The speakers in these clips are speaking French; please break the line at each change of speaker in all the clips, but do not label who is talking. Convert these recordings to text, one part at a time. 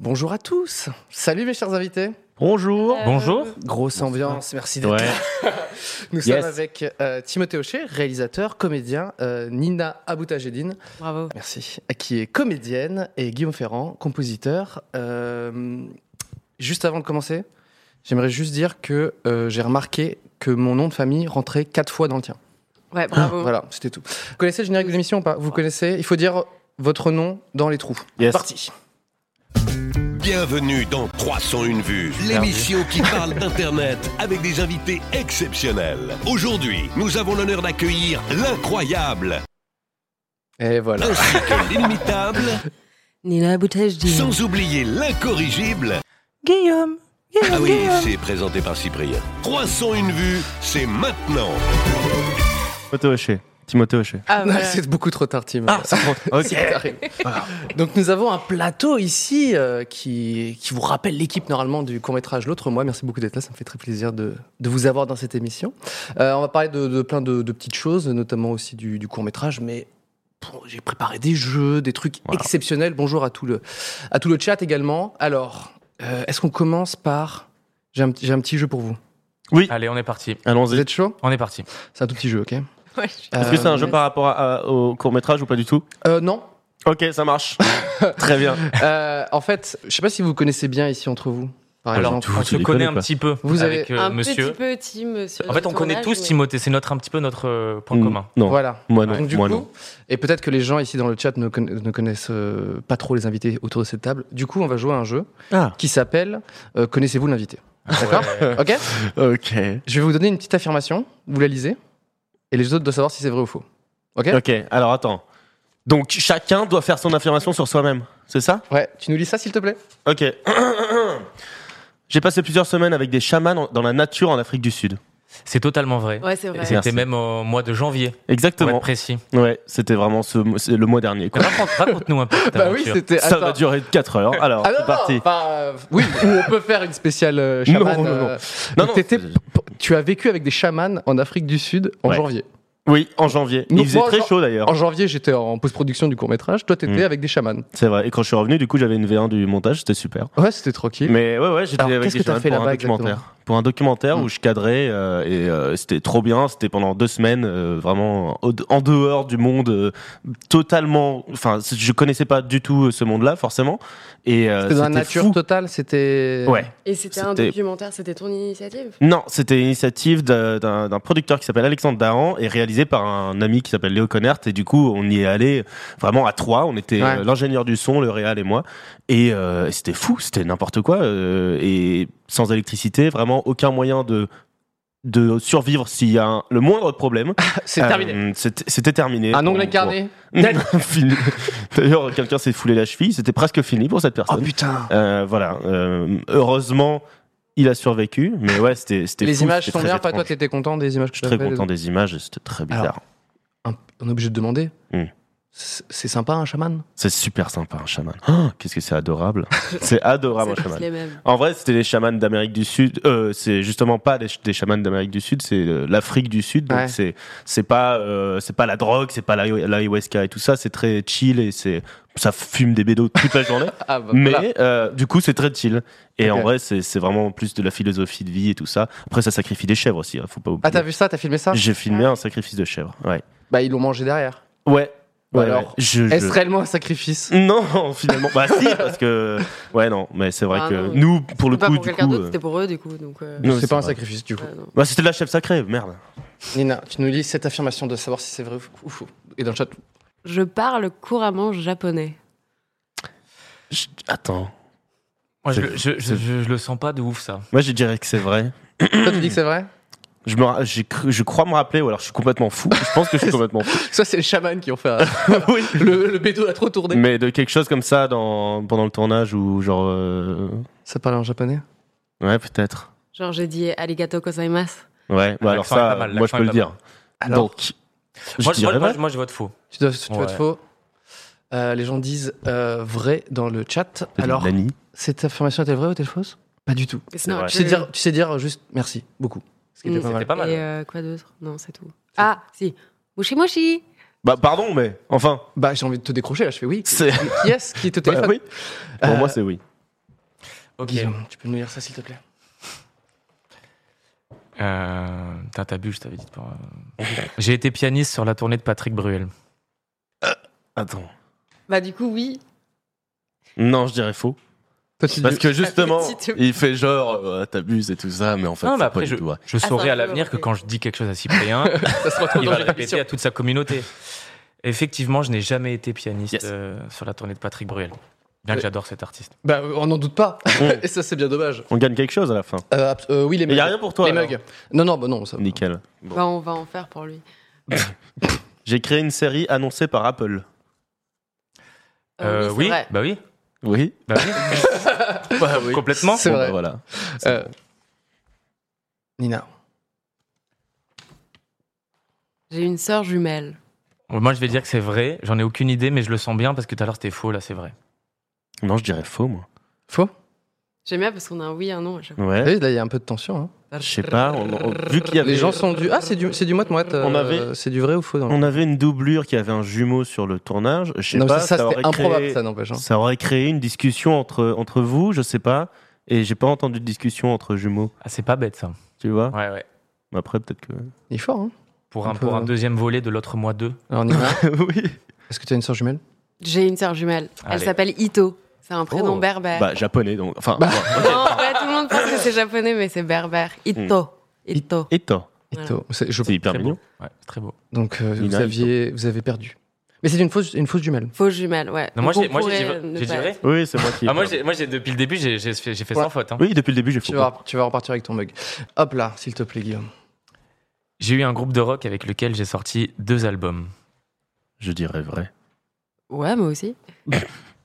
Bonjour à tous. Salut mes chers invités.
Bonjour.
Euh,
Bonjour.
Grosse ambiance, merci d'être
Ouais.
là. Nous
Yes.
sommes avec euh, Timothée Hocher, réalisateur, comédien, euh, Nina Aboutajedine,
Bravo.
merci, qui est comédienne, et Guillaume Ferrand, compositeur. Euh, juste avant de commencer, j'aimerais juste dire que euh, j'ai remarqué que mon nom de famille rentrait quatre fois dans le tien.
Ouais, bravo.
Voilà, c'était tout. Vous connaissez le générique de l'émission ou pas Vous connaissez Il faut dire votre nom dans les trous.
Yes.
Parti.
Bienvenue dans 301 vues, l'émission qui parle d'Internet avec des invités exceptionnels. Aujourd'hui, nous avons l'honneur d'accueillir l'incroyable
Et voilà.
ainsi que l'inimitable,
Nina Aboutage dit
sans oublier l'incorrigible.
Guillaume.
Ah oui, c'est présenté par Cyprien. 301 vues, c'est maintenant.
Timothée Hocher. Timothée Hocher.
Ah, voilà.
C'est beaucoup trop tard, Tim.
Ah, Ok.
Ça arrive. Donc nous avons un plateau ici euh, qui, qui vous rappelle l'équipe normalement du court-métrage L'autre Moi. Merci beaucoup d'être là, ça me fait très plaisir de, de vous avoir dans cette émission. Euh, on va parler de, de plein de, de petites choses, notamment aussi du, du court-métrage, mais bon, j'ai préparé des jeux, des trucs
Wow.
exceptionnels. Bonjour à tout le, à tout le chat également. Alors, euh, est-ce qu'on commence par... J'ai un, petit- j'ai un petit jeu pour vous.
Allez, on est parti.
Vous
Allons-y.
êtes chaud
On est parti.
C'est un tout petit jeu, ok
Ouais, je-
Est-ce que c'est un
Euh,
jeu par rapport à- à- au court métrage ou pas du tout
euh, Non,
Ok, ça marche. Très bien.
Euh, en fait, je sais pas si vous connaissez bien ici entre vous. Par
Alors,
exemple,
tout-
on
tu
se
les
connaît
connais
un
pas
petit peu
Vous
avec
avez
euh,
un petit
monsieur.
peu Tim. sur
En
le
fait, on connaît
tournage,
tous
mais-
Timothée. C'est notre un petit peu notre euh,
Mm.
point commun.
Hmm. Non.
voilà.
Moi non.
Donc, du
Moi
coup,
non.
et peut-être que les gens ici dans le chat ne, conna- ne connaissent euh, pas trop les invités autour de cette table. Du coup, on va jouer à un jeu
Ah.
qui s'appelle euh, Connaissez-vous l'invité D'accord
Ouais.
Ok
Ok.
Je vais vous donner une petite affirmation. Vous la lisez et les autres doivent savoir si c'est vrai ou faux. Ok
Ok. Alors attends. Donc chacun doit faire son affirmation sur soi-même. C'est ça
Ouais. Tu nous lis ça, s'il te plaît
Ok. J'ai passé plusieurs semaines avec des chamans en- dans la nature en Afrique du Sud.
C'est totalement vrai.
Ouais, c'est vrai.
Et C'était
Merci.
même au mois de janvier, pour
Exactement.
être précis.
Ouais, c'était vraiment ce- c'est le mois dernier. quoi.
Raconte- Raconte-nous un peu cette
Bah oui,
aventure.
c'était.
Ça
attends.
va durer 4 heures. Alors,
Ah non,
c'est
non,
parti.
enfin, euh, oui, ou on peut faire une spéciale euh, chaman.
Non, non, non.
euh,
Non,
donc
non,
t'étais-
c'est-
tu as vécu avec des chamans en Afrique du Sud en
Ouais.
janvier.
Oui, en janvier.
Donc,
Il faisait
moi, en
très
jan-
chaud d'ailleurs.
En janvier, j'étais en post-production du court-métrage. Toi, t'étais
Mm.
avec des chamans.
C'est vrai. Et quand je suis revenu, du coup, j'avais une V1 du montage, c'était super.
Ouais, c'était tranquille.
Mais ouais, ouais, j'étais
Alors,
avec
qu'est-ce
des
que t'as
jeunes
fait
pour un
là-bas
documentaire. Pour un documentaire
Mm.
où je cadrais euh, et euh, c'était trop bien. C'était pendant deux semaines, euh, vraiment au- en dehors du monde, euh, totalement. Enfin, c- je connaissais pas du tout euh, ce monde-là, forcément. Et euh,
c'était dans la nature
fou.
totale, c'était.
Ouais.
Et c'était un
C'était-
documentaire, c'était ton initiative
Non, c'était l'initiative d'un- d'un d'un producteur qui s'appelle Alexandre Dahan et réalisé par un ami qui s'appelle Léo Connert. Et du coup, on y est allé vraiment à trois. On était
Ouais.
euh, l'ingénieur du son, le réal et moi. Et euh, c'était fou, c'était n'importe quoi. euh, et sans électricité, vraiment aucun moyen de de survivre s'il y a un- le moindre problème.
C'est
Euh, Oh,
terminé.
c'était- C'était terminé.
Un
Bon,
ongle
bon.
incarné.
Fini. D'ailleurs, quelqu'un s'est foulé la cheville. C'était presque fini pour cette
Oh,
personne.
putain.
Euh, voilà. Euh, heureusement, il a survécu. Mais ouais, c'était. c'était
Les
fou,
images
c'était
sont
très
bien. Pas toi,
étrange.
t'étais content des images que
Je suis très
t'avais,
content des images. et C'était très bizarre.
Alors. Un- On est obligé de demander.
Mm.
C'est c'est sympa un chaman
C'est super sympa un chaman. Oh, Qu'est-ce que c'est adorable. c'est adorable un
C'est tous
chaman.
les mêmes.
En vrai, c'était les chamans d'Amérique du Sud. Euh, c'est justement pas des, ch- des chamans d'Amérique du Sud, c'est euh, l'Afrique du Sud. Donc
Ouais.
c'est c'est pas euh, c'est pas la drogue, c'est pas l'ay- l'ayahuasca et tout ça. C'est très chill et c'est ça fume des bédos toute la journée.
Ah, bah,
Mais
voilà.
euh, du coup, c'est très chill. Et
Ok.
en vrai, c'est c'est vraiment plus de la philosophie de vie et tout ça. Après, ça sacrifie des chèvres aussi. hein, faut pas oublier.
Ah, t'as vu ça T'as filmé ça
J'ai filmé un sacrifice de chèvre. Ouais.
Bah, ils l'ont mangé derrière.
Ouais.
Bah
Ouais,
alors,
ouais. Je- je-
Est-ce réellement un sacrifice
Non, finalement. Bah si, parce que ouais, non, mais c'est vrai
Ah,
que
non.
nous, pour le
C'était pas
coup,
pour
du
quelqu'un
coup,
d'autre,
euh,
c'était pour eux, du coup. Donc, euh,
Non,
C'est
c'est
pas un
vrai.
sacrifice du coup.
ouais, non.
bah, c'était la chef sacrée, merde.
Nina, tu nous lis cette affirmation de savoir si c'est vrai ou faux. Et dans le chat,
Je parle couramment japonais.
Je- Attends,
Moi, je,
C'est-
je- je- je- je le sens pas de ouf ça.
moi je dirais que c'est vrai.
toi tu dis que c'est vrai
Je, me, ra- j'ai cru- je crois me rappeler, ou alors je suis complètement fou. Je pense que je suis complètement fou.
Ça, c'est les chamans qui ont fait. un- le, le bédo a trop tourné.
Mais de quelque chose comme ça dans, pendant le tournage ou genre. euh,
Ça parle en japonais
Ouais, peut-être.
Genre, j'ai dit arigato gozaimasu.
Ouais, bah alors
l'accent est
ça,
pas mal,
moi je
l'accent
peux
est
le
pas
dire.
Alors,
Donc, je
Moi, je- moi,
dirais
moi,
vrai.
je- moi, je vote faux.
tu dois, tu dois
Ouais.
être faux. Euh, les gens disent euh, vrai dans le chat. Alors,
Nani.
cette information est-elle vraie ou est-elle fausse Pas du tout.
It's
C'est
not
vrai.
Tu sais,
true.
dire, tu sais dire juste merci, beaucoup. Ce qui
Mm,
était pas mal.
C'était pas mal.
Et euh, quoi d'autre Non, c'est tout. Ah, si. Mushi mushi
Bah pardon, mais enfin,
Bah, j'ai envie de te décrocher là, je fais oui.
c'est.
Qui est-ce qui te
Bah
téléphone
oui. Pour
Euh,
moi, c'est oui.
Ok.
Guillaume, tu peux nous dire ça s'il te plaît
Euh, T'as t'as bu, je t'avais dit. de pas- euh, J'ai été pianiste sur la tournée de Patrick Bruel. Euh,
Attends.
Bah, du coup, oui.
Non, je dirais faux.
Toi, tu
Parce que justement,
petite-
il fait genre, euh, t'abuses et tout ça, mais en fait,
Non, mais
c'est
après,
pas du tout. hein. vrai.
Je
Ah,
saurai
ça,
à l'avenir que
ok.
quand je dis quelque chose à Cyprien,
ça se retrouve
il
dans
va
une
le répéter à toute sa communauté. Effectivement, je n'ai jamais été pianiste
Yes.
euh, sur la tournée de Patrick Bruel.
Oui.
Bien que j'adore cet artiste.
Bah, on n'en doute pas.
Mm.
Et ça, c'est bien dommage.
On gagne quelque chose à la fin.
Euh, abs- euh, oui, les
Il
mugs.
y a rien pour toi.
les
alors.
mugs. Non, non, bah non. Ça...
Nickel. Bon.
Bah, on va en faire pour lui.
J'ai créé une série annoncée par Apple.
Euh,
Euh,
c'est
oui,
vrai.
bah oui,
Oui.
bah oui. Complètement.
C'est
Bon,
vrai.
bah, voilà.
Euh, Nina.
J'ai une sœur jumelle.
Moi, je vais dire que c'est vrai. J'en ai aucune idée, mais je le sens bien parce que tout à l'heure c'était faux. Là, c'est vrai.
Non, je dirais faux, moi.
Faux
J'aime bien parce qu'on a un oui et un non à chaque
Vous
Ouais.
voyez, Là, il y a un peu de tension. hein.
fois.
Je sais pas, on- on- vu qu'il y avait.
Les gens sont du. Ah, c'est du, c'est du moite moite.
On avait-
C'est du vrai ou faux dans le-
On avait une doublure qui avait un jumeau sur le tournage. Je sais
Non, mais
pas.
ça, ça,
aurait
c'était improbable,
créé-
ça n'empêche. hein.
Ça aurait créé une discussion entre, entre vous, je sais pas. Et j'ai pas entendu de discussion entre jumeaux,
Ah, c'est pas bête ça.
tu vois.
Ouais, ouais.
Mais Après, peut-être que.
Il est fort. Hein.
Pour
Un
un,
peu,
pour un
euh,
deuxième volet de l'autre mois 2.
Alors, Nina,
oui.
est-ce que tu as une soeur jumelle
J'ai une sœur jumelle. Elle
Allez.
s'appelle Ito. C'est un prénom
Oh.
berbère.
Bah, japonais, donc. Enfin. bon.
Non, ouais, tout le monde pense que c'est japonais, mais c'est berbère.
Hmm.
Ito. Ito.
Et toi
Voilà.
Ito. C'est- je-
C'est hyper
Très
mignon.
beau. Ouais, c'est très beau.
Donc, euh, vous,
Nina,
aviez... vous avez perdu. Mais c'est une fausse, une fausse jumelle.
Faux jumelle, ouais.
Non, moi,
Donc,
j'ai
on
moi, j'ai
pourrait
dit vrai-
ne
j'ai dit
pas
vrai.
être.
Oui, c'est moi qui.
Ah, moi, j'ai- moi, j'ai- depuis le début, j'ai j'ai fait, j'ai fait
Ouais.
sans faute. hein.
Oui, depuis le début, j'ai
Tu
faux.
vas, tu vas repartir avec ton mug. Hop là, s'il te plaît, Guillaume.
J'ai eu un groupe de rock avec lequel j'ai sorti deux albums.
Je dirais vrai.
Ouais, moi aussi.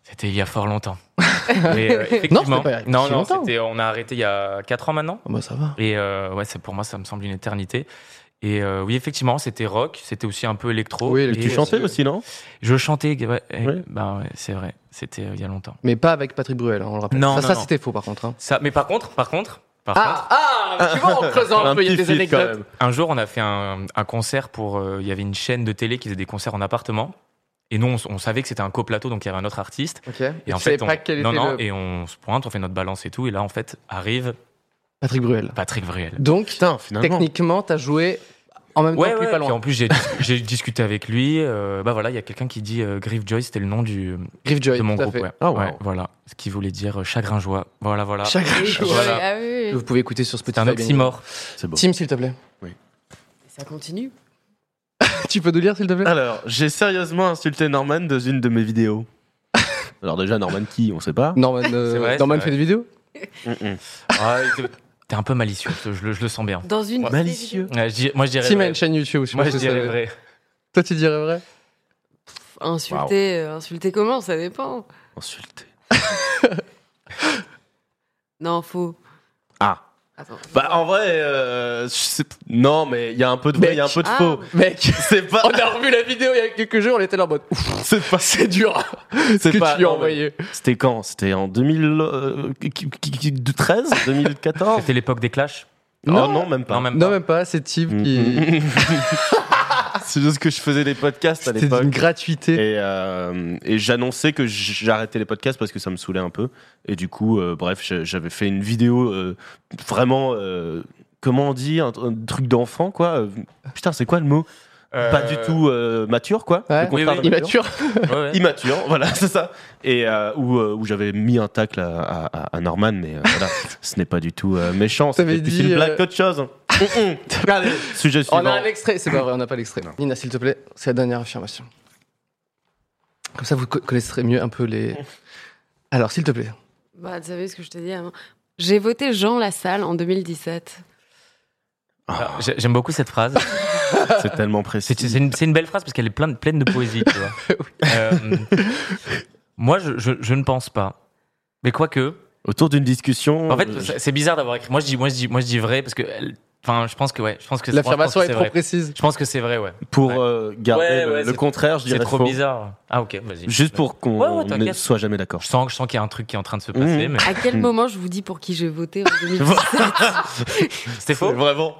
C'était il y a fort longtemps. Mais, euh, effectivement,
c'était pas il y a si
non, non,
longtemps.
c'était- on a arrêté il y a 4 ans maintenant.
Ah bah, ça va.
Et euh, ouais, c'est- pour moi, ça me semble une éternité. Et euh, oui, effectivement, c'était rock, c'était aussi un peu électro.
Oui,
Et,
Et tu
euh,
chantais aussi, non
Je chantais, ouais, et-
Ouais.
bah ouais, c'est vrai, c'était euh, il y a longtemps.
Mais pas avec Patrick Bruel, hein, on le rappelle.
Non,
ça,
non,
ça,
non.
c'était faux par contre. hein.
Ça, mais par contre, par contre, par contre,
Ah, ah, tu vois, en creusant
Un petit feat, quand même.
un jour, on a fait un, un concert pour. euh, Il y avait une chaîne de télé qui faisait des concerts en appartement. Et nous, on, s- on savait que c'était un coplateau, donc il y avait un autre artiste.
Ok. Et,
Et en
tu savais
fait, on...
pas quel
non,
était
non,
le...
et on se pointe, on fait notre balance et tout, et là en fait arrive
Patrick Bruel.
Patrick Vriel.
Donc,
Putain, finalement.
techniquement, t'as joué en même
Ouais,
temps que lui,
ouais,
pas
puis
loin.
en plus j'ai, j'ai discuté avec lui. euh, bah voilà, il y a quelqu'un qui dit euh, Griff Joy, c'était le nom du
Griff Joy,
de mon
tout à
groupe.
fait.
Ouais.
Ah, wow.
Ouais, voilà, ce qui voulait dire euh, chagrin joie. Voilà, voilà.
Chaque-
Voilà.
Ouais, ah oui,
que
oui.
Vous pouvez écouter sur
C'est
Spotify.
un
bien
oxymore.
C'est beau.
évidemment. Tim, s'il te plaît.
Ça continue.
tu peux nous lire, s'il te plaît
Alors, j'ai sérieusement insulté Norman dans une de mes vidéos. Alors déjà, Norman qui, on sait pas.
Norman, euh,
C'est vrai,
Norman
c'est
fait
vrai.
des vidéos
Mm-mm.
Ah, et t'es- T'es un peu malicieux, je, le- je le sens bien.
Dans une.
Malicieux.
Ouais, je dis- moi je dirais.
Tim a
vrai.
une chaîne YouTube. je
Moi
pense
je
que ça-
dirais vrai.
Toi, tu dirais vrai
Pff, Insulter, euh, insulter comment Ça dépend.
Insulté.
Non, faux.
Ah.
Attends.
Bah en vrai, euh, je sais p- non, mais Oh, il y a un peu de vrai, il y a un peu de
Ah.
faux.
Mec,
C'est pas,
on a revu la vidéo il y a quelques jours, on était là en mode Ouf,
c'est pas,
c'est dur ce
c'est
que
pas.
tu lui as
non,
envoyé.
mais C'était quand C'était en euh, 2013, 2014.
C'était l'époque des clashs.
Oh
Non.
non, même pas.
Non, même
Non,
pas.
même pas, c'est Tim qui.
Mm. c'est juste que je faisais des podcasts à
C'était
l'époque.
une gratuité.
Et, euh, et j'annonçais que j- j'arrêtais les podcasts parce que ça me saoulait un peu. Et du coup, euh, bref, j'a- j'avais fait une vidéo euh, vraiment. euh, comment on dit Un, un truc d'enfant, quoi. Euh, Putain, c'est quoi le mot
Euh,
Pas du tout euh, mature, quoi.
Ouais.
Le contraire
Oui, oui,
de mature.
Immature.
ouais, ouais.
Immature, voilà, c'est ça. Et euh, où, euh, où j'avais mis un tacle à, à- à Norman, mais euh, voilà, ce n'est pas du tout euh, méchant.
T'avais
C'était plus
dit,
une blague
euh,
qu'autre chose. Mm-mm. Allez, sujet
On a
suivant.
un extrait, c'est pas vrai, on n'a pas l'extrait. Nina, s'il te plaît, c'est la dernière affirmation. Comme ça, vous co- connaisserez mieux un peu les. Alors, s'il te plaît.
Bah, tu savais ce que je t'ai dit avant. J'ai voté Jean Lassalle en 2017.
Alors, Ah, j'ai- J'aime beaucoup cette phrase.
C'est tellement précis.
C'est c'est une, c'est une belle phrase parce qu'elle est pleine, pleine de poésie. tu vois. Euh, moi, je, je- je ne pense pas. Mais quoique.
Autour d'une discussion.
En fait,
euh,
c'est- c'est bizarre d'avoir écrit. Moi, je dis, moi, je dis, moi, je dis vrai parce que. elle- Enfin, je pense que ouais. Je pense que
L'affirmation
moi,
est
je pense
trop
que vrai.
précise.
Je pense que c'est vrai, ouais.
pour
Ouais.
euh, garder
Ouais,
le,
ouais,
le
c'est-
contraire, je
C'est
dirais
trop
faux.
bizarre. Ah ok, vas-y.
Juste pour qu'on
Ouais, ouais,
ne
t'inquiète.
soit jamais d'accord.
Je sens, je sens qu'il y a un truc qui est en train de se passer, mais
À quel
Mm.
moment je vous dis pour qui j'ai voté en 2017
c'était faux.
Vraiment.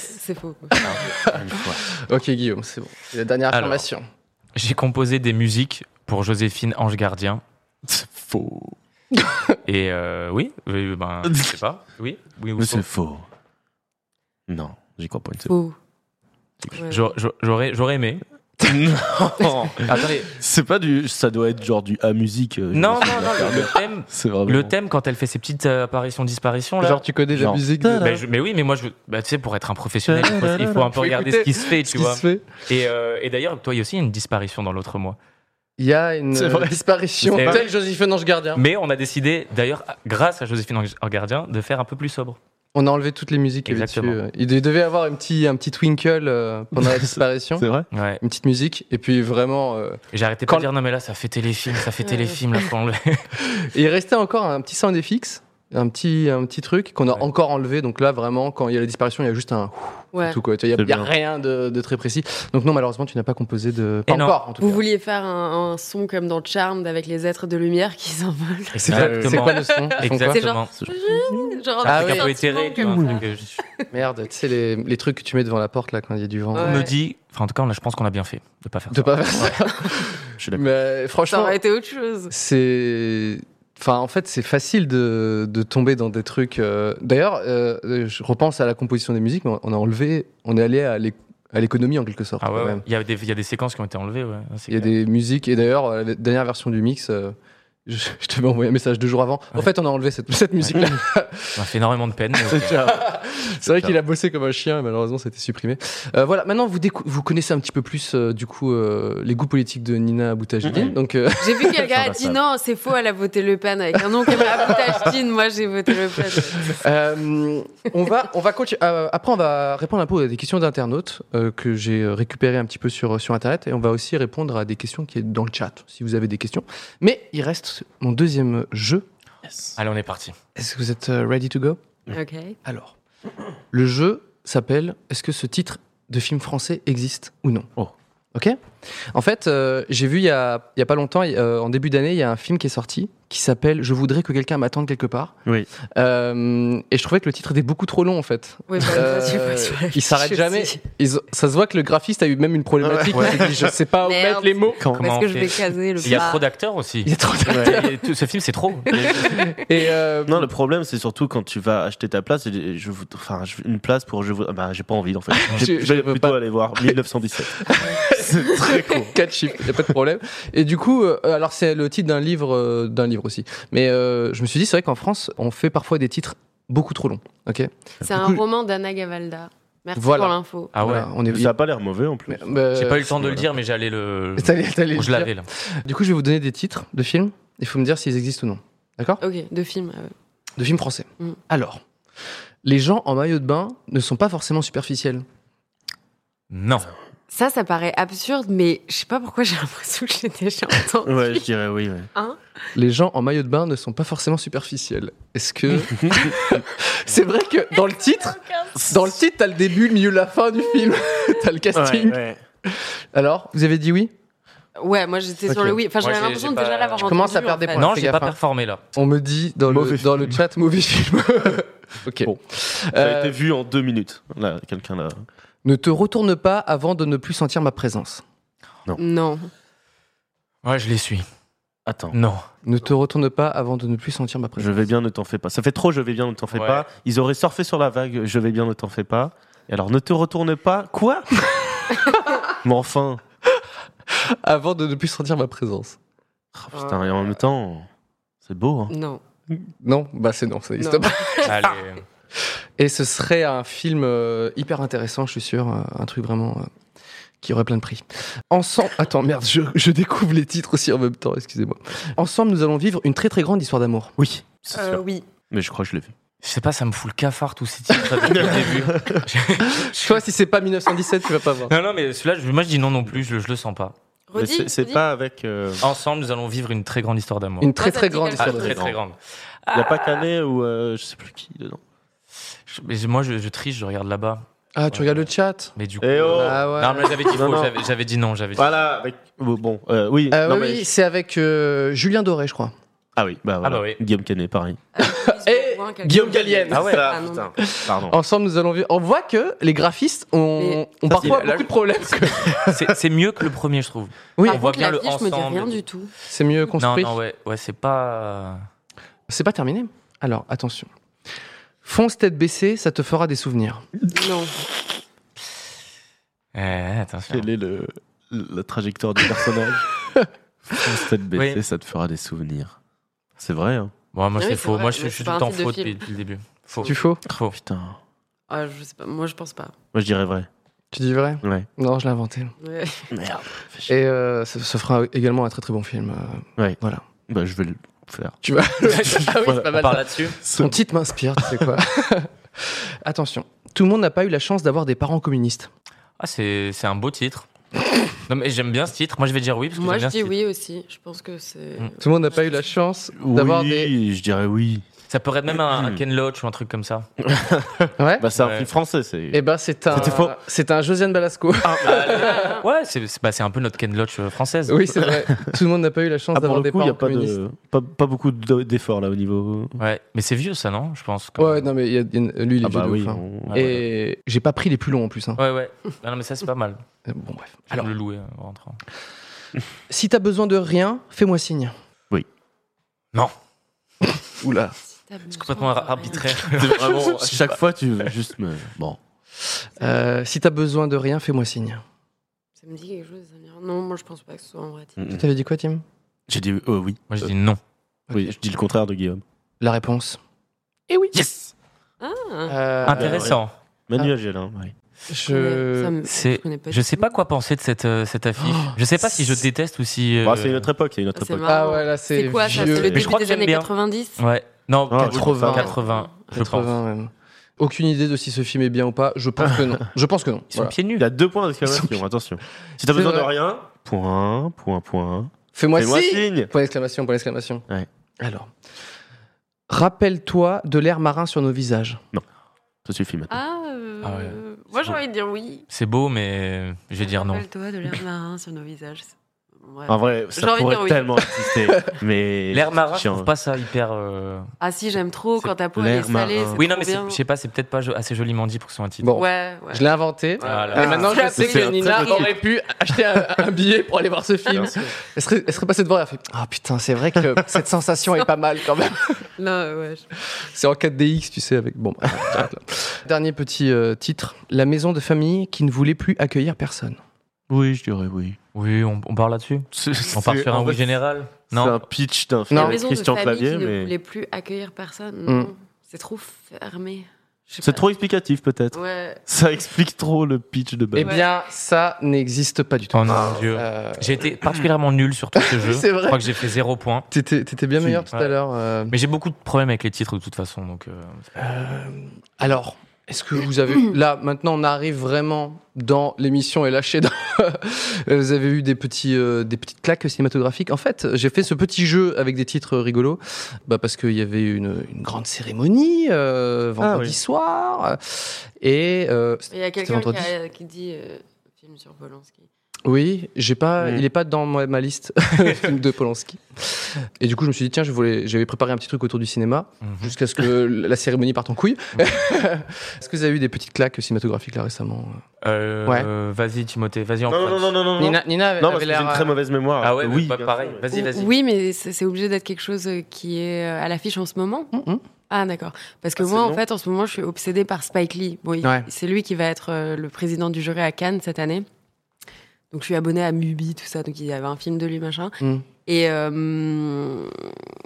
C'est faux. quoi.
Ok, Guillaume, c'est bon. C'est La dernière
Alors.
affirmation.
J'ai composé des musiques pour Joséphine Ange Gardien.
Faux.
Et euh, oui, oui, ben, je sais pas. Oui, oui ou
Mais
faux.
c'est faux. Non, j'y crois pas une
Faux. Ouais.
J'aurais- J'aurais j'aurais aimé.
seconde. Non.
Attendez.
c'est pas du. Ça doit être genre du à musique. euh,
Non, non,
j'imagine.
non, le, le thème,
C'est Ah, vraiment.
le thème quand elle fait ses petites apparitions-disparitions là.
Genre, tu connais
Genre.
la musique de...
Ben, je- mais oui, mais moi, je, bah, tu sais, pour être un professionnel, il faut, il faut un peu
Faut
regarder
écouter
ce qui se fait,
ce
tu
qui
vois.
se fait.
Et, euh, et d'ailleurs, toi, il y a aussi une disparition dans l'autre mois.
Il y a une
C'est vrai.
euh, disparition.
C'est vrai.
Telle Joséphine Ange Gardien.
Mais on a décidé, d'ailleurs, grâce à Joséphine Gardien, de faire un peu plus sobre.
On a enlevé toutes les musiques. qu'il y avait
Exactement.
dessus. euh, Il de- devait avoir un petit, un petit twinkle euh, pendant la disparition.
C'est vrai.
Ouais.
Une petite musique. Et puis vraiment, euh,
Et J'arrêtais
Quand-
pas de dire non mais là ça fait téléfilm, ça fait
Ouais.
téléfilm là faut enlever.
Et il restait encore un petit sound FX, un petit, un petit truc qu'on a
Ouais.
encore enlevé. Donc là, vraiment, quand il y a la disparition, il y a juste un
Ouais.
tout quoi. Tu vois, Il
C'est
n'y a,
bien.
rien de, de très précis. Donc non, malheureusement, tu n'as pas composé de. Pas
Et non.
encore, en tout
Vous
cas.
vouliez faire un, un son comme dans Charmed avec les êtres de lumière qui s'envolent.
C'est quoi- C'est quoi le son Ils font quoi
C'est
Exactement.
genre- Genre
Ah
un
oui.
truc un
sentiment
peu éthéré, tu vois,
comme
un
ça.
truc, euh, je-
Merde, tu sais, les, les trucs que tu mets devant la porte là quand il y a du vent.
On
Ouais.
me dit, enfin en tout cas on a- je pense qu'on a bien fait de pas faire
De
ça.
pas faire ça.
Je suis d'accord.
Mais
Ça
franchement,
aurait été autre chose.
c'est. Enfin, en fait, c'est facile de, de tomber dans des trucs. euh, D'ailleurs, euh, je repense à la composition des musiques, mais on a enlevé, on est allé à l'é- à l'économie en quelque sorte.
Ah ouais,
quand
ouais.
même.
Il, y a des, il y a des séquences qui ont été enlevées. Ouais. Ah, C'est
Il y a
clair.
des musiques. Et d'ailleurs, euh, la dernière version du mix, euh, je, je t'avais envoyé un message deux jours avant. En
Ouais.
fait, on a enlevé cette, cette musique-là.
Ça m'a fait énormément de peine. mais ok.
C'est vrai qu'il a bossé comme un chien et malheureusement, c'était supprimé. Euh, voilà, maintenant, vous, décou- vous connaissez un petit peu plus, euh, du coup, euh, les goûts politiques de Nina Boutagidine.
Mhm.
Donc, euh,
J'ai vu quelqu'un a dit
Invincible.
non, c'est faux, elle a voté Le Pen avec un nom comme Aboutashtine. Moi, j'ai voté Le Pen.
euh, on va, on va continuer. Euh, après, on va répondre un peu à des questions d'internautes euh, que j'ai euh, récupérées un petit peu sur, sur Internet et on va aussi répondre à des questions qui est dans le chat, si vous avez des questions. Mais il reste mon deuxième jeu.
Allez on est parti.
Est-ce que vous êtes euh, ready to go
Ok.
Alors, le jeu s'appelle Est-ce que ce titre de film français existe ou non
Oh.
Ok En fait, euh, j'ai vu il y a, il y a pas longtemps, euh, en début d'année, il y a un film qui est sorti qui s'appelle Je voudrais que quelqu'un m'attende quelque part.
Oui.
Euh, et je trouvais que le titre était beaucoup trop long en fait.
Oui, bah,
Euh,
ça, tu vois, tu vois,
il s'arrête
je
jamais.
sais.
Ils ont- ça se voit que le graphiste a eu même une problématique.
Ouais.
Il s'est dit, je sais pas où
Merde.
mettre les mots.
Comment
Parce que
on
je
fait
vais caser le
Il y a
bas.
trop d'acteurs aussi.
Il y a trop de-
Ouais, et tout- Ce film c'est trop.
Et euh,
Non, le problème, c'est surtout quand tu vas acheter ta place. et Je, vous- enfin, je- une place pour je vous. ah Bah, j'ai pas envie, en fait.
Je-
J'ai-
je
Je vais
veux
plutôt
pas.
aller voir 1917. c'est très court.
Quatre chiffres, y a pas de problème. Et du coup, euh, alors c'est le titre d'un livre, euh, d'un livre aussi. Mais euh, je me suis dit, c'est vrai qu'en France, on fait parfois des titres beaucoup trop longs. Ok.
C'est
Du
un
coup, je-
roman d'Anna Gavalda. Merci
Voilà.
pour l'info.
Ah ouais.
Voilà, on est.
Ça a pas l'air mauvais en plus.
Mais- mais- euh,
J'ai pas eu le temps de le dire mais j'allais le.
T'allais- t'allais
Bon,
le
je
dire.
l'avais là.
Du coup, je vais vous donner des titres de films. Il faut me dire s'ils existent ou non. D'accord
Ok, de film. ah ouais.
De films français.
Mm.
Alors, les gens en maillot de bain ne sont pas forcément superficiels.
Non.
Ça, ça paraît absurde, mais je sais pas pourquoi j'ai l'impression que j'ai déjà entendu.
Ouais, je dirais oui. ouais.
Les gens en maillot de bain ne sont pas forcément superficiels. Est-ce que c'est vrai que dans le titre, dans le titre, t'as le début, le milieu, la fin du film, t'as le casting. Alors, vous avez dit oui
Ouais, moi j'étais sur
Ok.
le oui. Enfin,
Moi,
j'avais
j'ai-
l'impression
j'ai
de déjà
pas-
l'avoir
Je
entendu.
commence à perdre
perdre
des points.
Non,
fais
j'ai pas
gaffe, hein.
performé là.
On me dit dans le,
Mauvais
dans le chat mauvais film. ok.
Bon. Ça a
Euh,
été vu en deux minutes. Là, quelqu'un là.
ne te retourne pas avant de ne plus sentir ma présence.
Non.
Ouais je les suis.
Attends.
Non.
Ne te retourne pas avant de ne plus sentir ma présence.
Je vais bien, ne t'en fais pas. Ça fait trop, je vais bien, ne t'en fais
Ouais.
pas. Ils auraient surfé sur la vague, je vais bien, ne t'en fais pas. Et alors, ne te retourne pas. Quoi Mais enfin.
Avant de ne plus sentir ma présence.
Ah, putain, et en même temps, c'est beau. hein.
Non.
Non, bah c'est non, ça n'existe
Non.
pas.
Allez.
Et ce serait un film euh, hyper intéressant, je suis sûr, euh, un truc vraiment euh, qui aurait plein de prix. Ensemble, attends, merde, je, je découvre les titres aussi en même temps, excusez-moi. Ensemble, nous allons vivre une très très grande histoire d'amour.
Oui, c'est
Euh,
sûr.
oui.
Mais je crois que je l'ai vu.
Je sais pas, ça me fout le cafard tous ces titres depuis le début.
Je crois que si c'est pas 1917, tu vas pas voir.
Non, non, mais celui-là, je- moi je dis non non plus, je, je le sens pas.
Mais
Redis,
c'est- C'est
redis.
pas avec. euh,
Ensemble, nous allons vivre une très grande histoire d'amour.
Une très
Ah, ça
très
dit
grande
quelque
Ah,
histoire.
chose.
de-
très très grande.
Il n'y a pas Canet ou euh, je sais plus qui dedans.
Je- mais moi je, je triche, je regarde là-bas.
Ah, tu regardes le chat
Mais du coup. euh,
Eh oh
Ah ouais.
Non, mais là, j'avais dit
Non,
faux,
non.
j'avais- j'avais dit non, j'avais dit.
Voilà, avec. Bon, euh, oui.
Euh,
non,
oui,
mais-
oui, c'est avec euh, Julien Doré, je crois.
Ah oui, bah, voilà.
bah oui.
Guillaume Canet, pareil.
Eh,
Et Guillaume Gallienne.
Ah
Ah
ouais.
ouais,
Ça, Ah non. putain.
putain. Pardon.
Ensemble, nous allons vivre. On voit que les graphistes ont,
Mais-
ont parfois
c'est- là,
beaucoup de problèmes.
C'est c'est mieux que le premier, je trouve.
Oui,
on voit bien
la
le
vie, je me dis
ensemble.
rien du tout.
c'est mieux
Non,
construit.
non, ouais, ouais c'est pas. euh,
C'est pas terminé. Alors, attention. Fonce tête baissée, ça te fera des souvenirs.
Non.
Eh, attention.
Ah, Quelle est le, la trajectoire du personnage Fonce tête baissée, ça te fera des souvenirs. C'est vrai, hein
Bon,
Ah
moi,
oui,
c'est
c'est
faux.
vrai,
moi,
mais
je, je
c'est
suis tout
pas
le
un
temps
titre de
faux
film.
depuis, depuis le début. Faux.
Tu faux
Faux.
Putain.
Ah, je sais pas. Moi, je pense pas.
Moi, je dirais vrai.
Tu dis vrai
Ouais.
Non, je l'ai inventé.
Ouais.
Merde.
Et euh, ça, ça fera également un très très bon film. euh,
Ouais.
Voilà.
Bah, je vais le faire.
Tu vas. ah oui,
Voilà,
c'est pas
On
mal.
parle là-dessus
Ton titre m'inspire, tu sais quoi. Attention. Tout le monde n'a pas eu la chance d'avoir des parents communistes.
Ah, c'est c'est un beau titre. Non, mais j'aime bien ce titre. Moi, je vais dire oui. Parce que
Moi,
j'aime
je
bien
dis
ce titre.
oui aussi. Je pense que c'est.
Mm.
Tout le monde n'a pas eu la chance d'avoir
Oui,
des.
je dirais oui.
Ça pourrait être même un, un Ken Loach ou un truc comme ça.
Ouais.
Bah, c'est un
Ouais.
film français, c'est.
Eh ben, c'est un.
C'était faux.
C'est un Josiane Balasco.
ouais, c'est c'est- bah, c'est un peu notre Ken Loach euh, française.
oui, c'est vrai. Tout le monde n'a pas eu la chance
Ah,
d'avoir
pour le
des
coup, il n'y
parents
a pas,
communistes.
de, pas, pas beaucoup d'e- d'efforts là au niveau.
Ouais, mais c'est vieux ça, non Je pense. que-
Ouais, non, mais il y a- il y a une- lui, il est
Ah,
vieux
bah
de
oui.
ouf, hein.
on-
Ah,
Et j'ai pas pris les plus longs en plus. hein.
Ouais, ouais. Ah non, mais ça, c'est pas mal.
Euh, Bon, bref.
Alors,
Alors,
le louer euh, en rentrant.
si t'as besoin de rien, fais-moi signe.
Non,
Oula.
Si t'as besoin
c'est complètement
de rien.
arbitraire.
C'est vraiment, chaque fois, tu veux juste me. Bon.
Euh, si t'as besoin de rien, fais-moi signe.
Ça me dit quelque chose, ça me dit rien. Non, moi, je pense pas que ce soit un vrai
Hmm.
titre.
Tu T'avais dit quoi, Tim
J'ai dit euh, oui.
Moi, je dis non.
Oui, je dis le contraire de Guillaume.
La réponse.
Yes
Ah,
Eh Euh,
Intéressant.
Manuel Gélin, oui.
Ouais, ça
Je.
me-
C'est.
je connais pas
Je
du
sais
tout.
pas quoi penser de cette, euh, cette affiche. Je sais pas si je déteste ou si. euh,
Bah, c'est une autre époque, c'est une autre
Ah, c'est
époque.
marrant.
Ah ouais, là, c'est.
C'est quoi ça C'est
vieux.
le
Mais je
début
crois que
des
j'aime
années
bien.
90
Ouais. Non,
Ah,
80.
80, je pense.
80 même. Aucune idée de si ce film est bien ou pas. Je pense que non. Je pense que non.
Ils sont
Voilà.
pieds nus.
Il y a deux points
Ils
d'exclamation,
sont-
attention. Si t'as
C'est
besoin de
vrai.
rien, point, point, point.
Fais-moi
Fais-moi
signe.
signe
Point d'exclamation, point d'exclamation.
Ouais.
Alors. Rappelle-toi de l'air marin sur nos visages.
Ça suffit maintenant.
Ah, euh,
Ah ouais.
moi, j'ai envie de dire oui.
C'est beau, mais euh, je vais dire non.
Rappelle-toi de l'air marin sur nos visages. Ouais.
En vrai,
Ah. J'ai
ça
envie de
pourrait
dire oui.
tellement exister, mais...
L'air marin, je
Chiant.
trouve pas ça hyper. euh,
Ah si, j'aime trop
C'est
quand ta peau elle est
l'air
salée.
marin.
c'est
Oui, non,
trop
mais c'est-
bien.
je sais pas, c'est peut-être pas jo- assez joliment dit pour que ce soit un titre.
Bon,
Ouais, ouais.
je l'ai inventé.
Ah là
Et
là.
maintenant, je
Ah,
sais
c'est
que
un
Nina
très beau
aurait pu acheter un, un billet pour aller voir ce film. Elle serait, elle serait passée devant et elle a fait Ah putain, c'est vrai que cette sensation est pas mal quand même.
Non, ouais. je-
C'est en 4DX, tu sais, avec. Bon, bah, j'arrête là. Dernier petit euh, titre La maison de famille qui ne voulait plus accueillir personne.
Oui, je dirais oui.
Oui, on, on parle là-dessus. On part sur un oui général.
Non. C'est
Non.
un pitch d'un
Non.
film
La
avec
maison
Christian
de famille
Clavier,
qui ne
mais...
voulait plus accueillir personne.
Mm.
non. C'est trop fermé. Je sais
C'est
pas.
trop explicatif, peut-être.
Ouais. bah,
Ça explique trop le pitch de
Eh
base.
bien, ça n'existe pas du tout.
Oh mon dieu.
Euh,
J'ai été particulièrement nul sur tout ce jeu.
C'est vrai.
Je crois que j'ai fait zéro point.
T'étais t'étais bien
Si.
meilleur tout à
Ouais.
l'heure. euh.
Mais j'ai beaucoup de problèmes avec les titres de toute façon. Donc, euh,
Alors, est-ce que vous avez eu- là maintenant on arrive vraiment dans l'émission et lâché dans vous avez eu des petits euh, des petites claques cinématographiques. En fait, j'ai fait ce petit jeu avec des titres rigolos bah parce qu'il y avait une, une grande cérémonie euh, vendredi
oui.
soir euh, et euh,
Il y a quelqu'un qui, a- qui dit euh, film sur Polanski.
oui, j'ai pas
Mm.
il est pas dans ma, ma liste de Polanski. Et du coup, je me suis dit tiens, je voulais j'avais préparé un petit truc autour du cinéma
mhm.
jusqu'à ce que la cérémonie parte en couille.
Mm.
Est-ce que vous avez eu des petites claques cinématographiques là récemment
Euh,
Ouais.
euh, vas-y Timothée, vas-y en
Non, non,
prends.
non, non, non, non.
Nina, Nina avait,
Non, parce
avait
que j'ai
l'air.
une très
euh,
mauvaise mémoire.
Ah ouais,
oui,
oui, pas
bien
pareil.
sûr, mais-
Vas-y, vas-y.
Oui, mais c'est c'est obligé d'être quelque chose euh, qui est euh, à l'affiche en ce moment.
mhm.
Ah d'accord. Parce que
Ah, c'est
moi, en
long.
fait, en ce moment, je suis obsédée par Spike Lee. Bon, il-
Ouais.
c'est lui qui va être euh, le président du jury à Cannes cette année. Donc je suis abonnée à Mubi, tout ça. Donc il y avait un film de lui, machin.
Mm.
Et euh,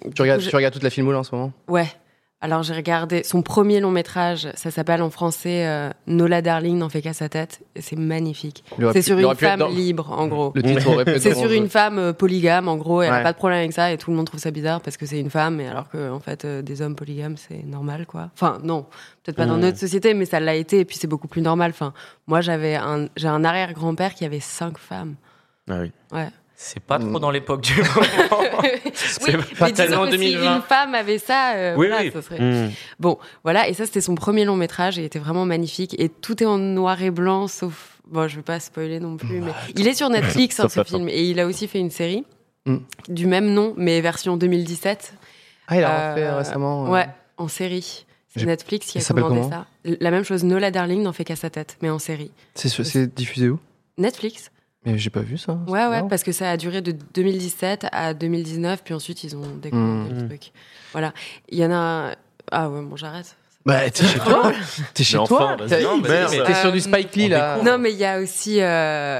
du
Tu
coup,
regardes,
je-
tu regardes toute la filmola en ce moment
ouais. Alors j'ai regardé son premier long métrage, ça s'appelle en français euh, Nola Darling n'en fait qu'à sa tête, et c'est magnifique.
Il aurait
C'est
pu-
sur
il
une
aurait pu être
femme
dans-
libre, en gros.
Le titre aurait pu être
C'est
dans
sur
le-
une femme euh, polygame, en gros, et elle
Ouais.
a pas de problème avec ça, et tout le monde trouve ça bizarre parce que c'est une femme, et alors que, en fait, euh, des hommes polygames, c'est normal, quoi. Enfin, non, peut-être pas dans
Mm.
notre société, mais ça l'a été, et puis c'est beaucoup plus normal. Enfin, moi, j'avais un, j'ai un arrière-grand-père qui avait cinq femmes.
Ah oui.
C'est pas trop
Mm.
dans l'époque du moment.
Oui,
C'est
pas
mais disons
tellement
que si
2020.
une femme avait ça, euh,
Oui,
voilà,
oui.
ça serait.
Mmh.
Bon, voilà, et ça c'était son premier long métrage, et il était vraiment magnifique, et tout est en noir et blanc, sauf... Bon, je vais pas spoiler non plus, mais il est sur Netflix, hein,
Top,
ce
top, top.
film, et il a aussi fait une série
Mm.
du même nom, mais version 2017,
Ah, il a refait
Euh,
récemment. euh,
ouais, en série. C'est
J'ai-
Netflix qui
Il
a
s'appelle
commandé
comment
ça. La même chose, Nola Darling n'en fait qu'à sa tête, mais en série.
C'est sur- c'est diffusé où
Netflix
Mais j'ai pas vu ça. c'est
Ouais, ouais,
marrant.
parce que ça a duré de 2017 à 2019, puis ensuite ils ont décommandé
Mmh.
le
Mm.
truc. Voilà. Il y en a... Ah ouais, bon, j'arrête.
Bah, t'es chez toi T'es chez
Mais
toi
enfin, vas-y.
T'as-
Non, mais
T'es
merde.
t'es sur
Euh,
du Spike Lee
on
là.
Non, mais il y a aussi euh,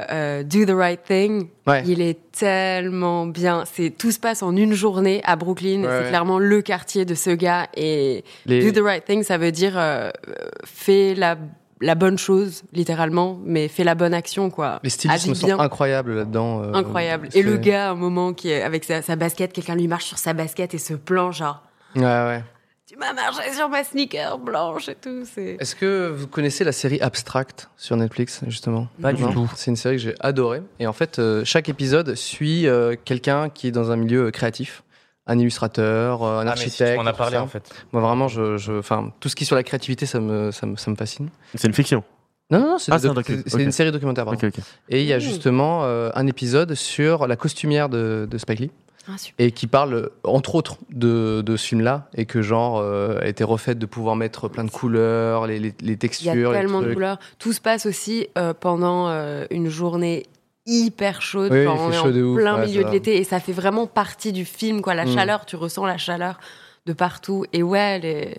euh, Do the Right Thing.
Ouais.
Il est tellement bien. C'est tout se passe en une journée à Brooklyn.
Ouais,
c'est
ouais.
clairement le quartier de ce gars. Et
Les-
Do the Right Thing, ça veut dire euh, euh, fais la la bonne chose, littéralement, mais fais la bonne action, quoi.
Les stylismes
Agis
sont
bien.
incroyables là-dedans. euh,
Incroyable. Et le
c'est-
gars, à un moment, qui est avec sa, sa basket, quelqu'un lui marche sur sa basket et se plonge, genre,
Ouais, ouais.
tu m'as marché sur ma sneaker blanche et tout. C'est
Est-ce que vous connaissez la série Abstract sur Netflix, justement
Pas du
Non
tout.
C'est une série que j'ai adorée. Et en fait, euh, chaque épisode suit euh, quelqu'un qui est dans un milieu euh, créatif. Un illustrateur, euh, un
Ah, mais si,
architecte.
on en a
tout
parlé
ça.
en fait.
Moi, vraiment, je, je- enfin, tout ce qui est sur la créativité, ça me, ça me, ça me fascine.
C'est une fiction.
Non, non, non, c'est
Ah,
des
c'est un
doc-
docu,
c'est
ok.
une série documentaire. pardon.
Ok, ok.
Et il y a
Mmh.
justement euh, un épisode sur la costumière de, de Spike Lee
ah, super.
et qui parle euh, entre autres de, de ce film-là et que genre euh, a été refaite de pouvoir mettre plein de couleurs, les, les- les
Il y
textures,
a
les
tellement de
trucs.
couleurs. Tout se passe aussi euh, pendant euh, une journée hyper chaude.
Oui,
Enfin,
il
on
fait
est
chaud
en
de ouf,
plein
ouais,
milieu
c'est
de
vrai.
l'été et ça fait vraiment partie du film, quoi. La
Mm.
chaleur, tu ressens la chaleur de partout. Et ouais, les,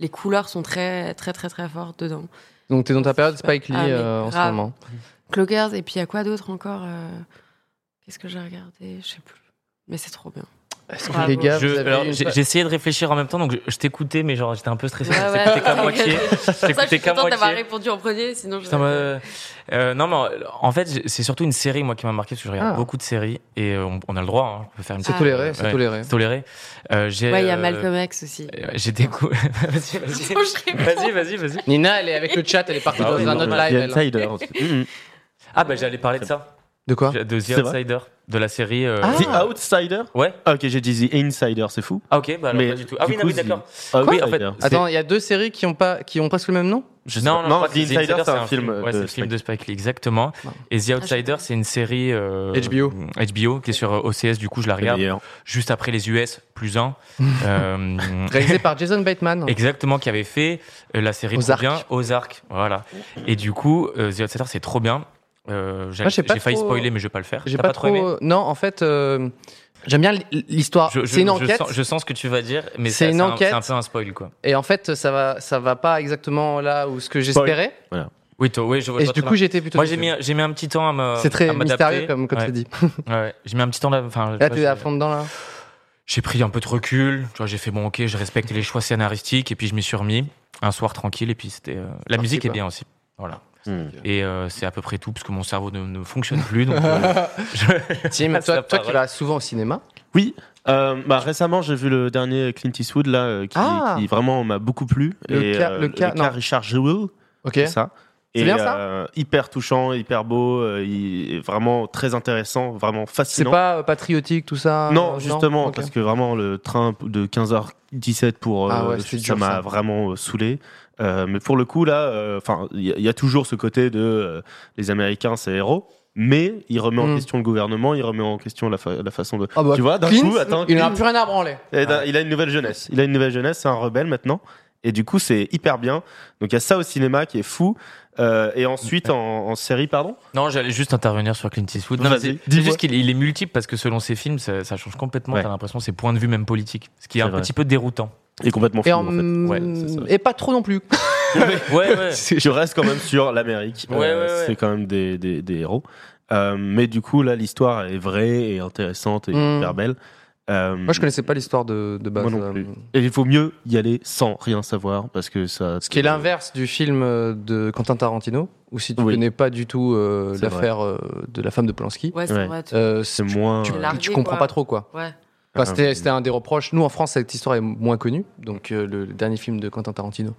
les couleurs sont très, très, très, très fortes dedans.
Donc t'es dans ta période
Super.
Spike Lee
Ah, mais
euh, en ce
grave.
moment.
Cloggers, et puis il y a quoi d'autre encore euh, Qu'est-ce que j'ai regardé Je sais plus. Mais c'est trop bien.
Est-ce que
Bravo.
les gars,
Je-
vous avez
alors,
une-
J'ai j'ai essayé de réfléchir en même temps, donc je, je t'écoutais, mais genre j'étais un peu stressé.
Ouais,
je
ouais,
t'écoutais
ouais,
qu'à
ouais.
moitié. Je
C'est pour ça que je
t'écoutais
suis
qu'à
contente d'avoir
moitié.
répondu en premier, sinon je.
Putain, bah, euh, non, mais en- en fait, j'ai- c'est surtout une série moi qui m'a marqué parce que je regarde
Ah.
beaucoup de séries et euh, on, on a le droit. hein, on peut faire une
C'est
Ah.
toléré, c'est
Ouais.
toléré.
petite tolérée. Euh, j'ai,
Ouais, il y a
euh,
Malcolm X aussi.
euh, J'ai découvert. vas-y, vas-y.
Attends, je réponds.
Vas-y, vas-y, vas-y.
Nina, elle est avec le chat, elle est partie dans un autre live. Mm, elle.
Ah, bah j'allais parler de ça,
De quoi
de The
C'est vrai
Outsider, de la série. euh,
Ah.
The Outsider
Ouais.
Ah, ok, j'ai dit The Insider, c'est fou.
Ah, ok, bah alors
Mais
pas du tout. Ah,
du
oui, non,
coup,
oui,
The-
d'accord.
Ah
Quoi
oui,
en fait,
Outsider.
c'est-
Attends, il y a deux séries qui ont pas, qui ont presque le même nom.
Je sais
Non,
pas.
non, je crois
The
que
Insider, c'est un film
ouais, c'est
de
un film
Spike.
de Spike Lee, exactement.
Non.
Et The Outsider, c'est une série euh,
HBO.
HBO qui est sur euh, OCS. Du coup, je la regarde
Meilleur.
juste après les US plus un. Euh,
Réalisé par Jason Bateman.
Exactement, qui avait fait euh, la série
Ozark.
Trop bien, Ozark, voilà. Et du coup, euh, The Outsider, c'est trop bien. Euh,
Moi,
j'allais-
j'ai pas
J'ai failli
trop-
spoiler, mais je vais pas le faire.
J'ai
T'as
pas, trop.
aimé
Non, en fait, euh, j'aime bien l'histoire.
Je- je-
C'est une
Je
enquête.
sens, je sens ce que tu vas dire, mais
C'est
ça-
une
un-
enquête.
C'est un peu un spoil, quoi.
Et en fait, ça va, ça va pas exactement là où ce que j'espérais.
Oui, toi, oui, je vois.
Et
je vois
du
très
coup,
bien.
j'étais plutôt.
moi, j'ai
déçu.
mis, j'ai mis un petit temps à me.
C'est très
à m'adapter.
mystérieux comme, comme
ouais,
tu dis.
ouais. j'ai mis un petit temps là.
Là,
Enfin, ouais,
tu es
j'ai-
à fond dedans là.
J'ai pris un peu de recul. Tu vois, j'ai fait bon, ok, je respecte les choix scénaristiques, et puis je m'y suis remis un soir tranquille, et puis c'était. euh, La
Parti,
musique
quoi.
est bien aussi. Voilà.
Hmm.
Et euh, c'est à peu près tout, parce que mon cerveau ne, ne fonctionne plus. Donc, euh, je-
Tim,
passe la
toi, toi qui
parole.
vas souvent au cinéma.
Oui. euh, bah, récemment, j'ai vu le dernier Clint Eastwood là, euh, qui,
Ah.
qui vraiment m'a beaucoup plu.
Le
et, euh,
cas- le cas- non.
Richard Jewell,
Ok.
c'est ça.
C'est
Et,
bien, ça
euh, hyper touchant, hyper beau, euh, il est vraiment très intéressant, vraiment
C'est
fascinant.
pas euh, patriotique tout ça. euh,
Non, justement,
Ok.
parce que vraiment, le train de 15h17 pour.
Ah
euh,
ouais, c'était
ça
dur, ça.
m'a vraiment euh, saoulé. Euh, mais pour le coup, là, euh, enfin, il y, a- il y a toujours ce côté de euh, les Américains, c'est héros. Mais il remet en
Hmm.
question le gouvernement, il remet en question la, fa- la façon de.
Ah bah,
tu vois, d'un
Clint,
coup, attends,
il n'a
Clint,
plus rien à branler.
et d'un- Il a une nouvelle jeunesse. Il a une nouvelle jeunesse, c'est un rebelle maintenant. Et du coup, c'est hyper bien. Donc il y a ça au cinéma qui est fou. Euh, et ensuite, en, en série, pardon.
Non, j'allais juste intervenir sur Clint Eastwood. Non,
Vas-y,
c'est-
dis-moi.
c'est juste qu'il il est multiple parce que selon ses films, ça, ça change complètement.
Ouais.
T'as l'impression ses points de vue, même politiques, ce qui est,
C'est
un
vrai.
petit peu déroutant.
Et complètement fou,
Et,
en,
en-
fait.
et
c'est ça. Mm.
pas trop non plus.
Ouais, ouais.
Je reste quand même sur l'Amérique.
Ouais, ouais, ouais.
C'est quand même des, Euh, des, des héros. Euh, mais du coup, là, l'histoire est vraie et intéressante et
Mm.
hyper belle. Euh,
Moi, je connaissais pas l'histoire de, de base.
moi non
euh,
plus. Et il faut mieux y aller sans rien savoir parce que ça.
Ce qui est l'inverse du film euh, de Quentin Tarantino, où si tu
Oui.
connais pas du tout euh,
C'est
l'affaire euh, de la femme de Polanski,
Ouais, c'est
Ouais.
vrai. tu-
euh,
C'est
c'est- tu,
moins.
tu,
euh,
largué,
tu comprends
quoi.
pas trop quoi.
Ouais.
Enfin, c'était,
euh,
c'était un des reproches. Nous, en France, cette histoire est moins connue. Donc, euh, le, le dernier film de Quentin Tarantino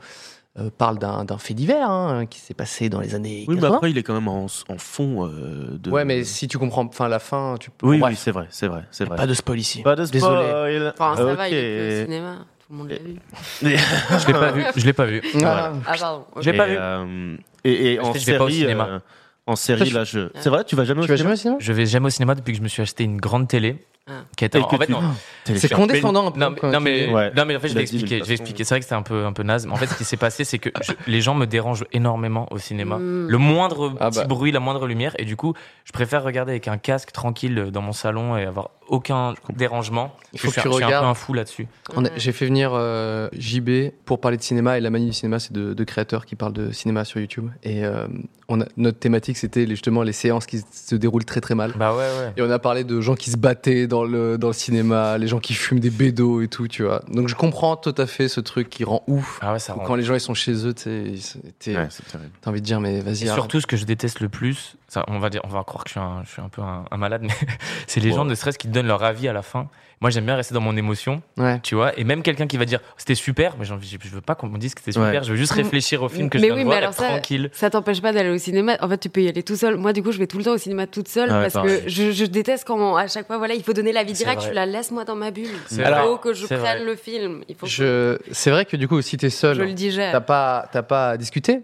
euh, parle d'un, d'un fait divers hein, qui s'est passé dans les années
Oui, mais
80.
après, il est quand même en, en fond euh, de.
Ouais, mais si tu comprends enfin, la fin, tu peux.
Oui,
Bon,
oui,
bref,
c'est vrai, c'est vrai, c'est vrai.
pas de spoil ici.
Pas de
Désolé.
spoil.
Enfin, ça
Ah, Ok.
va, il est au cinéma. Tout le monde l'a vu.
Je l'ai pas vu. Je l'ai pas vu.
Ah,
Ah, pardon. ok.
J'ai pas
Et,
vu.
euh, et, et
Je
en
sais, je vais pas au
série,
cinéma.
euh, en série,
Je-
là, je. C'est vrai, tu vas jamais au
Tu vas
cinéma
jamais au cinéma
Je vais jamais au cinéma depuis que je me suis acheté une grande télé.
Ah.
Qui était...
Et que
En fait,
tu-
non.
C'est condescendant un peu.
Non, mais,
quand
non,
tu-
mais,
Ouais.
non, mais en fait, je
Il a
vais
dit d'une
expliquer. Je vais
façon-
expliquer. C'est vrai que c'était un peu, un peu naze. Mais en fait, ce qui s'est passé, c'est que je- les gens me dérangent énormément au cinéma.
Mm.
Le moindre
Ah
petit
bah.
bruit, la moindre lumière. Et du coup, je préfère regarder avec un casque tranquille euh, dans mon salon et avoir aucun dérangement.
Il
Je
faut
suis
que tu
un- je suis un peu
regardes.
un fou là-dessus.
On a- j'ai fait venir euh, JB pour parler de cinéma et la manie du cinéma, c'est de, de créateurs qui parlent de cinéma sur YouTube. Et euh, on a- notre thématique, c'était les- justement les séances qui se déroulent très très mal.
Bah ouais, ouais.
Et on a parlé de gens qui se battaient dans le, dans le cinéma, les gens qui fument des bédos et tout, tu vois. Donc je comprends tout à fait ce truc qui rend ouf.
Ah ouais, ça
Ou
rend.
Quand les gens ils sont chez eux, tu sais, ils se- t'es-
Ouais, c'est terrible.
t'as envie de dire, mais
Et
vas-y, arrête.
surtout, ce que je déteste le plus, ça, on va dire, on va croire que je suis un, je suis un peu un, un malade, mais c'est les
Wow.
gens de stress qui donnent leur avis à la fin. Moi, j'aime bien rester dans mon émotion,
Ouais.
tu vois. Et même quelqu'un qui va dire c'était super, mais j'ai envie- je veux pas qu'on me dise que c'était
Ouais.
super. Je veux juste réfléchir au film que
Mm. Mais
je viens
oui,
de
mais
voir,
alors
être
ça-
tranquille.
Ça t'empêche pas d'aller au cinéma. En fait, tu peux y aller tout seul. Moi, du coup, je vais tout le temps au cinéma toute seule
Ah ouais,
parce
pareil.
que je, je déteste quand on- à chaque fois, voilà, il faut donner l'avis
C'est
direct. Je
vrai.
suis là, laisse-moi dans ma bulle.
C'est
Il
vrai.
faut que je
C'est
prenne
vrai.
le film. Il faut que je,
Je... C'est vrai que du coup, si t'es
le
seul, t'as
digère.
pas, t'as pas à discuter.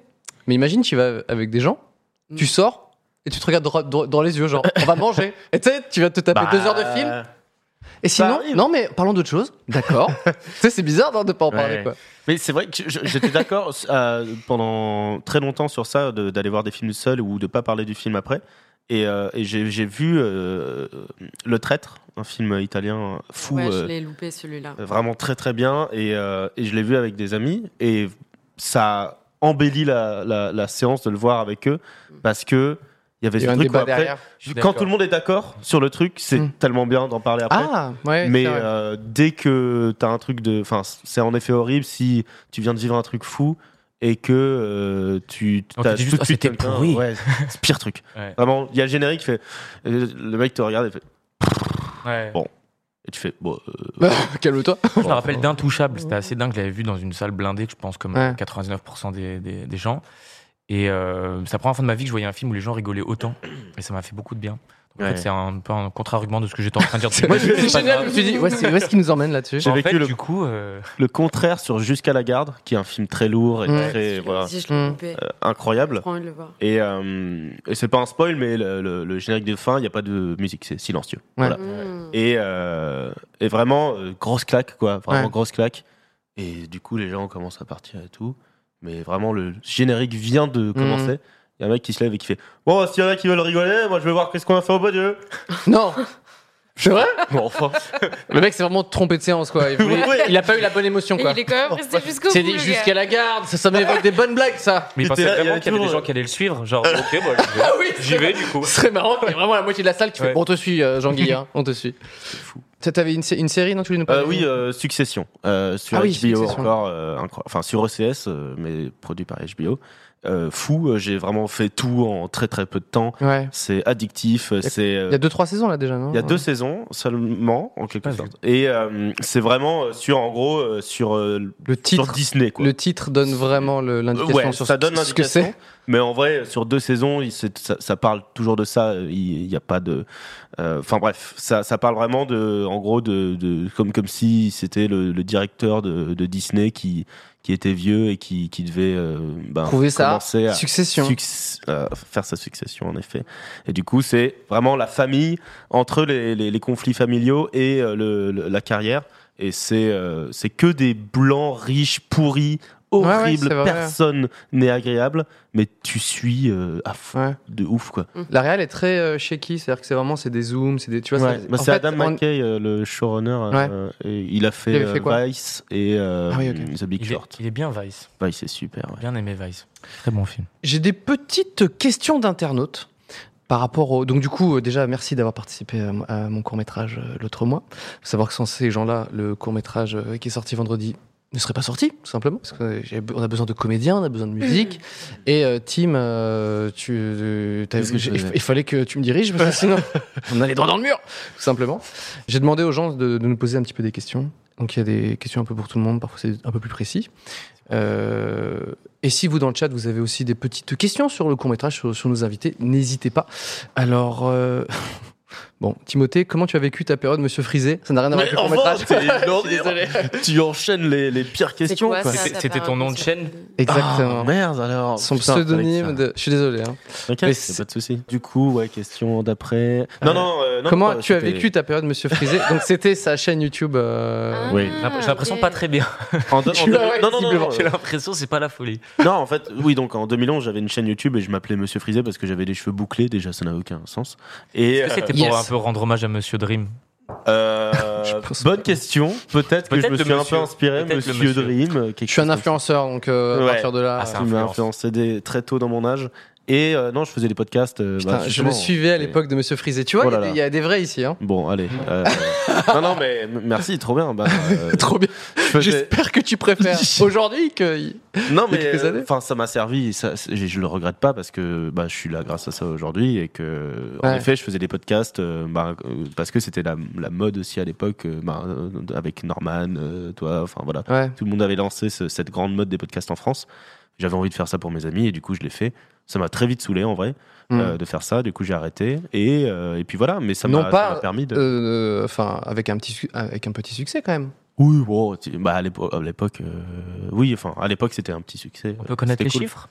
Mais imagine, tu vas avec des gens,
Mm.
tu sors et tu te regardes droit- droit dans les yeux, genre, on va manger. Et tu sais, tu vas te taper
Bah,
deux heures de film. Et sinon,
arrive.
non, mais parlons d'autre chose. D'accord. tu sais, c'est bizarre non, de pas en
Ouais.
parler, quoi.
Mais c'est vrai que je- j'étais d'accord euh, pendant très longtemps sur ça, de- d'aller voir des films seul ou de pas parler du film après. Et, euh, et j'ai j'ai vu euh, Le Traître, un film italien fou,
Ouais, je
euh,
l'ai loupé celui-là.
vraiment très très bien. Et, euh, et je l'ai vu avec des amis. Et ça embellit la, la- la séance de le voir avec eux parce que il y avait
Il y
ce
a un
truc où
débat
après,
derrière.
Je suis
quand
d'accord.
tout le monde est d'accord sur le truc, c'est
Hmm.
Mm.
tellement bien d'en parler après.
Ah, ouais.
Mais
c'est vrai.
euh, dès que t'as un truc de. Enfin, c'est en effet horrible si tu viens de vivre un truc fou et que euh, tu.
On
t'as
te dit juste,
tout de
Ah,
suite
c'était
quelqu'un-
pourri.
Ouais, c'est pire truc.
Ouais.
Vraiment, il y a le générique, fait, euh, le mec te regarde et, fait,
Ouais.
Bon. et tu fais. Bon, euh,
Calme-toi.
Je me rappelle d'Intouchable,
Mm.
c'était assez dingue, je l'avais vu dans une salle blindée, que je pense comme
Ouais.
99% des, des- des gens. Et euh, c'est la première fois de ma vie que je voyais un film où les gens rigolaient autant, et ça m'a fait beaucoup de bien. Donc, en
Ouais.
fait, c'est un peu un contre-argument de ce que j'étais en train de dire.
C'est génial, je me suis dit, ouais, c'est- où est-ce qu'il nous emmène là-dessus
J'ai
J'ai
vécu
fait,
le-
du coup, euh,
le contraire sur Jusqu'à la garde, qui est un film très lourd et
Ouais.
très. voilà, Euh.
Si je l'ai
Mm.
loupé,
incroyable.
prends le voir.
Et, euh, et c'est pas un spoil, mais le, le- le générique de fin, il n'y a pas de musique, c'est silencieux.
Ouais.
Voilà.
Mm.
Et, euh, et vraiment, euh, grosse claque, quoi. Vraiment,
Ouais.
grosse claque. Et du coup, les gens commencent à partir et tout. Mais vraiment, le générique vient de
Mhm.
commencer. Il y a un mec qui se lève et qui fait Bon, s'il y en a qui veulent rigoler, moi je vais voir qu'est-ce qu'on a fait au bon Dieu.
Non C'est vrai
Bon, enfin.
Le mec s'est vraiment trompé de séance, quoi. Il, voulait-
Oui.
il a pas eu la bonne émotion,
Et
quoi.
il est quand même resté jusqu'au bout.
C'est
le
dit
gars.
jusqu'à la garde, ça, ça m'évoque des bonnes blagues, ça
mais
Il
ils
était
pensaient
là, il y
vraiment
avait
qu'il y avait des
toujours-
gens qui allaient le suivre. Genre, ok, moi, j'y vais.
oui
j'y vais, du coup.
Ce serait marrant qu'il y ait vraiment la moitié de la salle qui fait
Ouais.
Bon, on te suit, euh, Jean-Guy, hein, on te suit.
fou.
Tu T'avais une, sé- une série, non Tu voulais nous parler
Euh, oui, euh, Succession. Euh, sur
Ah oui,
HBO
Succession.
encore, euh, incro- enfin sur OCS, euh, mais produit par HBO. Euh, fou, euh, j'ai vraiment fait tout en très très peu de temps.
Ouais.
C'est addictif, euh,
y a-
c'est. euh,
Il y a 2-3 saisons, là, déjà, non
Il y a deux saisons seulement, en quelque
Ah,
pas vu.
sorte. Et euh, c'est vraiment euh, sur, en gros, euh, sur, euh,
Le
sur
titre,
Disney. Quoi.
le titre donne vraiment le- l'indication
Ouais,
sur
ça
ce,
donne
ce que
l'indication.
c'est.
Mais en vrai, euh, sur deux saisons, il- c'est- ça, ça parle toujours de ça. euh, Il n'y a pas de. euh, Enfin bref, ça, ça parle vraiment de. En gros, de, de- comme, comme si c'était le, le directeur de, de Disney qui, qui était vieux et qui, qui devait euh, ben,
Prouver ça,
commencer à-
succession.
Succ- euh, faire sa succession en effet. Et du coup, c'est vraiment la famille entre les, les- les conflits familiaux et euh, le- le- la carrière. Et c'est euh, c'est que des blancs riches pourris.
ouais,
horribles,
c'est vrai.
personne n'est agréable, mais tu suis euh, à fond
Ouais.
de ouf quoi.
La réal est très euh, shaky, c'est-à-dire que c'est vraiment c'est des zooms, c'est des. Tu vois,
Ouais.
ça- en
Bah, c'est
fait,
Adam
on-
McKay, euh, le showrunner. euh, et il a fait,
Il avait fait
euh,
quoi
Vice et euh,
Ah oui, ok.
The Big
Il est,
Short.
il est bien Vice.
Vice est super. ouais.
Bien aimé Vice. Très bon film.
J'ai des petites questions d'internautes. Par rapport au... Donc du coup, euh, déjà, merci d'avoir participé euh, à mon court-métrage euh, l'autre mois. Faut savoir que sans ces gens-là, le court-métrage euh, qui est sorti vendredi ne serait pas sorti, tout simplement, parce qu'on a besoin de comédiens, on a besoin de musique. Et euh, Tim, euh, tu, euh, t'as-
Qu'est-ce Mmh. que je
il,
faisais
il fallait que tu me diriges, parce que sinon, on a les droits dans le mur, tout simplement. J'ai demandé aux gens de, de nous poser un petit peu des questions. Donc il y a des questions un peu pour tout le monde, parfois c'est un peu plus précis. Euh, et si vous, dans le chat, vous avez aussi des petites questions sur le court-métrage, sur, sur nos invités, n'hésitez pas. Alors, euh, bon, Timothée, comment tu as vécu ta période, Monsieur Frisé Ça n'a rien à voir avec le court-métrage.
Ah,
Désolé.
tu enchaînes les, les pires
C'est
questions.
quoi,
quoi.
ça,
C'était-
ta
c'était ton
parole
nom de
concernée
chaîne
Ah,
Exactement.
merde alors.
Son
Putain,
pseudonyme
Alexa.
de... Je suis désolé. hein. Mais
T'inquiète, c'est
c'est-
pas de souci. Du coup, ouais, question d'après.
Euh,
Non, non, euh, non.
Comment
pas,
tu as
c'était-
vécu ta période, Monsieur Frisé Donc, c'était sa chaîne YouTube. euh,
Ah,
Oui.
J'ai l'imp- j'ai l'impression
ok.
pas très bien.
En deux- en deux-
Ouais,
Non, non, non, non.
J'ai l'impression c'est pas la folie.
Non, en fait, oui, donc en 2011, j'avais une chaîne YouTube et je m'appelais Monsieur Frisé parce que j'avais les cheveux bouclés, déjà, ça n'a aucun sens. Et
Est-ce que c'était
euh,
pour
yes.
un peu rendre hommage à Monsieur Dream
euh,
Je pense
bonne
pas.
question, peut-être que je
Peut-être
me
le
suis un
monsieur.
peu inspiré,
Peut-être
Monsieur,
le monsieur.
Dream. euh, quelque
Je suis un
chose comme ça.
influenceur, donc euh, à
Ouais.
partir de là.
Ah, c'est
euh,
un-
qui m'a
influence.
influencé dès- très tôt dans mon âge. Et euh, non, je faisais des podcasts. euh,
putain,
bah,
je
justement.
le suivais à
Et-
l'époque de Monsieur Frisé. Tu vois,
Oh
il y a des-
là là.
il y, a des vrais ici. hein.
Bon, allez. euh, non, non, mais m- merci, trop bien. bah, euh,
Trop bien.
je faisais-
J'espère que tu préfères aujourd'hui que.
Non,
il y a
mais
quelques
euh,
années.
enfin, ça m'a servi. Ça, c'est- je, je le regrette pas parce que bah, je suis là grâce à ça aujourd'hui et que, en
Ouais.
effet, je faisais des podcasts euh, bah, euh, parce que c'était la, la mode aussi à l'époque euh, bah, euh, avec Norman, euh, toi, enfin voilà.
Ouais.
Tout le monde avait lancé ce- cette grande mode des podcasts en France. J'avais envie de faire ça pour mes amis et du coup, je l'ai fait. Ça m'a très vite saoulé en vrai.
Mm.
euh, de faire ça. Du coup, j'ai arrêté. Et, euh, et puis voilà, mais ça
Non
m'a ça
pas,
m'a permis de.
Euh, Enfin, avec un petit, su- avec un petit succès quand même.
Oui, bon, tu- bah, à l'épo- à l'époque, euh, oui, enfin, à l'époque, c'était un petit succès.
On peut connaître
C'était
les
cool.
chiffres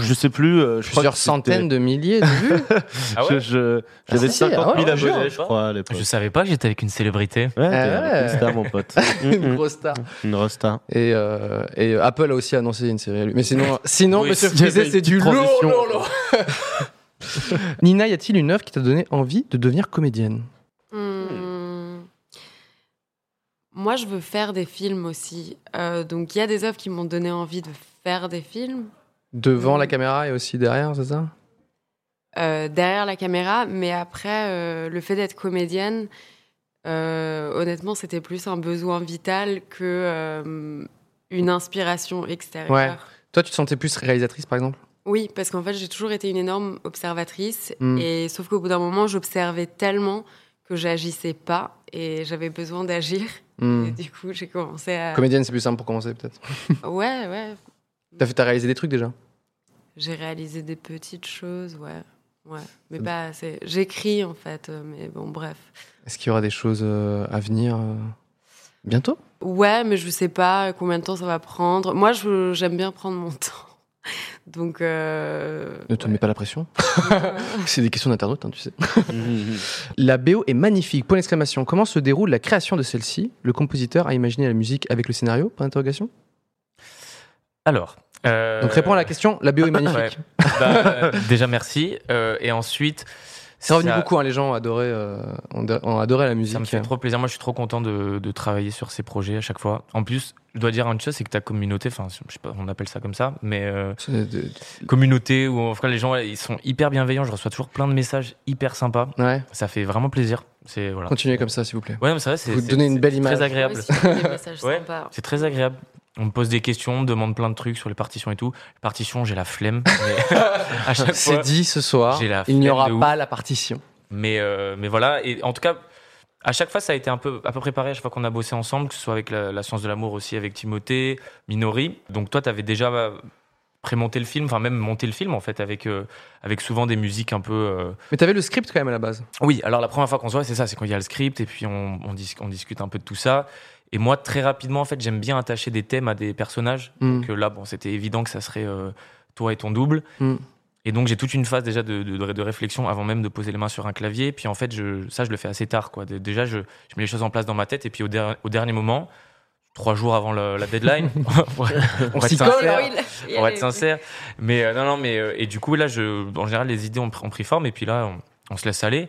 Je sais plus. euh, je crois
Plusieurs
que
centaines de milliers de vues.
c'était-
Ah
je-
ouais
je- J'avais
Ah si,
50 000
ah ouais,
abonnés,
ouais.
je crois, à l'époque.
Je savais pas que j'étais avec une célébrité.
Ouais, t'es
Ah ouais.
une star, mon pote. Mm,
Une
mm,
grosse star.
Une grosse star.
Et, euh, et Apple a aussi annoncé une série à lui. Mais sinon, sinon
Oui,
Monsieur
s'il y avait
Frisé,
une
c'est du lourd,
transition.
lourd, lourd. Nina, y a-t-il une œuvre qui t'a donné envie de devenir comédienne
Hmm. Moi, je veux faire des films aussi. Euh, donc, il y a des œuvres qui m'ont donné envie de faire des films
Devant
Mm.
la caméra et aussi derrière, c'est ça
euh, derrière la caméra, mais après, euh, le fait d'être comédienne, euh, honnêtement, c'était plus un besoin vital que euh, une inspiration extérieure.
Ouais. Toi, tu te sentais plus réalisatrice, par exemple
Oui, parce qu'en fait, j'ai toujours été une énorme observatrice.
Mm.
Et sauf qu'au bout d'un moment, j'observais tellement que j'agissais pas et j'avais besoin d'agir.
Hmm.
Et du coup, j'ai commencé à.
Comédienne, c'est plus simple pour commencer, peut-être.
Ouais, ouais.
T'as fait- t'as réalisé des trucs déjà
J'ai réalisé des petites choses, ouais. Ouais. Mais pas assez. J'écris, en fait. euh, Mais bon, bref.
Est-ce qu'il y aura des choses euh, à venir euh, bientôt
Ouais, mais je sais pas combien de temps ça va prendre. Moi, je- j'aime bien prendre mon temps. Donc. euh,
Ne te
ouais.
mets pas la pression. c'est des questions d'internautes, hein, tu sais.
Mm, mm,
La BO est magnifique. Point d'exclamation. Comment se déroule la création de celle-ci Le compositeur a imaginé la musique avec le scénario Point d'interrogation.
Alors. euh,
Donc réponds à la question. La BO est magnifique.
ouais. Bah, euh, déjà merci. Euh, et ensuite,
C'est revenu
ça-
beaucoup. hein, les gens ont adoré, euh, ont de- ont adoré la musique.
Ça me fait trop plaisir. Moi, je suis trop content de, de travailler sur ces projets à chaque fois. En plus, je dois dire une chose, c'est que ta communauté, enfin, je sais pas, on appelle ça comme ça, mais euh,
C'est de-
communauté ou en tout cas les gens, ils sont hyper bienveillants. Je reçois toujours plein de messages hyper sympas.
Ouais.
Ça fait vraiment plaisir. C'est voilà.
Continuez comme ça, s'il vous plaît.
Ouais, non, mais c'est vrai, c'est
Vous
c'est-
donnez une
c'est
belle image.
Très agréable.
Ouais, si tu fais des messages
Ouais.
sympas.
C'est très agréable. On me pose des questions, on me demande plein de trucs sur les partitions et tout. Les partitions, j'ai la flemme. Mais à chaque
C'est
fois.
dit ce soir.
J'ai la
Il n'y
flemme
aura
de
pas la partition.
Mais, euh, mais voilà, et en tout cas, à chaque fois, ça a été un peu, à peu préparé, à chaque fois qu'on a bossé ensemble, que ce soit avec la, la science de l'amour aussi, avec Timothée, Minori. Donc toi, tu avais déjà euh, prémonté le film, enfin même monté le film en fait, avec, euh, avec souvent des musiques un peu... euh,
Mais t'avais le script quand même à la base.
Oui, alors la première fois qu'on se voit, c'est ça, c'est quand il y a le script, et puis on, on, dis- on discute un peu de tout ça. Et moi, très rapidement, en fait, j'aime bien attacher des thèmes à des personnages.
Hmm.
Donc euh, là, bon, c'était évident que ça serait euh, toi et ton double.
Mm.
Et donc j'ai toute une phase déjà de, de- de- de réflexion avant même de poser les mains sur un clavier. Puis en fait, je, ça, je le fais assez tard. Quoi. Dé- Déjà, je, je mets les choses en place dans ma tête. Et puis au, der- au dernier moment, trois jours avant le- la deadline, pour être- pour
s'y
être
colle,
sincère,
oui.
Il y a
pour
les-
être
euh,
sincère. Mais euh, non, non, mais euh, et du coup là, je, en général, les idées ont, pr- ont pris forme et puis là, on, on se laisse aller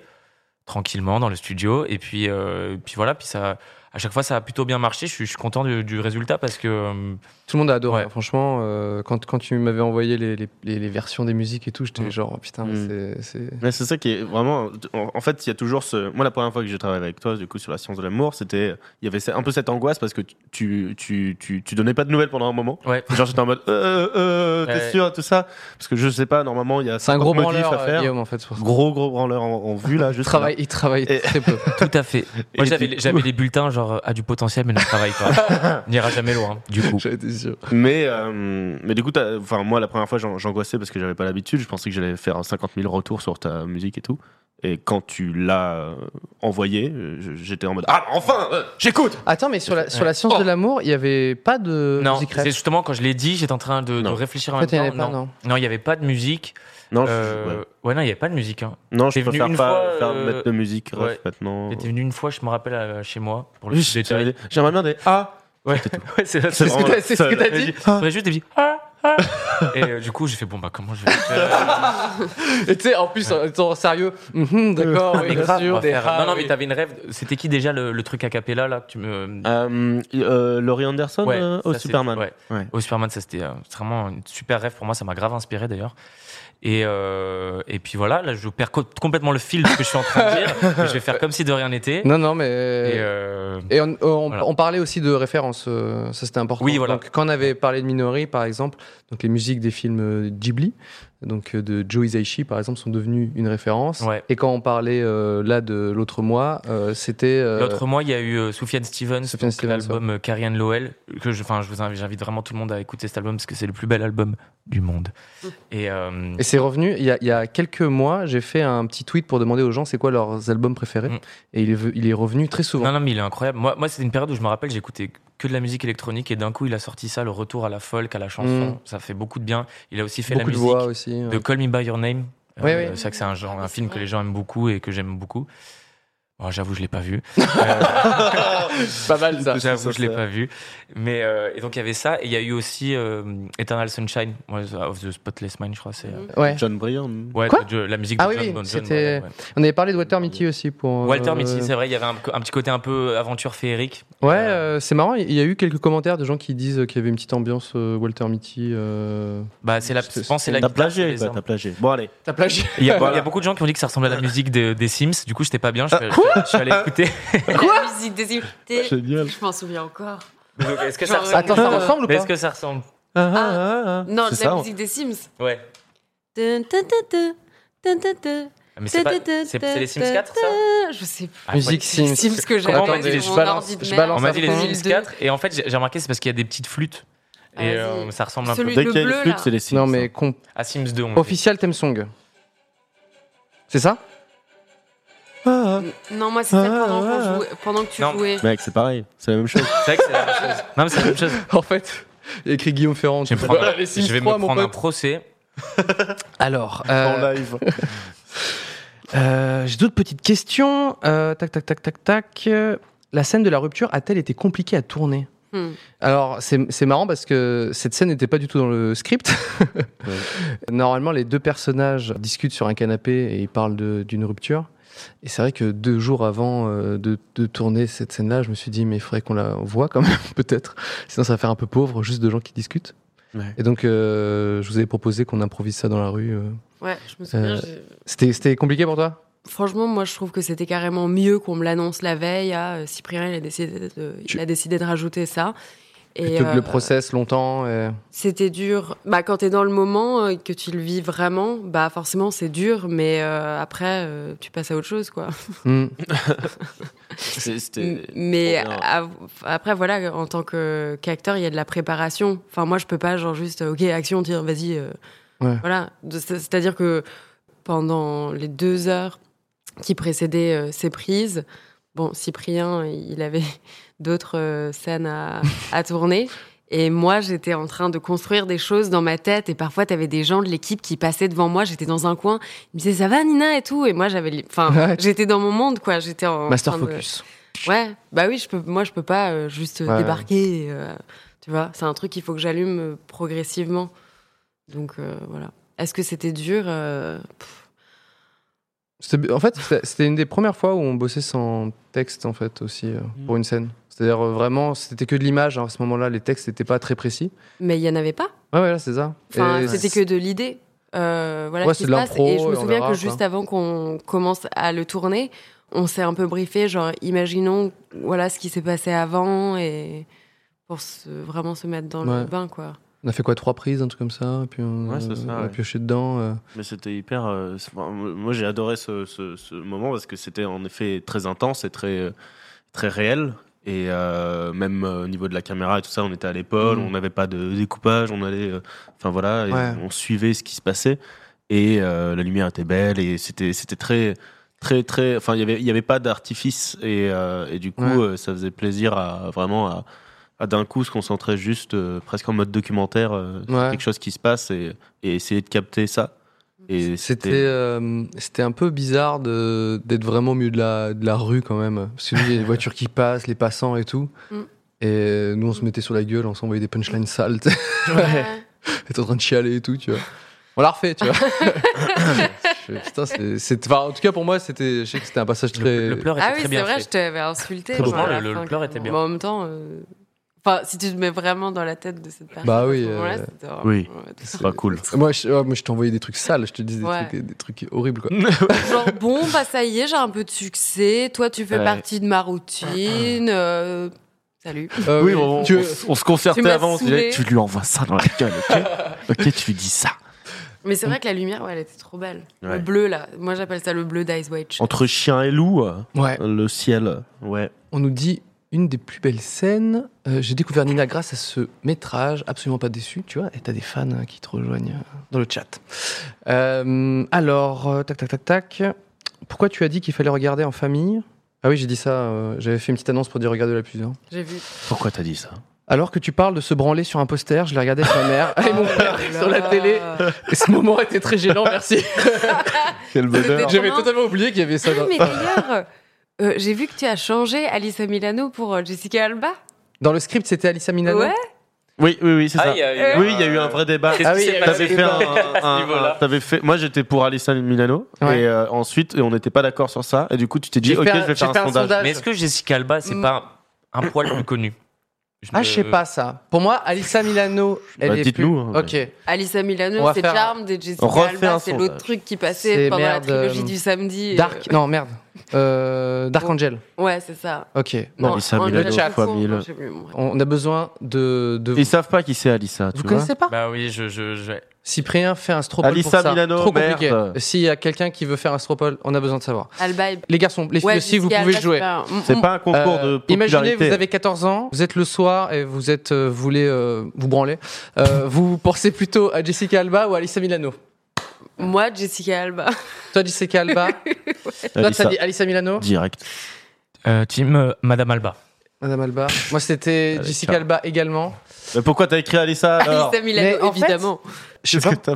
tranquillement dans le studio et puis euh, puis voilà, puis ça. à chaque fois, ça a plutôt bien marché. Je suis, je suis content du, du résultat parce que. euh,
Tout le monde a adoré,
Ouais.
hein, franchement. euh, quand, quand tu m'avais envoyé les, les- les- les versions des musiques et tout, j'étais
Mm.
genre, oh, putain,
Mm.
c'est- c'est.
Mais c'est ça qui est vraiment. En en fait, il y a toujours ce. Moi, la première fois que j'ai travaillé avec toi, du coup, sur la science de l'amour, c'était. Il y avait un peu cette angoisse parce que tu, tu, tu, tu donnais pas de nouvelles pendant un moment.
Ouais.
Genre, j'étais en mode. Euh, euh, t'es
Ouais.
sûr, tout ça Parce que je sais pas, normalement, il y a.
C'est un gros
50 motifs
branleur,
à faire.
euh, Guillaume, en fait. pour ça.
Gros, gros branleur en, en vue, là,
Il
juste.
travaille, il travaille
Et-
très peu.
Tout à fait.
Et
Moi, j'avais
du
les-
coup-
j'avais les bulletins, genre, euh, a du potentiel, mais ne travaille pas. N'ira jamais loin, du coup.
J'en étais sûr.
Mais, euh, mais du coup, t'as- enfin, moi, la première fois, j'an- j'angoissais parce que j'avais pas l'habitude. Je pensais que j'allais faire 50 000 retours sur ta musique et tout. Et quand tu l'as euh, envoyé, euh, je- j'étais en mode Ah, enfin, euh, j'écoute
Attends, mais sur la, sur la science
Oh.
de l'amour, il n'y avait pas de
Non,
musique rap.
c'est justement quand je l'ai dit, j'étais en train de, de
Non.
réfléchir
En
en
fait,
même
il n'y en
temps.
avait pas, non.
non, il n'y avait pas de musique.
Non, je-
Euh,
ouais.
ouais. non, il n'y avait pas de musique. Hein.
non je
t'es venu
préfère
une
pas
fois,
faire
euh,
mettre de musique ref
ouais.
maintenant.
Il était venu une fois, je me rappelle, euh, chez moi, pour le
Oh. Oui,
petit
j'avais
détail.
dit, J'aimerais bien des Ah
Ouais, ouais
C'est
c'est
C'est ce
vraiment
que t'as-
le
c'est ce que
seul.
t'as
J'ai
dit.
dit, j'aurais juste dit, Ah, ah. Et euh, du coup, j'ai fait, bon, bah, comment je vais faire
Et tu sais, en plus, en étant sérieux, Mhm, d'accord, oui,
Ah, Mais
bien
grave, on
sûr.
va
des
faire-
rats,
Non, non, mais
oui.
t'avais une rêve. C'était qui déjà le, le truc a cappella, là que tu me...
Ah,
Euh, euh, Laurie Anderson
Ouais,
euh, au
ça, c'est-
Superman.
ouais.
Ouais.
Au Superman, ça c'était euh, c'est vraiment une super rêve pour moi, ça m'a grave inspiré d'ailleurs. Et, euh, et puis voilà, là je perds co- complètement le fil de ce que je suis en train de dire, mais je vais faire comme si de rien n'était.
Non, non, mais.
Et, euh,
Et on, on-
Voilà.
on parlait aussi de références, euh, ça c'était important.
Oui, voilà.
Donc quand on avait parlé de Minori, par exemple, donc les musiques des films euh, Ghibli, donc euh, de Joe Hisaishi, par exemple, sont devenues une référence.
Ouais.
Et quand on parlait euh, là de l'autre mois, euh, c'était euh,
L'autre mois, il y a eu euh, Soufiane Stevens,
Sufjan
donc
Stevens,
l'album euh, Carrie Ann Lowell, que je, enfin, je vous invite, j'invite vraiment tout le monde à écouter cet album parce que c'est le plus bel album du monde.
Mm.
Et, euh,
Et c'est revenu, il y, a, il y a quelques mois, j'ai fait un petit tweet pour demander aux gens c'est quoi leurs albums préférés.
Mm.
Et il est, ve- il est revenu très souvent.
non, non, mais il est incroyable. Moi, moi c'était une période où je me rappelle, j'écoutais que de la musique électronique et d'un coup, il a sorti ça, le retour à la folk, à la chanson.
Mm.
Ça fait beaucoup de bien. Il a aussi fait
Beaucoup
la
de
musique.
voix aussi. ouais.
de Call Me By Your Name. Euh,
Oui, oui.
C'est vrai que c'est un, genre,
Ah,
un
c'est
film
vrai.
que les gens aiment beaucoup et que j'aime beaucoup. Bon, j'avoue, je l'ai pas vu.
Pas mal ça.
j'avoue, je l'ai
ça.
pas vu. Mais euh, et donc il y avait ça et il y a eu aussi euh, Eternal Sunshine ouais, of the Spotless Mind, je crois.
Mm.
C'est euh,
Ouais.
John Bryan.
ouais,
Quoi
de- de- la musique
Ah
de
oui,
John,
oui,
Bon John,
c'était-
ouais, ouais.
On avait parlé de Walter Mitty aussi pour.
Walter
euh,
Mitty, c'est vrai. Il y avait un, un petit côté un peu aventure féerique.
Ouais,
Euh,
euh, c'est marrant. Il y a eu quelques commentaires de gens qui disent qu'il y avait une petite ambiance euh, Walter Mitty. euh.
bah c'est la.
c'est-
Je pense que c'est la.
T'as
guitare,
plagié,
les
quoi,
armes.
t'as plagié. Bon, allez.
T'as Ah. plagié
Il y, a,
Voilà.
il y a beaucoup de gens qui ont dit que ça ressemblait à la musique de- des Sims. Du coup, j'étais pas bien.
Ah,
Je, je- je suis allé écouter.
Quoi La musique des invités.
Génial.
Je m'en souviens encore.
Donc, Est-ce que
Genre,
ça ressemble Euh,
Attends, ça ressemble ou
Mais
pas
Est-ce que ça ressemble
Ah, ah, ah, ah.
Non,
C'est
de
ça,
la
on-
musique des Sims.
Ouais.
Dun, dun, dun, dun, dun, dun,
Ah, Mais c'est pas-
dun, dun,
c'est- c'est les Sims
dun,
4 ça
dun. Je sais plus.
Ah,
Musique
C'est les
Sims.
Sims que j'ai
Comment on
appelé sur
dit,
je
mon
balance-
ordi de
je
merde.
balance
On m'a dit
Enfin,
les Sims 4 et en fait j'ai j'ai remarqué c'est parce qu'il y a des petites flûtes
Ah,
et
vas-y.
euh, ça ressemble un peu
Celui-
Dès
Le
qu'il y a une
bleu,
flûte,
là.
c'est les Sims. hein.
Non, mais com-
à Sims 2. on dit.
official theme song. C'est ça
Ah,
Non, moi, c'était
Ah,
pendant, qu'on
ah,
jouait- pendant que tu
Non.
jouais.
ah. Mec, c'est pareil. C'est la même chose.
C'est vrai que c'est la même chose. Non mais c'est la même chose.
En fait, écrit Guillaume Ferrand.
Je vais me prendre,
Voilà,
un-
les Sims
je vais
3,
me
mon
prendre un
pote.
procès.
Alors, euh,
live.
euh, j'ai d'autres petites questions. Euh, tac, tac, tac, tac, tac. Euh, La scène de la rupture a-t-elle été compliquée à tourner
Hmm.
Alors, c'est c'est marrant parce que cette scène n'était pas du tout dans le script.
Ouais.
Normalement, les deux personnages discutent sur un canapé et ils parlent de- d'une rupture. Et c'est vrai que deux jours avant euh, de, de tourner cette scène-là, je me suis dit, mais il faudrait qu'on la voit quand même, peut-être. Sinon, ça va faire un peu pauvre, juste de gens qui discutent.
Ouais.
Et donc, euh, je vous avais proposé qu'on improvise ça dans la rue. euh.
Ouais, je me souviens.
Euh,
j'ai-
C'était c'était compliqué pour toi
Franchement, moi, je trouve que c'était carrément mieux qu'on me l'annonce la veille. Ah, euh, Cyprien, il a décidé de, il
Tu-
a décidé de rajouter ça. Et,
Plutôt que le
euh,
process longtemps. et-
C'était dur. Bah, quand t'es dans le moment euh, et que tu le vis vraiment, bah forcément c'est dur, mais euh, après euh, tu passes à autre chose, quoi.
Hmm.
M-
C'était.
Mais
trop bien.
av- après, voilà, en tant que- qu'acteur, il y a de la préparation. Enfin, moi, je peux pas genre juste, ok, action, dire, vas-y. euh,
Ouais.
Voilà. De- c'est- C'est-à-dire que pendant les deux heures qui précédaient euh, ces prises, bon, Cyprien, il avait d'autres euh, scènes à, à tourner. Et moi, j'étais en train de construire des choses dans ma tête. Et parfois, t'avais des gens de l'équipe qui passaient devant moi. J'étais dans un coin. Ils me disaient, ça va, Nina, et tout. Et moi, j'avais, les- enfin,
Ouais.
j'étais dans mon monde, quoi. J'étais en.
Master
train de-
Focus.
Ouais, bah oui, je peux, moi je peux pas euh, juste
Ouais.
débarquer. euh, tu vois, c'est un truc qu'il faut que j'allume euh, progressivement. Donc euh, voilà. Est-ce que c'était dur euh, pff.
C'était- En fait, c'était- c'était une des premières fois où on bossait sans texte, en fait, aussi, euh,
Mm.
pour une scène. C'est-à-dire, euh, vraiment, c'était que de l'image. hein. À ce moment-là, les textes n'étaient pas très précis.
Mais il n'y en avait pas.
Ouais, ouais, là, c'est ça.
Enfin,
Et
c'était que de l'idée. Euh, voilà
Ouais,
ce qui
c'est
se
de
passe.
l'impro,
Et je
et
me
on
souviens
verra,
que juste
quoi.
avant qu'on commence à le tourner, on s'est un peu briefé, genre imaginons voilà ce qui s'est passé avant et pour se- vraiment se mettre dans
Ouais.
le bain quoi.
On a fait quoi Trois prises, un truc comme ça. et Puis on,
Ouais, c'est ça,
on a
ouais.
pioché dedans. euh.
Mais c'était hyper. euh, c'est- enfin, moi, j'ai adoré ce, ce- ce moment parce que c'était en effet très intense et très, euh, très réel. Et euh, même euh, au niveau de la caméra et tout ça, on était à l'épaule,
Mhm.
on n'avait pas de découpage, on allait. euh, Enfin voilà, et
Ouais.
on suivait ce qui se passait. Et euh, la lumière était belle et c'était c'était très. Très, très. Enfin, il n'y avait, il y avait pas d'artifice et, euh, et du coup,
Ouais.
euh, ça faisait plaisir à vraiment à, à d'un coup se concentrer juste euh, presque en mode documentaire euh, sur
Ouais.
quelque chose qui se passe et, et essayer de capter ça. Et
C'était euh, c'était un peu bizarre de- d'être vraiment au milieu de la, de la rue quand même. Parce que nous, il y a les voitures qui passent, les passants et tout.
Mm.
Et euh, nous, on se mettait sur la gueule, on s'envoyait des punchlines sales. t'es- T'es en train de chialer et tout, tu vois. On l'a refait, tu vois. Je fais, Putain, c'est- c'est- enfin, en tout cas, pour moi, c'était, je sais que c'était un passage très.
Le, le pleur était
Ah oui,
très
c'est
bien
vrai,
fait.
je t'avais insulté.
Très beau.
genre, à la
Le- le
fin,
pleur était
clairement.
bien.
Mais en même temps, euh, enfin, si tu te mets vraiment dans la tête de cette personne,
Bah
à
oui,
ce moment-là,
euh,
c'était vraiment-
oui.
ouais,
C'est pas cool.
Moi, je, ouais, moi, je t'envoyais des trucs sales, je te disais des,
Ouais.
trucs, des trucs horribles, quoi.
Genre, bon, bah ça y est, j'ai un peu de succès. Toi, tu fais
Ouais.
partie de ma routine. euh, salut.
Euh,
Ah oui, on,
tu-
on s- on se concertait
tu m'as
avant, on se disait,
saoulé.
tu lui envoies ça dans la gueule, ok Ok, tu lui dis ça.
Mais c'est vrai que la lumière, ouais, elle était trop belle.
Ouais.
Le bleu, là. Moi, j'appelle ça le bleu d'Ice White. Shot.
Entre chien et loup, euh,
Ouais.
le ciel, ouais.
On nous dit une des plus belles scènes. Euh, J'ai découvert Nina grâce à ce métrage, absolument pas déçu, tu vois. Et t'as des fans hein, qui te rejoignent euh, dans le chat. Euh, alors, euh, tac, tac, tac, tac. Pourquoi tu as dit qu'il fallait regarder en famille Ah oui, j'ai dit ça. euh, J'avais fait une petite annonce pour dire regarder la plusieurs.
J'ai vu.
Pourquoi t'as dit ça
Alors que tu parles de se branler sur un poster, je l'ai regardé avec ma mère et
Oh
mon père sur la télé. Et ce moment était très gênant, merci.
Quel
bonheur. C'était
J'avais
vraiment-
totalement oublié qu'il y avait ça.
Ah,
Dans,
mais d'ailleurs, euh, j'ai vu que tu as changé Alissa Milano pour euh, Jessica Alba.
dans le script, c'était Alissa Milano.
Ouais.
Oui, oui, oui, c'est
Ah,
ça.
Eh
eu
Oui, il y a eu un vrai débat.
Qu'est-ce
Ah
qui
oui,
s'est
il y a eu
passé
T'avais fait un, un-
niveau-là.
un- t'avais fait. Moi, j'étais pour Alissa Milano,
Ouais.
et euh, ensuite, on n'était pas d'accord sur ça, et du coup, tu t'es dit,
J'ai
ok,
fait un-
je vais
j'ai
faire un sondage.
Mais est-ce que Jessica Alba, c'est
Mm.
pas un, un poil plus connu
Ah, je sais pas ça. Pour moi, Alissa Milano, elle
Euh. Bah,
est
dites-nous,
plus-
hein,
Ok.
Alissa
On
Milano,
va
c'est
faire-
Charmed et Jessica
On refait un
Alba, c'est
sondage.
l'autre truc qui
C'est
passait pendant
merde,
la trilogie
euh,
du samedi. euh,
Dark. Non, merde. Euh, Dark
Bon.
Angel.
Ouais, c'est ça.
Ok.
Non,
Bon.
Alissa
Angela
Milano,
Dufour,
fois mille.
non, je sais plus, bon, bref.
On a besoin de. de
Ils savent pas qui c'est Alissa, tu
Vous
vois.
connaissez pas
Bah oui, je. je, je...
Cyprien fait un stropole
Alissa
pour ça.
Milano,
Trop compliqué.
merde.
S'il y a quelqu'un qui veut faire un stropole, on a besoin de savoir.
Alba et...
Les garçons, les filles
Ouais,
aussi, vous
Jessica
pouvez
Alba,
jouer.
c'est un-
C'est pas un concours
Euh,
de
imaginez,
popularité.
vous avez 14 ans, vous êtes le soir et vous êtes, euh, vous voulez euh, vous branler. Euh, vous pensez plutôt à Jessica Alba ou à Alissa Milano
Moi, Jessica Alba.
Toi, Jessica Alba. Toi,
Alissa,
t'as dit Alissa Milano.
direct.
Euh, team euh, Madame Alba.
Madame Alba. Moi, c'était
Allez,
Jessica
ciao.
Alba également.
Mais pourquoi t'as écrit Alissa alors
Alissa
Mais
Milano,
en fait-
évidemment.
Je sais pas.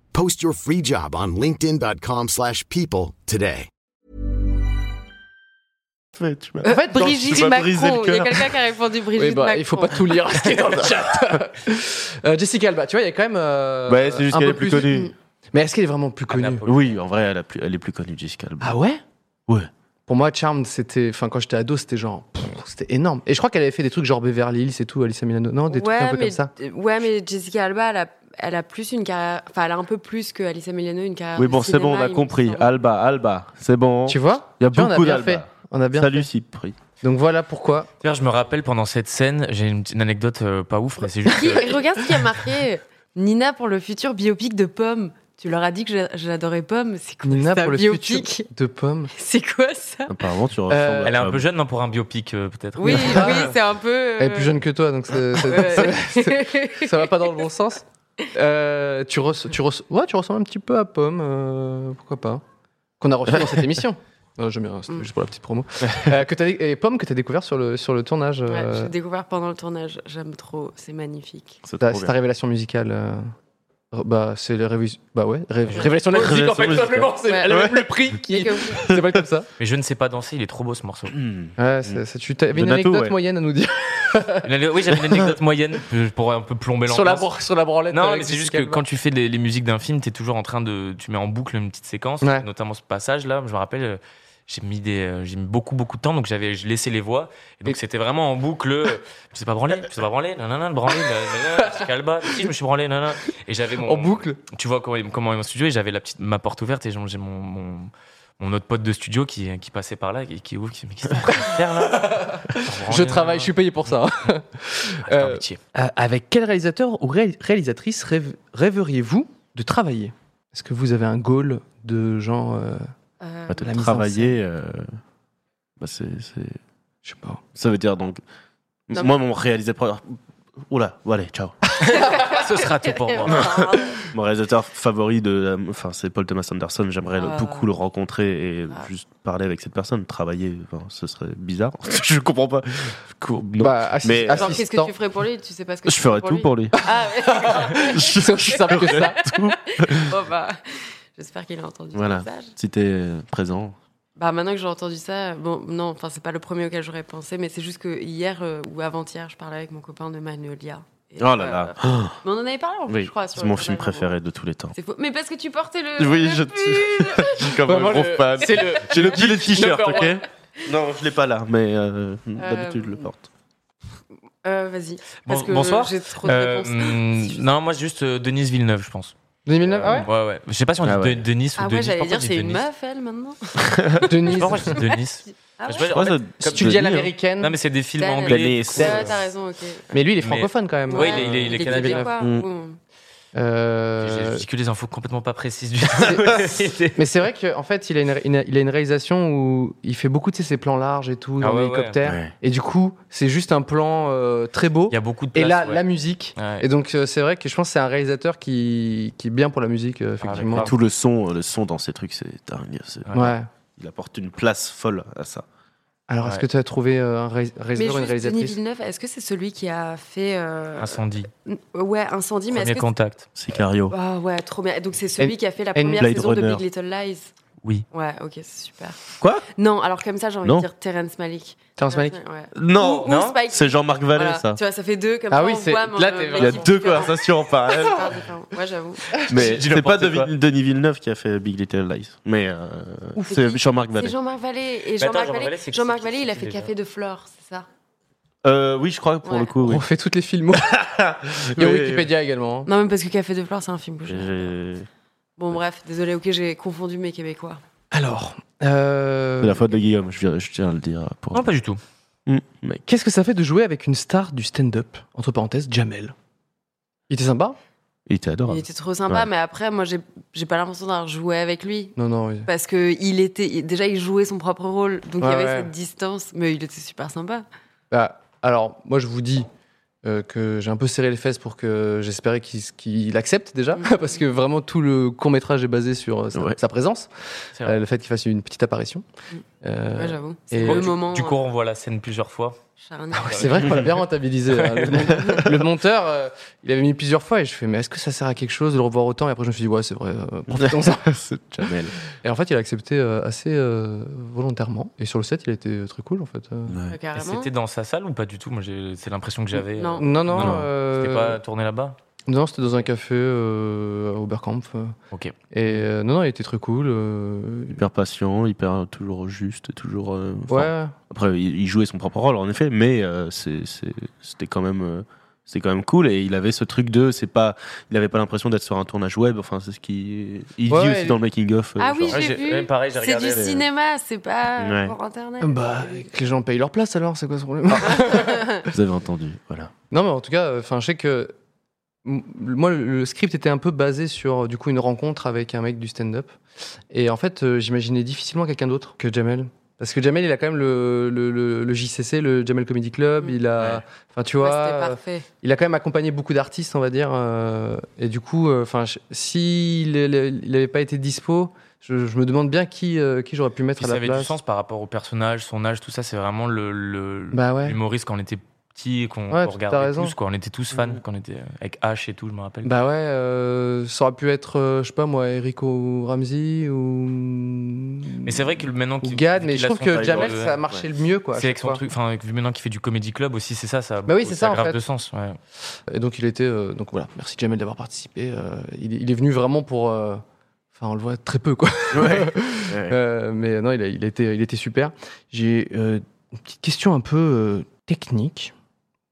Post your free job on linkedin.com/people slash people today.
Ouais, tu m'as-
En fait,
Attends, tu
Brigitte
m'as brisé le
Macron. Il y a
cœur.
quelqu'un qui a répondu Brigitte
Oui, bah,
Macron.
il faut pas tout lire ce qui est dans le chat. Euh, Jessica Alba, tu vois, il y a quand même. euh,
Ouais, Bah, c'est juste
un
qu'elle est
peu
plus connue. Ah,
Mais est-ce qu'elle est vraiment plus connue
Anna-
Oui, en vrai, elle, a plus- elle est plus connue, Jessica Alba.
Ah ouais
Ouais.
Pour moi, Charmed, c'était. Enfin, quand j'étais ado, c'était genre. pff, C'était énorme. Et je crois qu'elle avait fait des trucs genre Beverly Hills et tout, Alissa Milano. Non, des trucs un peu
mais,
comme ça.
euh, Ouais, mais Jessica Alba, elle a, elle a plus une carrière. Enfin, elle a un peu plus que Alissa Milano une carrière.
Oui,
de
bon, c'est bon, on
cinéma,
a
il me
compris.
semble.
Alba, Alba, c'est bon.
Tu vois
Il y a
Tu vois, on
beaucoup
bien
d'Alba.
fait. On a bien
Salut, Cypri.
fait. Donc voilà pourquoi.
D'ailleurs, je me rappelle pendant cette scène, j'ai une petite anecdote euh, pas ouf, mais c'est juste.
Qui-
que-
regarde ce qui a marqué Nina pour le futur biopic de Pomme. Tu leur as dit que j'a- j'adorais Pomme. C'est quoi
Nina
ça,
pour le
biopic
futur de pommes.
C'est quoi ça
Apparemment, tu ressembles.
Euh,
à
Elle est un
Bob.
peu jeune non, pour un biopic, euh, peut-être.
Oui,
Ah.
oui, c'est un peu. euh,
Elle est plus jeune que toi, donc c'est- c'est-
ouais.
c'est- ça va pas dans le bon sens. Euh, tu, res- tu, res- ouais, tu ressembles un petit peu à Pomme, euh, pourquoi pas Qu'on a reçu dans cette émission. Non, j'aime bien, c'était
Mm.
juste pour la petite promo. Euh, que t'as- et Pomme que tu as découvert sur le, sur le tournage.
Ouais,
euh,
J'ai découvert pendant le tournage. J'aime trop. C'est magnifique.
ta-
C'est trop
Bah, c'est
bien.
ta révélation musicale. euh, r- Bah, c'est la révélation. Bah ouais, ré-
Je-
révélation de la musique en fait,
Révélation
simplement. C'est
musicale.
elle a
Ouais.
même le prix
Et
qui.
que-
C'est pas comme ça.
Mais je ne sais pas danser, il est trop beau ce morceau.
Hmm.
Ouais, c'est- c'est- tu avais une
Donato,
anecdote
ouais.
moyenne à nous dire
Une ane- Oui, j'avais une anecdote moyenne euh, pour un peu plomber l'ambiance.
sur la, bran- sur la branlette. euh,
Non,
avec
mais c'est juste que
Jessica
quand tu fais les, les musiques d'un film, t'es toujours en train de, tu mets en boucle une petite séquence,
Ouais.
notamment ce passage-là. Je me rappelle, euh, j'ai mis des, euh, j'ai mis beaucoup beaucoup de temps, donc j'avais je laissais les voix, et donc
Et-
c'était vraiment en boucle. euh, Tu sais pas branler, tu sais pas branler, nanana, le branler, nanana, Jessica Alba, si je me suis branlé, nanana. Et j'avais
Alba.
mon,
En boucle.
tu vois comment, comment est mon studio, et j'avais la petite ma porte ouverte, et genre, j'ai mon, mon mon autre pote de studio qui, qui passait par là et qui ouvre, qui me dit, mais qu'est-ce que t'es en train de faire là
Je travaille, je suis payé pour ça.
Euh,
Euh, Euh, avec quel réalisateur ou ré- réalisatrice rêve- rêveriez-vous de travailler Est-ce que vous avez un goal de genre. euh,
euh,
Bah, de
La mise en
travailler, euh, bah, c'est- c'est-
je sais pas.
ça veut dire donc.
Non,
moi, mon réalisateur. Oula, bon, allez, ciao.
Ce sera tout pour moi.
Mon réalisateur favori de, la- enfin, c'est Paul Thomas Anderson. J'aimerais le-
Ah.
beaucoup le rencontrer et
Ah.
juste parler avec cette personne, travailler. enfin, ce serait bizarre. je comprends pas. Cour- non.
Bah, assi-
Mais-
Genre, qu'est-ce que
assistant.
tu ferais pour lui Tu sais pas ce que
je
tu
ferais
ferais
tout
lui.
pour lui.
Ah, ouais.
C'est aussi simple que ça.
Oh, bah, j'espère qu'il a entendu
Voilà.
ce message.
Si t'es présent.
Bah maintenant que j'ai entendu ça, bon non, enfin c'est pas le premier auquel j'aurais pensé, mais c'est juste que hier euh, ou avant-hier, je parlais avec mon copain de Magnolia. Et,
Oh là
euh,
là.
Mais on en avait parlé en plus,
Oui,
je crois. sur
c'est
le
mon film
tournage,
préféré de tous les temps.
bon. C'est faux. Mais parce que tu portais le.
Oui,
le
je-
pull.
Je suis comme
Vraiment,
un gros
le-
fan.
c'est le-
J'ai le petit t-shirt,
number
ok Non, je l'ai pas là, mais euh, d'habitude, je le porte.
Euh, Vas-y.
Bon-
Parce que
bonsoir.
J'ai trop de
Euh,
réponses.
mm,
Si je-
non, moi juste euh, Denise Villeneuve, je pense. Euh,
2009, ah ouais
ouais, Je sais pas si on dit
Ah ouais.
De- Denise ou
Ah ouais,
Denise.
j'allais dire
Pourquoi on dit
c'est une
Denise
meuf elle maintenant.
Je sais
Denise.
pas pourquoi je dis Denise.
Ah
Je
ouais.
sais pas, en fait,
Si tu le dis
hein.
à l'américaine.
non, mais c'est des films
Denise.
anglais.
Denise.
du coup,
Ouais,
euh,
t'as raison, ok.
Mais lui, il est
Mais-
francophone quand même.
Ouais, il est- il est- il est canadien.
québécois.
Mm.
Mm.
Euh,
J'ai j'ai que les infos complètement pas précises du
Mais c'est vrai qu'en fait, il a, une, une- il a une réalisation où il fait beaucoup de tu sais, ces plans larges et tout,
Ah
dans
ouais,
l'hélicoptère.
ouais.
Et du coup, c'est juste un plan euh, très beau.
Il y a beaucoup de
Et
place,
là,
ouais.
la musique.
Ouais.
Et donc, euh, c'est vrai que je pense que c'est un réalisateur qui, qui est bien pour la musique, euh, effectivement.
Ah,
Tout le son, euh, le son dans ces trucs, c'est dingue. c'est-
Ouais.
ouais.
Il apporte une place folle à ça.
Alors, est-ce
Ouais.
que tu as trouvé euh, un ré- réalisateur
Mais
ou une
juste, Denis
réalisatrice
Villeneuve, est-ce que c'est celui qui a fait euh,
Incendie.
n- ouais incendie, mais est-ce
Premier
que
contact.
C'est Cario.
Ah ouais, trop bien. Donc c'est celui
And-
qui a fait la
and
première
Blade
saison de
Runner.
Big Little Lies.
Oui.
Ouais, ok, c'est super.
Quoi
Non, alors comme ça, j'ai envie
Non.
de dire Terrence Malick.
Terrence Malick
Ouais.
Non,
Ou- ou
non.
Spike.
c'est Jean-Marc Vallée,
Voilà.
ça.
Tu vois, ça fait deux comme
Ah
ça.
oui,
on
c'est-
voit, mais
là,
on-
t'es
on-
vraiment-
Il y a
on-
deux
différents.
conversations en parallèle,
Super différents. Ouais, j'avoue.
mais
Dis
c'est pas
n'importe quoi.
Devi- Denis Villeneuve qui a fait Big Little Lies, mais euh,
C'est
c'est
qui
Jean-Marc
C'est
Vallée.
Jean-Marc Vallée. Et
Mais attends,
Jean-Marc
Jean-Marc Vallée,
Vallée,
c'est qui-
Jean-Marc
c'est qui-
Vallée, il a
c'est
fait
qui déjà
Café de Flore, c'est ça
Euh, oui, je crois pour
Ouais.
le coup, oui.
On fait toutes les films. Et
Oui.
Wikipédia également.
Non, même parce que Café de Flore, c'est un film que j'aime.
J'ai-
Bon, bref, désolé, ok, j'ai confondu mes Québécois.
Alors, euh,
C'est la faute de Guillaume, je, viens- je tiens à le dire. Pour...
Non, pas du tout.
Mm, mec.
qu'est-ce que ça fait de jouer avec une star du stand-up Entre parenthèses, Jamel. Il était sympa
Il était
Il
adorable.
était trop sympa,
Ouais.
mais après, moi, j'ai j'ai pas l'impression d'avoir joué avec lui.
Non, non, oui.
Parce que il était il- déjà il jouait son propre rôle, donc il
Ouais,
y avait
ouais.
cette distance, mais il était super sympa.
Bah, alors, moi, je vous dis euh, que j'ai un peu serré les fesses pour que j'espérais qu'il qu'il accepte déjà,
Mm.
Mhm.
parce que vraiment tout le court-métrage est basé sur euh, sa,
Ouais.
sa présence,
C'est vrai.
euh, le fait qu'il fasse une petite apparition.
Mm.
Mhm.
Euh,
Ouais, j'avoue.
et-
C'est
Bon,
le
du,
moment.
du
euh,
coup, Ah on voit la scène plusieurs fois.
charnière.
c'est vrai qu'on l'a bien rentabilisé. hein. Le, mon- le monteur, euh, il avait mis plusieurs fois et je fais, mais est-ce que ça sert à quelque chose de le revoir autant Et après, je me suis dit, ouais, c'est vrai, euh, profitons-en.
C'est Jamel.
et en fait, il a accepté euh, assez euh, volontairement. Et sur le set, il a été euh, très cool, en fait. euh.
Ouais,
Et
carrément.
C'était dans sa salle ou pas du tout Moi, j'ai- c'est l'impression que j'avais.
Non.
euh,
Non, non,
Non, non,
euh,
C'était pas tourné là-bas
Non, c'était dans un café euh, à Oberkampf.
Ok.
Et euh, non, non, il était très cool. euh,
Hyper patient, hyper toujours juste, toujours. euh, fort.
ouais.
Après, il il jouait son propre rôle, en effet, mais euh, c'est- c'est- c'était quand même. euh, c'était quand même cool et il avait ce truc de c'est pas il avait pas l'impression d'être sur un tournage web enfin c'est ce qui il
Ouais,
dit
ouais,
aussi dans le making of euh,
Ah oui,
genre,
Ouais,
j'ai
j'ai-
vu.
ouais, pareil, j'ai
c'est
regardé, euh,
du
mais-
cinéma, c'est pas
Ouais.
pour internet.
Bah, que les gens payent leur place alors, c'est quoi ce problème
vous avez entendu voilà
Ah. Non, mais en tout cas, enfin, je sais que m- moi, le- le script était un peu basé sur du coup une rencontre avec un mec du stand-up. Et en fait, euh, j'imaginais difficilement quelqu'un d'autre que Jamel. Parce que Jamel, il a quand même le, le, le- le JCC, le Jamel Comedy Club.
Mm.
Il a, enfin, tu
Ouais,
vois,
c'était
euh,
parfait.
il a quand même accompagné beaucoup euh, d'artistes, on va dire. euh, et du coup, enfin, s'il n'avait pas été dispo, Je, je me demande bien qui, euh, qui j'aurais pu mettre
Puis
à
ça
la
avait
place.
du sens par rapport au personnage, son âge, tout ça. C'est vraiment le, le
Bah ouais.
l'humoriste quand on était petit et qu'on
Ouais,
qu'on
t'as
regardait
raison.
tous. Quoi. On était tous fans
Mhm.
quand on était euh, avec H et tout, je me rappelle.
Bah ouais, euh, ça aurait pu être, euh, je sais pas moi, Erico Ramsey ou.
mais c'est vrai que maintenant
Ou
qu'il
Gad,
qu'il
mais je
a
trouve
son
que
timbre,
Jamel,
euh,
ça a marché le mieux, quoi. à
C'est avec
chaque
son
fois.
truc, enfin, vu maintenant qu'il fait du comedy club aussi, c'est ça, ça. a
Bah oui,
beaucoup-
c'est ça,
a
en
grave
fait.
de sens. ouais.
Et donc il était euh, donc voilà, merci Jamel d'avoir participé. euh, il, est- il est venu vraiment pour, euh, enfin on le voit très peu quoi. Euh, mais non, il, a- il était il était super. J'ai euh, une petite question un peu euh, technique.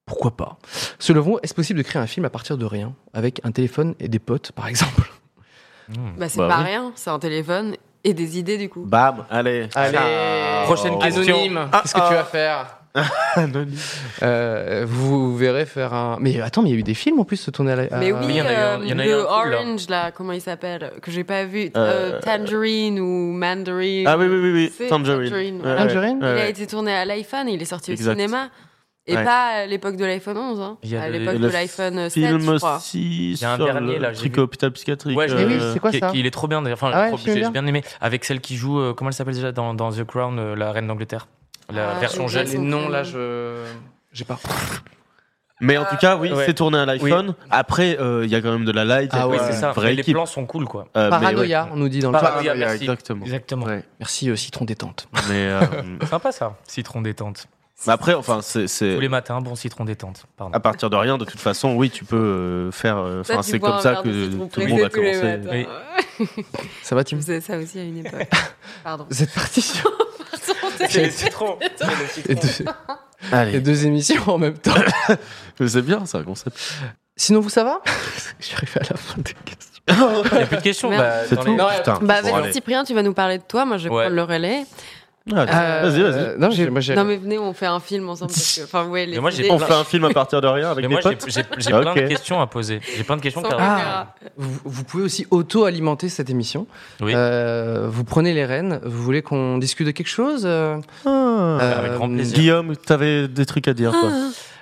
Pourquoi pas Selon vous, est-ce possible de créer un film à partir de rien, avec un téléphone et des potes par exemple
Mhm.
Bah, c'est
Bah
pas
oui.
rien, c'est un téléphone et des idées du coup.
Bam, allez.
Allez.
Ah.
Prochaine
Oh.
question.
qu'est-ce que tu vas faire
Ah.
Euh, vous, vous verrez faire un. Mais attends, mais il y a eu des films en plus se tourner à la.
Mais
à-
oui,
Bah, il y en a eu un-
euh,
il y en a eu
le
un cool, là.
Orange là, comment il s'appelle Que j'ai pas vu.
Euh,
euh, Tangerine ou Mandarin.
Ah oui, oui, oui,
C'est
oui. Tangerine.
Tangerine.
Ouais, ouais.
Tangerine
Il a été tourné à l'iPhone, il est sorti
Exact.
au cinéma. Et
Ouais.
pas à l'époque de l'iPhone 11, hein.
Il y a
à
le-
l'époque
le
de l'iPhone 7,
Film
je crois.
aussi
Il y a un
sur
dernier,
le
là, j'ai
truc
vu.
à l'hôpital psychiatrique. euh,
Ouais, je l'ai
vu, c'est quoi
Qui-
ça
qui- Il est trop bien d'ailleurs. Enfin,
Ah ouais,
trop-
le film
j'ai
est
j'ai
bien.
bien aimé. Avec celle qui joue, euh, comment elle s'appelle déjà dans, dans The Crown, euh, la reine d'Angleterre. La
Ah,
version
oui,
jeune.
oui.
Les noms là, je j'ai pas.
Ah, Mais en tout cas, oui,
Euh, Ouais.
c'est tourné à l'iPhone. Après, euh, il y a quand même de la light.
Ah
Oui,
ouais.
c'est ça.
Vraie
Mais les
équipe.
plans sont cool, quoi.
Euh, mais ouais.
Paranoïa, on nous dit dans le chat.
Paranoïa, merci.
exactement.
Exactement.
Ouais.
Merci euh, Citron détente.
Mais euh,
Sympa ça, citron détente.
mais après, enfin, c'est- c'est
Tous les matins, bon citron détente. Pardon.
à partir de rien. De toute façon, oui, tu peux euh, faire. euh,
Toi,
Enfin,
tu
c'est
bois
comme
un
ça
verre
que
de citron
tout le
pressé
monde a
tous les
commencé.
matins.
Oui.
Ça va, Tim
Je faisais ça aussi à une époque. Pardon.
Vous êtes parti sur
C'est le citron. C'est le
les
citron.
deux, les
Allez,
deux émissions en même temps.
c'est bien, c'est un concept.
Sinon, vous, ça va Je suis arrivé à la fin des questions.
Il n'y a plus de questions.
Merde.
bah,
C'est
dans
tout.
les-
Non,
Putain.
Bah,
Bon,
vas-y,
allez.
Cyprien, tu vas nous parler de toi. Moi, je vais
Ouais.
prendre le relais.
Ah, Vas-y, vas-y.
Euh, non, j'ai- moi, j'ai-
Non, mais venez, on fait un film ensemble. parce que- Enfin, ouais, les
Mais moi, j'ai
idées-
On fait un film à partir de rien avec
Mais moi,
des
j'ai
potes.
j'ai- j'ai
Ok.
plein de questions à poser. J'ai plein de questions.
sans
car-
Ah.
caméra.
vous, vous pouvez aussi auto-alimenter cette émission.
Oui.
Euh, vous prenez les rênes. Vous voulez qu'on discute de quelque chose euh,
Ah.
avec
euh,
grand plaisir.
Guillaume, t'avais des trucs à dire, toi.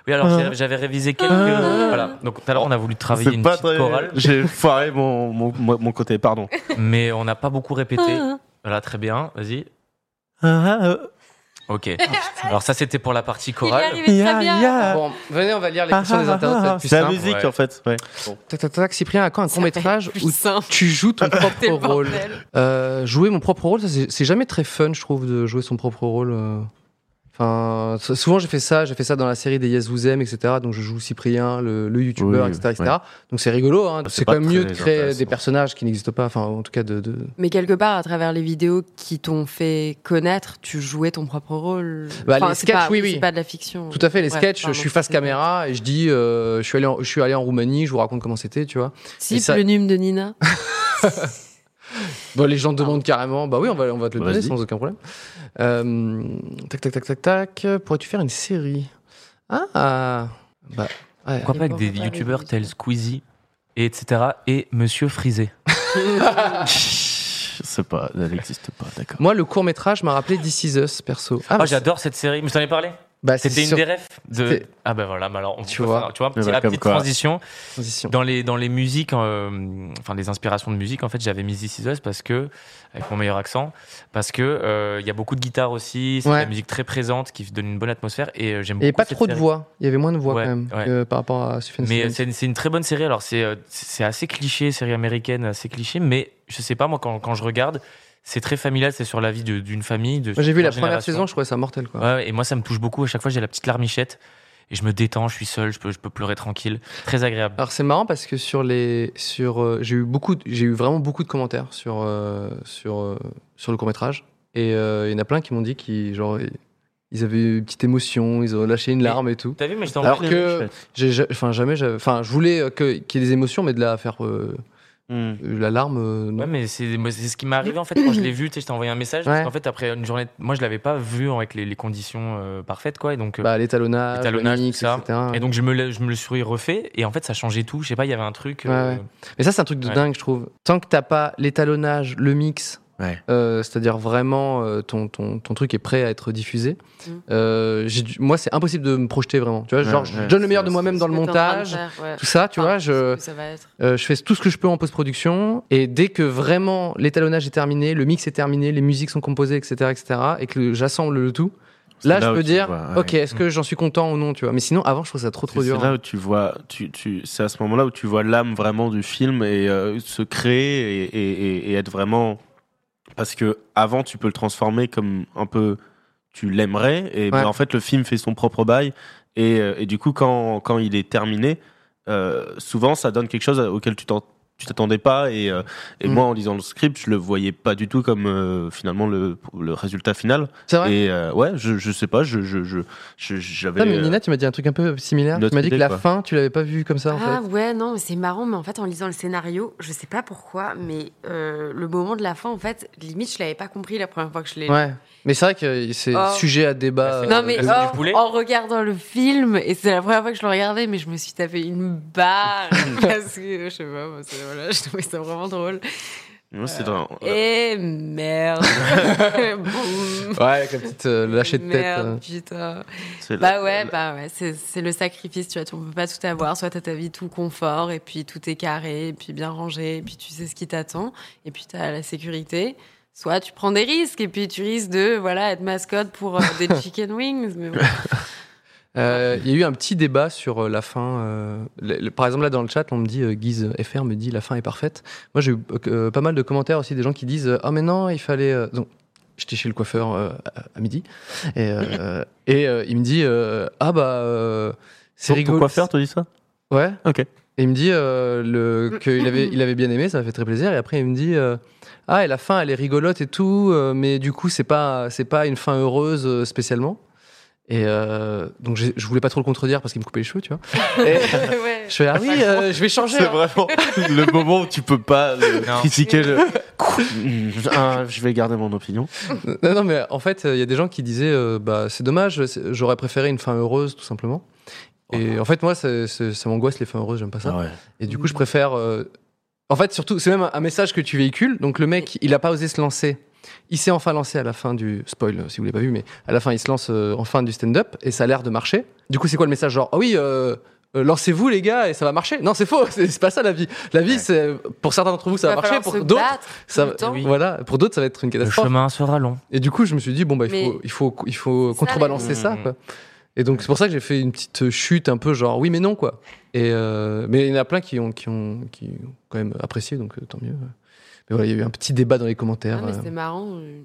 Oui, alors j'ai- j'avais révisé quelques. Voilà. Donc tout à l'heure, on a voulu travailler
Euh. C'est
une
pas
petite
très.
chorale,
J'ai foiré mon, mon, mon mon côté, pardon.
mais on n'a pas beaucoup répété.
Euh.
Voilà, très bien. Vas-y.
Ah, ah,
Ok. Alors ça, c'était pour la partie
Il est
chorale.
arrivé très
Yeah,
bien.
yeah.
Bon, venez, on va lire les
ah,
questions des
ah,
internautes. ça va
ah,
être plus
C'est la
simple.
musique,
Ouais.
en fait. Ouais.
Tac, tac, tac, Cyprien, à quand un court métrage
Plus
où
simple,
tu joues ton
c'est
propre
le
rôle
bordel.
Euh, jouer mon propre rôle, ça, c'est c'est jamais très fun, je trouve, de jouer son propre rôle. euh. Enfin, s- souvent j'ai fait ça, j'ai fait ça dans la série des Yes Vous Aime, etc. Donc je joue Cyprien, le, le youtubeur,
Oui,
etc., etc.
ouais.
Donc c'est rigolo, hein.
Bah, c'est
c'est
pas
quand même mieux de
très
créer
intéressant.
des personnages qui n'existent pas, enfin en tout cas de. de-
Mais quelque part, à travers les vidéos qui t'ont fait connaître, tu jouais ton propre rôle.
Bah, les
c'est
sketchs,
pas,
oui, oui.
C'est pas de la fiction.
Tout à fait, les
Ouais,
sketchs,
pardon,
je suis face
c'est-
caméra et je dis, euh, je, suis allé en, je suis allé en Roumanie, je vous raconte comment c'était, tu vois. Et
Si,
ça-
plenum de Nina.
Bah, les gens te demandent carrément, bah oui, on va, on va te le
Vas-y.
donner sans aucun problème. Euh, tac, tac, tac, tac, tac. Pourrais-tu faire une série Ah Bah, ouais.
Pourquoi pas avec des youtubeurs tels Squeezie, et etc. et Monsieur Frisé.
Je sais pas, elle n'existe pas, d'accord.
Moi, le court métrage m'a rappelé This Is Us, perso. Ah,
Ah, j'adore cette série. Mais je t'en ai parlé.
bah, c'est
C'était une
sur-
des refs de.
C'était-
Ah ben voilà, mais alors on
Tu
peut
vois.
faire- tu vois,
Mais
petit-
bah,
la
comme
petite
quoi.
transition
transition.
dans les dans les musiques, euh, enfin les inspirations de musique. En fait, j'avais mis This Is Us parce que avec mon meilleur accent, parce que euh, il y a beaucoup de guitare aussi, c'est de
Ouais.
la musique très présente qui donne une bonne atmosphère et euh, j'aime beaucoup.
Et pas
cette
trop de
série.
voix. Il y avait moins de voix
Ouais,
quand même
ouais.
que par rapport à Sufjan
Mais euh,
Stevens.
c'est une, c'est une très bonne série. Alors c'est euh, c'est assez cliché, série américaine, assez cliché, mais je sais pas moi quand quand je regarde, c'est très familial, c'est sur la vie de- d'une famille. de
Moi, j'ai vu la
plusieurs
première
générations.
saison, je trouvais ça mortel, quoi.
Ouais, et moi, ça me touche beaucoup. À chaque fois, j'ai la petite larmichette et je me détends, je suis seul, je peux, je peux pleurer tranquille. Très agréable.
Alors c'est marrant parce que sur les sur euh, j'ai eu beaucoup de- j'ai eu vraiment beaucoup de commentaires sur euh, sur euh, sur le court métrage et euh, il y en a plein qui m'ont dit qu'ils genre ils avaient eu une petite émotion ils ont lâché une larme et tout
T'as vu, mais j'étais en
alors que j'ai ja- enfin jamais j'avais- enfin je voulais euh, que qu'il y ait des émotions mais de la faire euh, euh, la larme euh, non.
Ouais, mais c'est moi, c'est ce qui m'est arrivé en fait quand je l'ai vu. Tu sais, je t'ai envoyé un message.
Ouais.
Parce qu'en fait, après une journée, moi, je l'avais pas vu avec les, les conditions euh, parfaites, quoi. Et donc, euh,
bah l'étalonnage
L'étalonnage,
le mix,
tout ça.
etc.
et donc je, me le, je me le suis refait. Et en fait, ça changeait tout. Je sais pas, il y avait un truc. euh,
Ouais, ouais. Mais ça, c'est un truc de
Ouais.
dingue, je trouve. Tant que t'as pas l'étalonnage, le mix,
Ouais.
Euh, c'est-à-dire vraiment euh, ton, ton, ton truc est prêt à être diffusé.
Mm.
Euh, j'ai du- moi, c'est impossible de me projeter vraiment. Tu vois,
Ouais,
genre, je
ouais,
donne le meilleur
c'est-
de moi-même dans le montage, tout ça, tu vois. Je,
Ça va être.
euh, je fais tout ce que je peux en post-production et dès que vraiment l'étalonnage est terminé, le mix est terminé, les musiques sont composées, etc., etc., et que le- j'assemble le tout,
C'est
là,
là
je
où
peux
tu
dire,
vois, ouais.
ok, est-ce que j'en suis content ou non, tu vois. Mais sinon, avant, je trouve ça trop, trop
C'est
dur. hein.
là où tu vois, tu, tu, c'est à ce moment-là où tu vois l'âme vraiment du film et euh, se créer et, et- et- et être vraiment. Parce que avant, tu peux le transformer comme un peu tu l'aimerais, et mais en fait, le film fait son propre bail. Et, euh, et du coup, quand, quand il est terminé, euh, souvent, ça donne quelque chose auquel tu t'en- tu t'attendais pas. Et, euh, et
Mm.
moi, en lisant le script, je le voyais pas du tout comme euh, finalement le, le résultat final.
C'est vrai.
Et euh, ouais, je, je sais pas, je, je, je- je- j'avais.
Non, mais
euh,
Nina, tu m'as dit un truc un peu similaire. Tu
notre
m'as dit que
idée,
la
quoi.
fin, tu l'avais pas vue comme ça, en
Ah
fait.
ouais, non, mais c'est marrant, mais en fait, en lisant le scénario, je sais pas pourquoi, mais euh, le moment de la fin, en fait, limite, je l'avais pas compris la première fois que je l'ai. lu.
Ouais. Mais c'est vrai que c'est
Oh.
sujet à
Bah,
débat.
Ouais,
Non
euh,
mais
Parce que
oh,
tu voulais
en regardant le film et c'est la première fois que je le regardais mais je me suis tapé une barre parce que je sais pas moi, c'est- voilà, je trouvais ça vraiment drôle
euh, Ouais, c'est
euh,
dans-
et merde Boum.
Ouais, avec la petite euh, lâcher de tête.
oh. merde
euh.
putain
c'est la-
bah ouais
la-
bah ouais c'est c'est le sacrifice tu vois tu- on peut pas tout avoir soit t'as ta vie tout confort et puis tout est carré et puis bien rangé et puis tu sais ce qui t'attend et puis t'as la sécurité soit tu prends des risques et puis tu risques de voilà être mascotte pour euh, des chicken wings mais bon.
Euh, Il y a eu un petit débat sur euh, la fin. euh, le- le- par exemple, là dans le chat, on me dit, euh, Guise FR me dit, la fin est parfaite. Moi, j'ai eu euh, pas mal de commentaires aussi des gens qui disent, euh, ah mais non, il fallait. euh, Donc, j'étais chez le coiffeur euh, à, à midi et, euh, et euh, il me dit, euh, ah bah euh, c'est
Ton- ton
rigolo.
coiffeur, te dit ça
Ouais.
Ok.
Et il me dit euh, le, qu'il avait, il avait bien aimé, ça m'a fait très plaisir. Et après, il me dit euh, Ah, et la fin, elle est rigolote et tout, euh, mais du coup, c'est pas, c'est pas une fin heureuse euh, spécialement. Et euh, donc, j'ai- je voulais pas trop le contredire parce qu'il me coupait les cheveux, tu vois. Et
Ouais.
je fais Ah oui, euh, je vais changer.
C'est
hein.
vraiment le moment où tu peux pas le
Non.
critiquer. le- Ah, je vais garder mon opinion.
Non, non, mais en fait, il y a des gens qui disaient euh, Bah, c'est dommage, c'est- j'aurais préféré une fin heureuse, tout simplement. Et en fait, moi, c'est- c'est- ça m'angoisse les fins heureuses, j'aime pas
Ah
ça. Et
Mm.
du coup, je préfère. euh, En fait, surtout, c'est même un- un message que tu véhicules. Donc, le mec, il a pas osé se lancer. Il s'est enfin lancé à la fin du. Spoil, si vous l'avez pas vu, mais à la fin, il se lance euh, en fin du stand-up et ça a l'air de marcher. Du coup, c'est quoi le message Genre, ah oui, euh, euh, lancez-vous, les gars, et ça va marcher. Non, c'est faux, c'est c'est pas ça la vie. La vie, c'est. Pour certains d'entre vous, ça va, marcher. Pour d'autres, ça
tout le temps.
va- voilà, pour d'autres, ça va être une
Le
catastrophe.
chemin sera long.
Et du coup, je me suis dit, bon, bah, il,
Mais-
faut, il faut, il faut
Ça,
contrebalancer
les-
ça.
Mhm.
quoi. Et donc, c'est pour ça que j'ai fait une petite chute, un peu genre, oui, mais non, quoi. Et, euh, mais il y en a plein qui ont, qui ont, qui ont quand même apprécié, donc euh, tant mieux. Mais voilà, il y a eu un petit débat dans les commentaires.
Non, Ah, mais
euh.
c'est marrant. euh,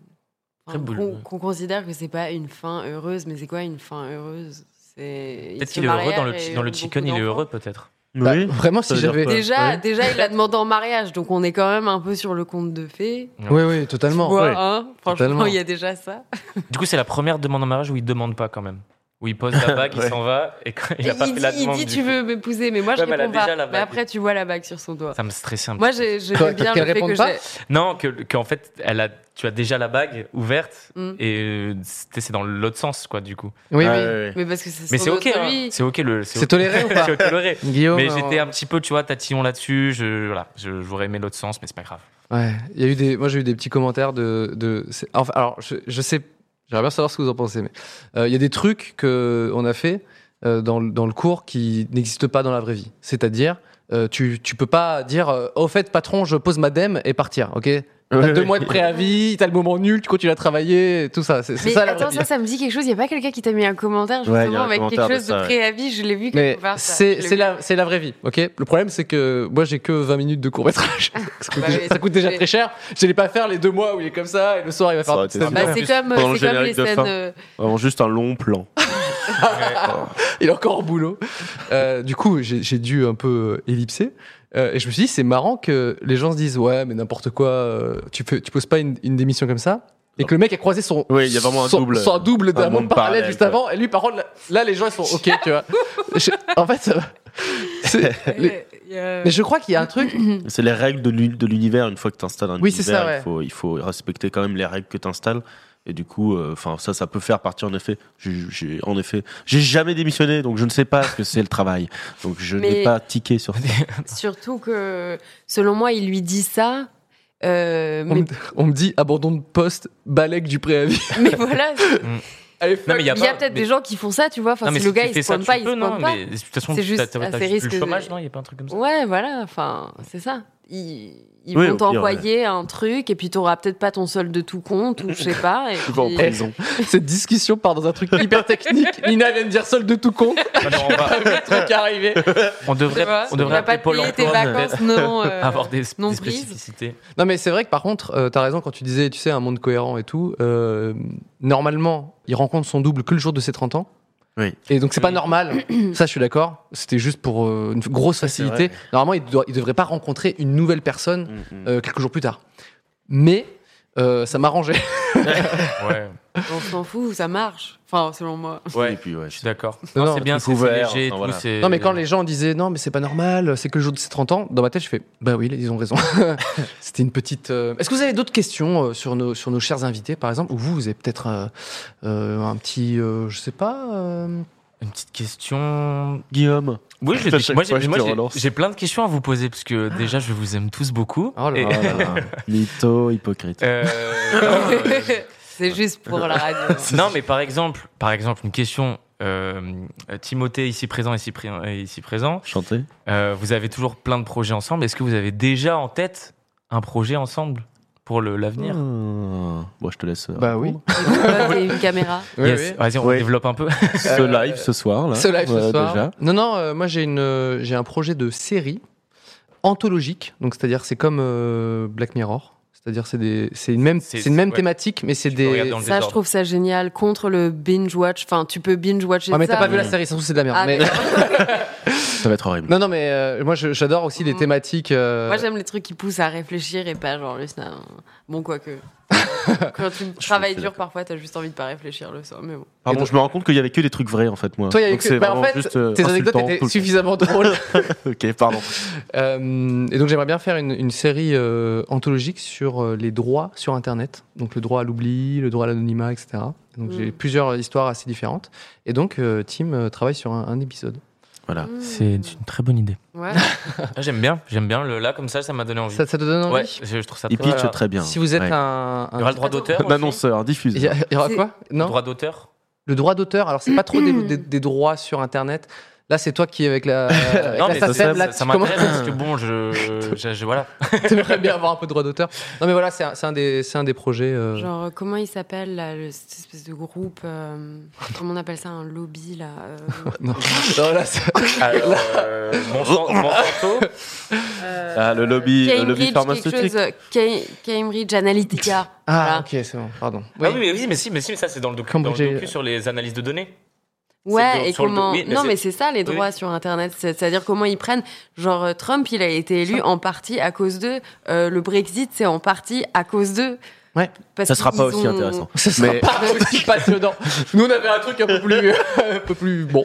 Très
enfin,
boule.
qu'on, qu'on considère que c'est pas une fin heureuse, mais c'est quoi une fin heureuse c'est...
Peut-être qu'il est heureux dans le, chi- dans le chicken, il est heureux peut-être.
Bah,
Oui.
vraiment,
Ça
si
veut dire
j'avais.
quoi
Déjà,
Ouais.
déjà, il l'a demandé en mariage, donc on est quand même un peu sur le conte de fées.
Oui, oui, totalement.
Tu vois,
Ouais.
hein
Totalement.
Franchement, il y a déjà ça.
Du coup, c'est la première demande en mariage où il demande pas quand même. Où il pose la bague, il
Ouais.
s'en va et quand il
Et
a pas
dit,
fait la demande.
dit
du
tu
coup.
veux m'épouser, mais moi
Ouais,
je
mais elle a
réponds pas.
déjà la
mais
bague.
après, tu vois la bague sur son doigt.
Ça me stressait un peu.
Moi, j'ai, j'aimais
Quoi,
bien
qu'elle
le fait
réponde
que
pas
j'ai-
Non, que- qu'en fait, elle a, tu as déjà la bague ouverte
Mm.
et euh, c'était- c'est dans l'autre sens, quoi, du coup.
Oui,
Ah,
oui.
ouais, ouais.
Mais parce que c'est
Mais
son
c'est ok,
autre
hein.
lui.
c'est ok le.
C'est toléré ou pas
C'est toléré.
Guillaume.
Mais
euh,
j'étais un petit peu, tu vois, tatillon là-dessus. Je, voilà, je- j'aurais aimé l'autre sens, mais c'est pas grave.
Ouais, il y a eu des, moi j'ai eu des petits commentaires de, de c'est- enfin, alors je, je sais, j'aimerais bien savoir ce que vous en pensez, mais euh, il y a des trucs que on a fait euh, dans, le- dans le cours qui n'existent pas dans la vraie vie. C'est-à-dire, euh, tu, tu peux pas dire, euh, au fait patron, je pose ma dème et partir, ok T'as
Ouais,
deux
ouais.
mois de préavis, t'as le moment nul, tu continues à travailler, et tout ça. C'est c'est
Mais
ça la vraie
attends,
vie.
ça, ça me dit quelque chose. Il n'y a pas quelqu'un qui t'a mis un commentaire
Ouais,
justement
il y a un
avec
commentaire de
quelque chose de,
ça, ouais.
préavis. Je l'ai vu
Mais
quelque part. ça. Je
c'est
l'ai
c'est
vu.
la, c'est la vraie vie, ok Le problème, c'est que moi, j'ai que 20 minutes de court-métrage. ça, coûte
Bah
déjà-
oui,
ça coûte déjà
c'est-
très cher. Je n'allais pas faire les deux mois où il est comme ça, et le soir, il va
Ça
faire
aurait
un petit
été
stand-up.
Bah, c'est comme,
Pendant le
c'est comme les
générique de
scènes.
fin.
euh,
Vraiment juste un long plan.
Il est encore au boulot. Euh, du coup, j'ai j'ai dû un peu euh, ellipser. Euh, et je me suis dit, c'est marrant que les gens se disent, ouais, mais n'importe quoi, euh, tu, peux, tu poses pas une, une démission comme ça. Et que le mec a croisé son,
Oui, il y a vraiment un
son,
double,
son double d'un
un
monde
monde
parallèle
parallèle,
juste
quoi.
avant. Et lui, par contre, là, là, les gens, ils sont OK, tu vois. Je- en fait, ça va. C'est- les-
euh, il y a-
mais je crois qu'il y a un truc.
C'est les règles de l'uni- de l'univers. Une fois que tu installes un
Mm. Oui, c'est
univers,
ça, ouais.
il, faut, il faut respecter quand même les règles que tu installes. Et du coup, euh, enfin ça, ça peut faire partie en effet. J'ai- J'ai en effet, j'ai jamais démissionné, donc je ne sais pas ce que c'est le travail. Donc je
Mais-
n'ai pas tiqué sur.
Surtout que, selon moi, il lui dit ça. Euh,
On,
mais,
me, on me dit abandon de poste, balèque du préavis.
mais voilà,
Allez,
Non, mais
il y a
pas-
peut-être
mais-
des gens qui font ça, tu vois. Enfin,
Non, mais
si le
si
gars
tu
il
fais
se
ça,
pointe pas,
tu
il se
peux, non,
pointe pas.
mais de toute façon,
C'est
t'as-
juste
t'as- t'as
assez
juste
risque
le
de-
chômage, non Il n'y a pas un truc comme ça
Ouais, voilà, enfin, c'est ça. Ils, ils
Oui,
vont
au pire,
t'envoyer un truc et puis t'auras peut-être pas ton solde de tout compte ou je sais pas. Et
Tu vas en
puis-
prison.
Cette discussion part dans un truc hyper technique. Nina vient de dire solde de tout con.
Bah
Non, non, on, va-
Le truc est arrivé.
on
Tu
devrait,
vois,
on
tu
devrait
vas pas
appeler Pôle
payer tes
emploi,
vacances
peut-être,
non euh,
avoir des,
non
des
prises.
spécificités.
Non, mais c'est vrai que par contre, euh, t'as raison quand tu disais, tu sais, un monde cohérent et tout. euh, normalement, il rencontre son double que le jour de ses 30 ans.
Oui.
Et donc, c'est pas
Oui.
normal. Ça, je suis d'accord. C'était juste pour euh, une grosse
c'est
facilité.
vrai.
Normalement, il, doit- il devrait pas rencontrer une nouvelle personne
Mhm.
euh, quelques jours plus tard. Mais euh, ça m'arrangeait.
Ouais,
On s'en fout, ça marche. Enfin, selon moi.
mm. Et puis, ouais,
je suis d'accord.
Non, non,
C'est bien,
truc
c'est c'est
ouvert,
léger. et
enfin,
tout,
voilà.
c'est-
Non, mais quand les gens disaient non, mais c'est pas normal, c'est que le jour de ses 30 ans, dans ma tête, je fais bah oui, ils ont raison. C'était une petite. euh, Est-ce que vous avez d'autres questions euh, sur, nos, sur nos chers invités, par exemple Ou vous, vous avez peut-être euh, euh, un petit. euh, je sais pas. euh,
Une petite question.
Guillaume.
Oui, j'ai
À
des-
chaque
moi,
fois,
j'ai-
je
moi,
te
j'ai-
relance.
j'ai plein de questions à vous poser parce que déjà, je vous aime tous beaucoup.
Oh là
Et-
là.
Ah Mytho, hypocrite.
Euh, non, euh,
c'est juste pour la radio.
Non, mais par exemple, par exemple, une question. euh, Timothée ici présent, ici, pré- et ici présent.
Chanter.
Euh, vous avez toujours plein de projets ensemble. Est-ce que vous avez déjà en tête un projet ensemble pour le- l'avenir
Ah. Bon, je te laisse. euh,
Bah oui.
Et une caméra.
Oui,
Yes.
oui.
Vas-y, on
Oui.
développe un peu.
Ce
Euh,
live ce soir, là.
Ce live ce
Ouais,
soir.
Déjà.
Non, non, euh, moi j'ai une, euh, j'ai un projet de série anthologique, donc c'est-à-dire c'est comme euh, Black Mirror, c'est-à-dire c'est des, c'est une même,
C'est-
c'est une même
ouais.
thématique, mais c'est
Tu peux regarder
des.
dans le
Ça, je
désordre.
trouve ça génial. Contre le binge-watch. Enfin, tu peux binge-watcher
Ouais, Ah, mais
ça.
t'as pas vu
mais-
la série, ça se trouve, c'est de la merde.
Ah,
mais-
Ça va être horrible.
Non, non, mais euh, moi je- j'adore aussi les
Mm.
thématiques. euh,
Moi, j'aime les trucs qui poussent à réfléchir et pas genre juste un... Bon, quoique. Quand tu travailles
suis
dur, parfois, t'as juste envie de pas réfléchir le soir. Mais bon.
Pardon, je me rends compte qu'il y avait que des trucs vrais en fait moi.
Toi, il y avait
Donc,
que-
c'est
bah, en
vraiment
fait,
juste, euh,
tes anecdotes
insultant
étaient
tout le
suffisamment drôles.
temps. ok, pardon.
Euh, et donc j'aimerais bien faire une, une série euh, anthologique sur euh, les droits sur Internet, donc le droit à l'oubli, le droit à l'anonymat, etc. Donc
Mm.
j'ai plusieurs histoires assez différentes. Et donc euh, Tim euh, travaille sur un, un épisode.
Voilà.
C'est une très bonne idée.
Mmh. Ouais.
Ah, j'aime bien, j'aime bien. Le, là, comme ça, ça m'a donné envie.
Ça, ça te donne envie
ouais, je, je trouve ça
Il
très
pitch
voilà.
très bien.
Si vous êtes
Ouais.
un, un-
Il y aura le droit d'auteur.
Un
aussi
annonceur,
Il y,
diffuseur.
a- il y aura
C'est-
quoi Bah
Le
Non,
droit d'auteur
le droit d'auteur. Alors c'est pas trop des, des- des droits sur Internet. Là, c'est toi qui avec la, avec
Non,
la
mais ça,
SACEM,
ça,
là,
ça,
tu commences-
m'intéresse parce que bon, je, je- je- voilà.
T'aimerais bien avoir un peu de droit d'auteur. Non, mais voilà, c'est un, c'est un des, c'est un des projets. euh,
Genre, euh, comment il s'appelle, là, le- cette espèce de groupe euh, Comment on appelle ça Un lobby, là euh,
Non. Non, là, c'est-
Alors, euh, Monsan- Monsanto,
euh,
Ah, le lobby, le lobby
quelque
pharmaceutique.
chose, euh, Cam- Cambridge Analytica.
Ah,
Voilà.
ok, c'est bon, pardon.
Ah oui, mais, oui, mais si, mais si, mais ça c'est dans le, docu, dans le
Cambridge-
docu sur les analyses de données.
Ouais,
le-
et
sur le-
comment.
oui, mais
non,
c'est-
mais c'est ça les
oui.
droits sur Internet. C'est- C'est-à-dire comment ils prennent. Genre, euh, Trump, il a été élu en partie à cause d'eux. Euh, le Brexit, c'est en partie à cause d'eux.
Ouais.
Parce
Ça sera
qu'ils
pas aussi
ont-
intéressant.
Ce sera
Mais-
pas aussi passionnant. Nous, on avait un truc un peu plus, euh, un peu plus bon.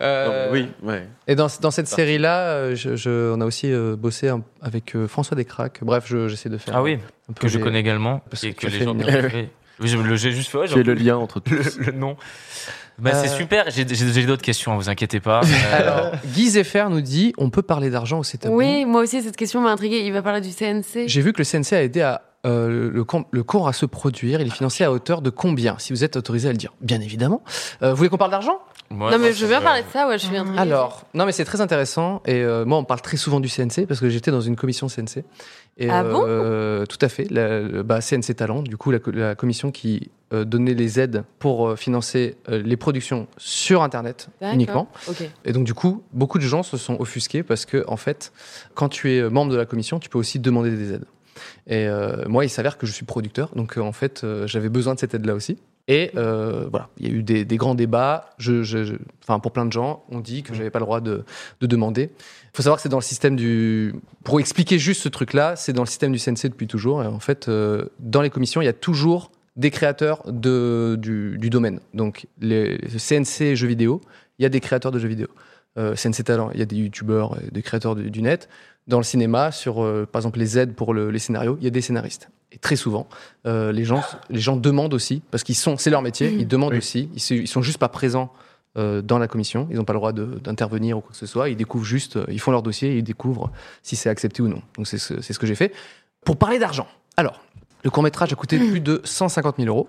Euh,
Non, mais Oui, ouais.
Et dans, dans cette série-là, euh, je- je- on a aussi euh, bossé un- avec euh, François Descraques. Bref, je- j'essaie de faire.
Ah oui,
un peu
que je
les-
connais également
parce
et
que
que
tu
les
fais
gens.
une-
Oui, je- le- J'ai juste fait. ouais, j'ai
J'ai le
entendu
lien entre tout.
le, le nom. Bah, C'est
Euh.
super, j'ai j'ai- j'ai d'autres questions, vous inquiétez pas. Euh,
Alors, Guy Zephyr nous dit on peut parler d'argent au CTB.
Oui, moi aussi, cette question m'a intriguée. Il va parler du CNC.
J'ai vu que le CNC a aidé à, euh, le, com- le cours à se produire. Il est financé à hauteur de combien Si vous êtes autorisé à le dire, bien évidemment. Euh, vous voulez qu'on parle d'argent
moi,
non, mais
moi,
je
ça
veux bien
me-
parler de ça, ouais, je
Ah.
suis intriguée.
Alors, non, mais c'est très intéressant. Et euh, moi, on parle très souvent du CNC parce que j'étais dans une commission CNC. Et,
Ah bon
euh, Tout à fait. La, le- bah, CNC Talent, du coup, la, co- la commission qui euh, donnait les aides pour euh, financer euh, les productions sur Internet
D'accord.
uniquement.
Ok.
Et donc, du coup, beaucoup de gens se sont offusqués parce que, en fait, quand tu es euh, membre de la commission, tu peux aussi demander des aides. Et euh, moi, il s'avère que je suis producteur, donc euh, en fait, euh, j'avais besoin de cette aide-là aussi. Et euh, voilà, il y a eu des, des grands débats. Je, je- je- enfin, pour plein de gens, on dit que j'avais pas le droit de, de demander. Il faut savoir que c'est dans le système du. Pour expliquer juste ce truc-là, c'est dans le système du CNC depuis toujours. Et en fait, euh, dans les commissions, il y a toujours des créateurs de, du, du domaine. Donc, les, le CNC jeux vidéo, il y a des créateurs de jeux vidéo. Euh, CNC Talent, il y a des youtubeurs, et des créateurs du- du net dans le cinéma, sur euh, par exemple les aides pour le- les scénarios, il y a des scénaristes. Et très souvent, euh, les, gens, les gens demandent aussi, parce qu'ils sont, c'est leur métier, ils demandent aussi, ils, se- ils sont juste pas présents euh, dans la commission, ils n'ont pas le droit de- d'intervenir ou quoi que ce soit, ils découvrent juste, euh, ils font leur dossier et ils découvrent si c'est accepté ou non. Donc c'est ce, c'est ce que j'ai fait. pour parler d'argent. Alors, le court métrage a coûté plus de 150 000 euros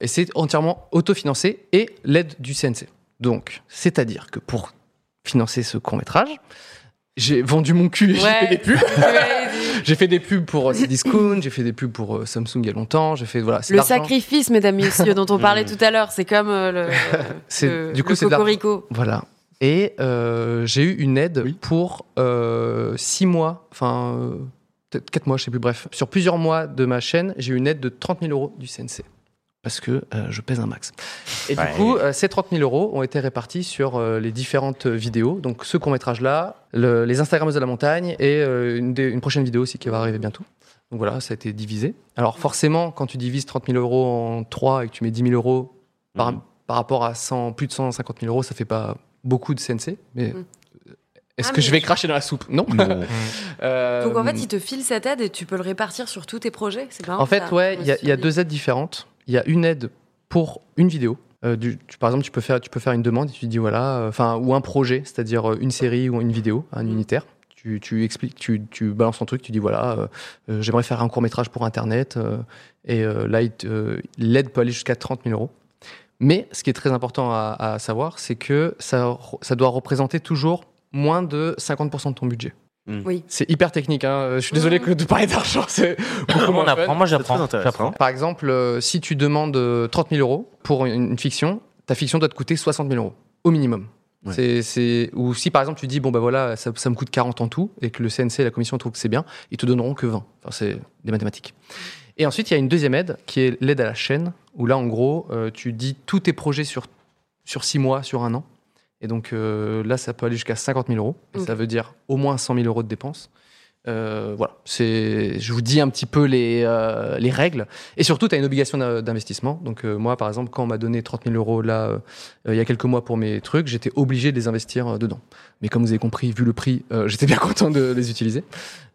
et c'est entièrement autofinancé et l'aide du CNC. Donc, c'est-à-dire que pour financer ce court métrage, j'ai vendu mon cul et j'ai
Ouais.
fait des pubs.
Ouais,
J'ai fait des pubs pour euh, Cdiscount, j'ai fait des pubs pour euh, Samsung il y a longtemps, j'ai fait voilà. c'est
Le
l'argent.
sacrifice, mesdames et messieurs, dont on parlait tout à l'heure, c'est comme euh, le,
C'est-
le-
du coup,
le
c'est de l'argent.
cocorico.
Voilà. Et euh, j'ai eu une aide pour euh, six mois, enfin euh, peut-être quatre mois, je sais plus, bref. Sur plusieurs mois de ma chaîne, j'ai eu une aide de 30 000 euros du CNC. Parce que euh, je pèse un max. Et
Ouais.
du coup, euh, ces 30 000 euros ont été répartis sur euh, les différentes vidéos. Donc ce court-métrage-là, le- les Instagrammeuses de la montagne et euh, une, des- une prochaine vidéo aussi qui va arriver bientôt. Donc voilà, ça a été divisé. Alors forcément, quand tu divises 30 000 euros en 3 et que tu mets 10 000 euros par,
Mhm.
par rapport à 100, plus de 150 000 euros, ça fait pas beaucoup de CNC. Mais
Mhm.
euh, est-ce
Ah,
que
mais
je vais
je-
cracher dans la soupe Non. Euh,
Donc en fait, il te file cette aide et tu peux le répartir sur tous tes projets. C'est marrant,
en fait,
hein, ça.
ouais,
Je me
il y, a-
suis
il y a
dit.
deux aides différentes. Il y a une aide pour une vidéo. Euh, du- tu- par exemple, tu peux faire, tu peux faire une demande et tu dis voilà, euh, enfin ou un projet, c'est-à-dire euh, une série ou une vidéo, un
Mhm.
unitaire. Tu, tu expliques, tu, tu balances ton truc, tu dis voilà, euh, euh, j'aimerais faire un court métrage pour internet. euh, et euh, là, il te- euh, l'aide peut aller jusqu'à 30 000 euros. Mais ce qui est très important à, à savoir, c'est que ça, re- ça doit représenter toujours moins de 50% de ton budget.
Mm.
Mhm.
Oui. Mm.
C'est hyper technique. hein. Euh, Je suis désolé que de parler d'argent, c'est beaucoup
Comment
moins
on
fun.
apprend Moi,
très
j'apprends.
intéressant.
J'apprends.
Par exemple, euh, si tu demandes euh, 30 000 euros pour une, une fiction, ta fiction doit te coûter 60 000 euros au minimum.
Ouais.
C'est- c'est- Ou si par exemple tu dis, bon ben voilà, ça, ça me coûte 40 en tout, et que le CNC et la commission trouvent que c'est bien, ils te donneront que 20. Enfin, c'est des mathématiques. Et ensuite, il y a une deuxième aide qui est l'aide à la chaîne, où là en gros, euh, tu dis tous tes projets sur, sur 6 mois, sur un an. Et donc euh, là, ça peut aller jusqu'à 50 000 euros. Et
Ok.
Ça veut dire au moins 100 000 euros de dépenses. Euh, voilà, c'est, je vous dis un petit peu les, euh, les règles. Et surtout, tu as une obligation d'in- d'investissement. Donc, euh, moi, par exemple, quand on m'a donné 30 000 euros là, euh, euh, il y a quelques mois pour mes trucs, j'étais obligé de les investir euh, dedans. Mais comme vous avez compris, vu le prix, euh, j'étais bien content de les utiliser.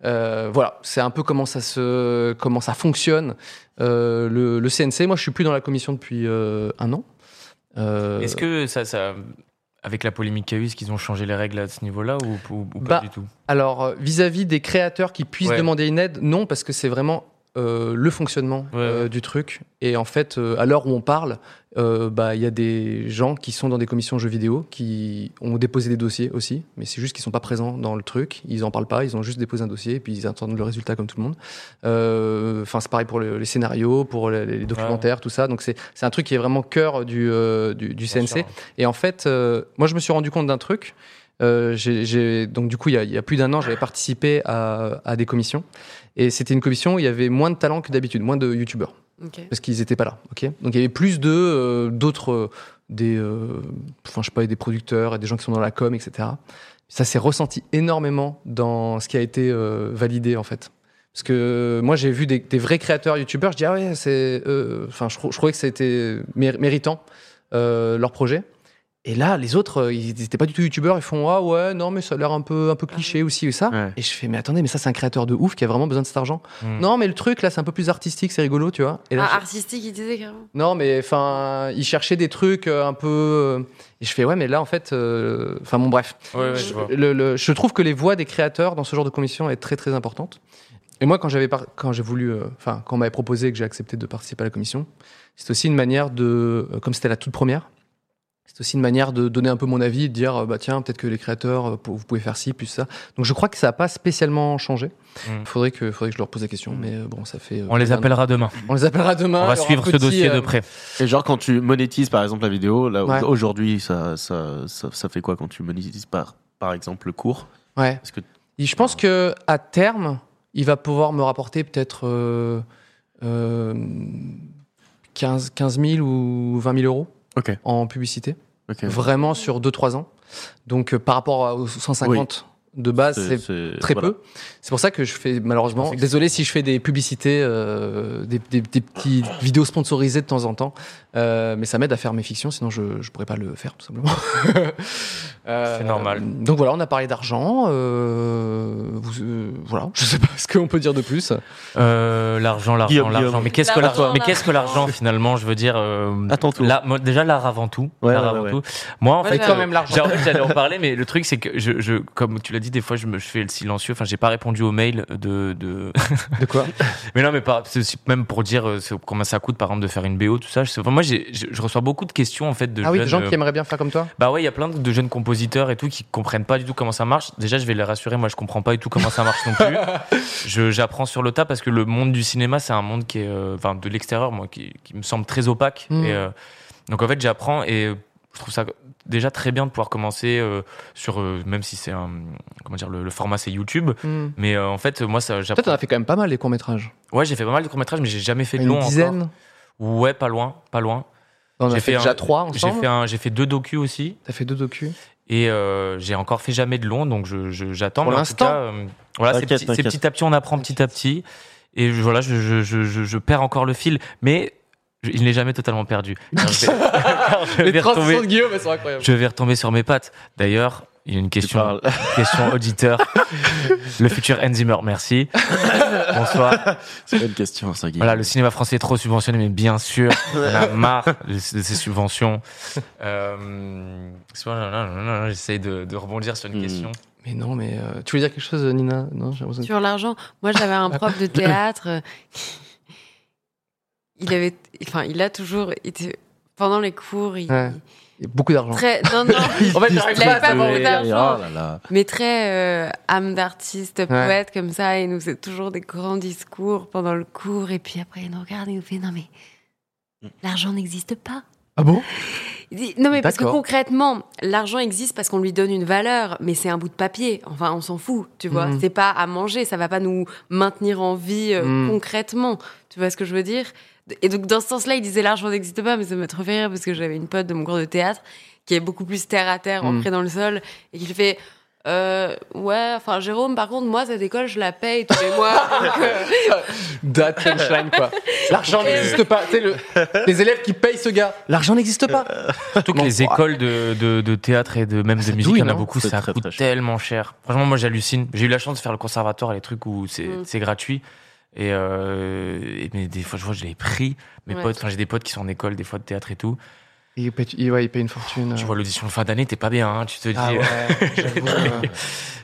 Euh, voilà, c'est un peu comment ça, se, comment ça fonctionne. Euh, le, le CNC, moi, je suis plus dans la commission depuis euh, un an. Euh,
Est-ce que ça, ça- avec la polémique qu'il y a eu, est-ce qu'ils ont changé les règles à ce niveau-là ou, ou- ou pas
Bah,
du tout
Alors, euh, vis-à-vis des créateurs qui puissent
Ouais.
demander une aide, non, parce que c'est vraiment euh, le fonctionnement
Ouais,
euh,
ouais.
du truc. Et en fait, euh, à l'heure où on parle, euh, bah, il y a des gens qui sont dans des commissions jeux vidéo qui ont déposé des dossiers aussi, mais c'est juste qu'ils sont pas présents dans le truc. Ils en parlent pas, ils ont juste déposé un dossier et puis ils attendent le résultat comme tout le monde. Euh, Enfin, c'est pareil pour le- les scénarios, pour les, les documentaires, tout ça. Donc, c'est c'est un truc qui est vraiment cœur du, euh, du, du
Bien
CNC.
sûr.
Et en fait, euh, moi, je me suis rendu compte d'un truc. Euh, j'ai- j'ai- donc, du coup, il y a, il y a plus d'un an, j'avais participé à, à des commissions. Et c'était une commission où il y avait moins de talents que d'habitude, moins de youtubeurs,
Ok.
parce qu'ils n'étaient pas là. ok donc, il y avait plus de euh, d'autres, euh, des, euh, enfin, je sais pas, des producteurs et des gens qui sont dans la com, etc. Ça s'est ressenti énormément dans ce qui a été euh, validé, en fait. Parce que euh, moi, j'ai vu des, des vrais créateurs youtubeurs, je dis, ah ouais, c'est. euh, Enfin, je, trou- je trouvais que c'était mé- méritant euh, leur projet. Et là, les autres, euh, ils n'étaient pas du tout youtubeurs, ils font Ah ouais, non, mais ça a l'air un peu, un
Ah
peu cliché aussi ou ça.
Ouais.
Et je fais Mais attendez, mais ça, c'est un créateur de ouf qui a vraiment besoin de cet argent.
Hmm.
Non, mais le truc, là, c'est un peu plus artistique, c'est rigolo, tu vois. Et là,
Ah,
je-
artistique, il disait carrément.
non, mais enfin, ils cherchaient des trucs euh, un peu. euh, Et je fais Ouais, mais là, en fait. euh, Enfin, bon, bref.
Ouais, ouais, je vois.
Le- le- je trouve que les voix des créateurs dans ce genre de commission est très très importante. Et moi, quand j'avais par- quand j'ai voulu, euh, enfin, quand on m'avait proposé et que j'ai accepté de participer à la commission, c'est aussi une manière de, euh, comme c'était la toute première, c'est aussi une manière de donner un peu mon avis, et de dire, euh, bah tiens, peut-être que les créateurs, euh, pour- vous pouvez faire ci, plus ça. Donc je crois que ça n'a pas spécialement changé.
Mm.
Faudrait que, faudrait que je leur pose la question, mais euh, bon, ça fait. euh,
On les
un an.
appellera demain.
On les appellera demain.
On
il y
va
aura un
suivre ce
petit,
dossier de
euh,
près.
Et genre quand tu monétises par exemple la vidéo, là
Ouais.
aujourd'hui ça, ça, ça, ça fait quoi quand tu monétises par, par exemple le cours
Ouais.
Parce que
Et je pense que à terme, il va pouvoir me rapporter peut-être euh, euh, 15, 15 000 ou 20 000 euros
Ok.
en publicité,
ok.
vraiment sur 2-3 ans. Donc euh, par rapport à- aux 150 de base,
C'est-
c'est
Euh,
c'est-
très
voilà.
peu. C'est pour ça que je fais
Je
malheureusement,
pensais que
désolé si je fais des publicités, euh, des, des, des petites vidéos sponsorisées de temps en temps, euh, mais ça m'aide à faire mes fictions, sinon je ne pourrais pas le faire tout simplement. Euh,
C'est normal.
Donc voilà, on a parlé d'argent. euh, vous, euh,
voilà.
Je sais pas ce qu'on peut dire de plus.
Euh, l'argent, l'argent,
Guillaume,
l'argent.
Guillaume.
Mais qu'est-ce que
L'argent,
l'argent Mais qu'est-ce que
l'argent.
l'argent finalement Je veux dire, euh,
Attends tout.
la- moi, déjà l'art avant tout.
Ouais,
l'art
ouais,
avant
ouais,
tout. Moi, en
Moi,
fait,
j'avais-
euh,
Quand même l'argent.
j'ai- J'allais en parler, mais le truc c'est que je, je- comme tu l'as dit, des fois je me je fais le silencieux. Enfin, j'ai pas répondu au mail de, de...
De quoi
Mais non, mais pas, c'est aussi même pour dire euh, c'est- combien ça coûte, par exemple, de faire une BO, tout ça. Je, sais, enfin, moi, j'ai- je, je reçois beaucoup de questions, en fait, de
Ah oui, des
jeunes,
gens
euh,
qui aimeraient bien faire comme toi.
Bah ouais, il y a plein de jeunes compositeurs et tout qui comprennent pas du tout comment ça marche. Déjà, je vais les rassurer, moi, je comprends pas du tout comment ça marche non plus. Je- J'apprends sur le tas parce que le monde du cinéma, c'est un monde qui est, euh, enfin, de l'extérieur, moi, qui, qui me semble très opaque.
Mm.
Et, euh, donc, en fait, j'apprends et euh, je trouve ça déjà très bien de pouvoir commencer euh, sur, euh, même si c'est un, comment dire, le, le format c'est YouTube.
Hmm.
Mais euh, en fait, moi, ça,
Toi, t'en
j'apprends.
as fait quand même pas mal les courts-métrages.
Ouais, j'ai fait pas mal de courts-métrages, mais j'ai jamais fait de long
Une
encore.
dizaine
Ouais, pas loin, pas loin.
T'en as
J'ai
fait
fait
déjà
un-
trois
J'ai
ensemble
fait, un- j'ai fait deux docus aussi.
T'as fait deux docus
Et euh, j'ai encore fait jamais de long, donc je- je- j'attends.
Pour
mais en tout
l'instant.
cas, euh, voilà, c'est
T'inquiète,
petit, c'est
t'inquiète.
petit à petit, on apprend petit à petit. Et je- voilà, je, je- je- je- je perds encore le fil, mais je- il n'est jamais totalement perdu. Car je vais, car je vais
Les 30
retomber,
secondes de Guillaume, elles sont incroyables.
je vais retomber sur mes pattes. D'ailleurs, il y a une question,
parles.
question auditeur. le futur Enzimer, merci. Bonsoir.
C'est une question, ça, Guy.
Voilà, le cinéma français est trop subventionné, mais bien sûr, on a marre de de ces subventions. Euh, c'est pas- non, non, non, non, J'essaye de, de rebondir sur une
Hmm.
question.
Mais non, mais euh, tu voulais dire quelque chose, Nina Non, j'ai l'impression que-
Sur l'argent, moi j'avais un prof de théâtre. euh, Il avait, enfin, il a toujours été pendant les cours. Il,
Ouais. Il y a beaucoup d'argent.
Très, non, non,
En fait,
il avait pas beaucoup d'argent.
Oh là là.
mais très euh, âme d'artiste, poète comme ça, et il nous faisait toujours des grands discours pendant le cours, et puis après il nous regarde et il nous fait non mais l'argent n'existe pas.
Ah bon
Il dit, non mais parce que
D'accord.
concrètement, l'argent existe parce qu'on lui donne une valeur, mais c'est un bout de papier. Enfin, on s'en fout, tu vois.
Mhm.
C'est pas à manger, ça va pas nous maintenir en vie euh,
Mhm.
concrètement. Tu vois ce que je veux dire Et donc dans ce sens-là, il disait l'argent n'existe pas, mais ça m'a trop fait rire parce que j'avais une pote de mon cours de théâtre qui est beaucoup plus terre à terre,
Mhm.
ancrée dans le sol, et qui fait euh, ouais, enfin Jérôme, par contre, moi cette école, je la paye tous les mois. donc, euh,
Date punchline, quoi. L'argent
Et-
n'existe pas. Tu sais, le... les élèves qui payent ce gars. L'argent n'existe pas.
Surtout que
Bon,
les
bah.
écoles de, de- de théâtre et de même de musique,
douille,
il y en a
non
beaucoup,
C'est
ça
très,
coûte
très cher.
tellement cher. Franchement, moi j'hallucine. J'ai eu la chance de faire le conservatoire, les trucs où c'est
Mm.
c'est gratuit. Et, euh, et- mais des fois, je vois, je l'ai pris. Mes
Ouais.
potes, enfin, j'ai des potes qui sont en école, des fois de théâtre et tout.
Ah, Il paye, il- ouais, il paye une
Ah.
fortune.
Tu
euh.
vois l'audition de fin d'année, t'es pas bien, hein, tu te dis.
Ah ouais, j'avoue, euh.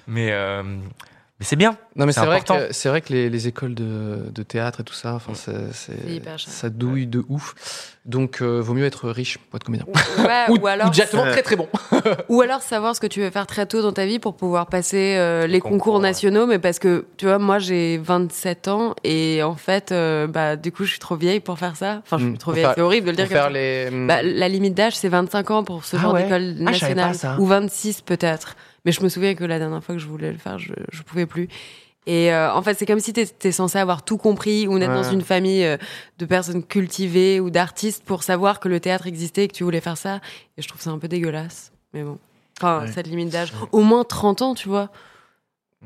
mais euh, mais c'est bien.
Non mais
C'est
c'est vrai
important.
que c'est vrai que les, les écoles de, de théâtre et tout ça, enfin c'est- c'est-
hyper cher.
ça douille de ouf. Donc euh, vaut mieux être riche pour être comédien.
ouais, ou, alors
directement
c'est-
très très bon.
Ou alors savoir ce que tu veux faire très tôt dans ta vie pour pouvoir passer euh, les concours,
concours, ouais.
nationaux, mais parce que tu vois, moi j'ai 27 ans et en fait, euh, bah du coup, je suis trop vieille pour faire ça. Enfin, je
Mm.
suis trop
Faut
vieille,
faire-
c'est horrible de le
Pour
dire. Comme
faire
ça.
les
Bah, la limite d'âge, c'est 25 ans pour ce
Mm. Ah
genre
ouais
d'école
Ah, je savais
nationale,
pas ça.
ou 26 peut-être. Mais je me souviens que la dernière fois que je voulais le faire, je, je pouvais plus. Et euh, en fait, c'est comme si t'étais censé avoir tout compris ou naître
Ouais.
dans une famille euh, de personnes cultivées ou d'artistes pour savoir que le théâtre existait et que tu voulais faire ça. Et je trouve ça un peu dégueulasse. Mais bon. Enfin,
Ouais.
cette limite d'âge. Au moins 30 ans, tu vois.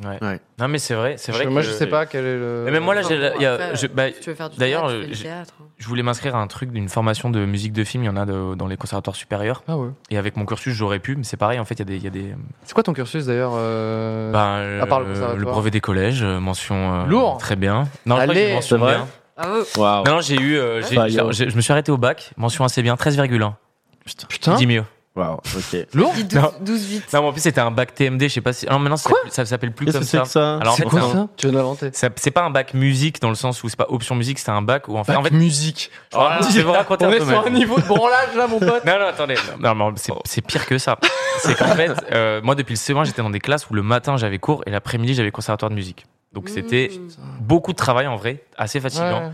Ouais.
Ouais.
Non, mais c'est vrai. C'est vrai
Je- moi
que-
je sais pas quel est le.
Mais même moi, là, j'ai-
Enfin, bon,
il y a-
après,
je- bah,
si tu veux faire du
d'ailleurs,
théâtre, tu fais du
j'ai-
théâtre.
Je voulais m'inscrire à un truc d'une formation de musique de film. Il y en a de- dans les conservatoires supérieurs.
Ah ouais.
Et avec mon cursus, j'aurais pu. Mais c'est pareil, en fait, il y a des. il Y a des
C'est quoi ton cursus d'ailleurs euh,
ben, euh,
à part le
le
conservatoire.
brevet des collèges, euh, mention. euh,
Lourd.
Très bien. Non, je crois que j'ai
Allez,
mention
c'est vrai
bien.
Bravo.
Waouh.
Non, non, j'ai eu. euh, j'ai-
Bah,
j'ai-
yo.
j'ai- je me suis arrêté au bac. Mention assez bien, 13,1.
Putain.
Putain.
Dis mieux.
Waouh, ok.
Lourd.
Dis
Non.
12 vite.
Non, mais en plus, c'était un bac TMD. Je sais pas si. Non, maintenant, ça s'appelle- ça s'appelle plus
Qu'est-ce
comme
que c'est
ça.
que ça
Alors, en
C'est
fait,
quoi
c'est un-
ça Tu viens de l'inventer.
ça- C'est pas un bac musique dans le sens où c'est pas option musique, c'est un bac où en fait. En fait
musique.
Oh, je vais vous raconter
On
un
est
peu,
sur un
mais-
niveau de branlage là mon pote.
Non, non, attendez. Non, non, c'est- c'est pire que ça. C'est qu'en fait, euh, moi, depuis le CE1, j'étais dans des classes où le matin, j'avais cours et l'après-midi, j'avais conservatoire de musique. Donc,
Ah,
c'était
oh.
beaucoup de travail en vrai, assez fatigant.
Hmm. Ouais.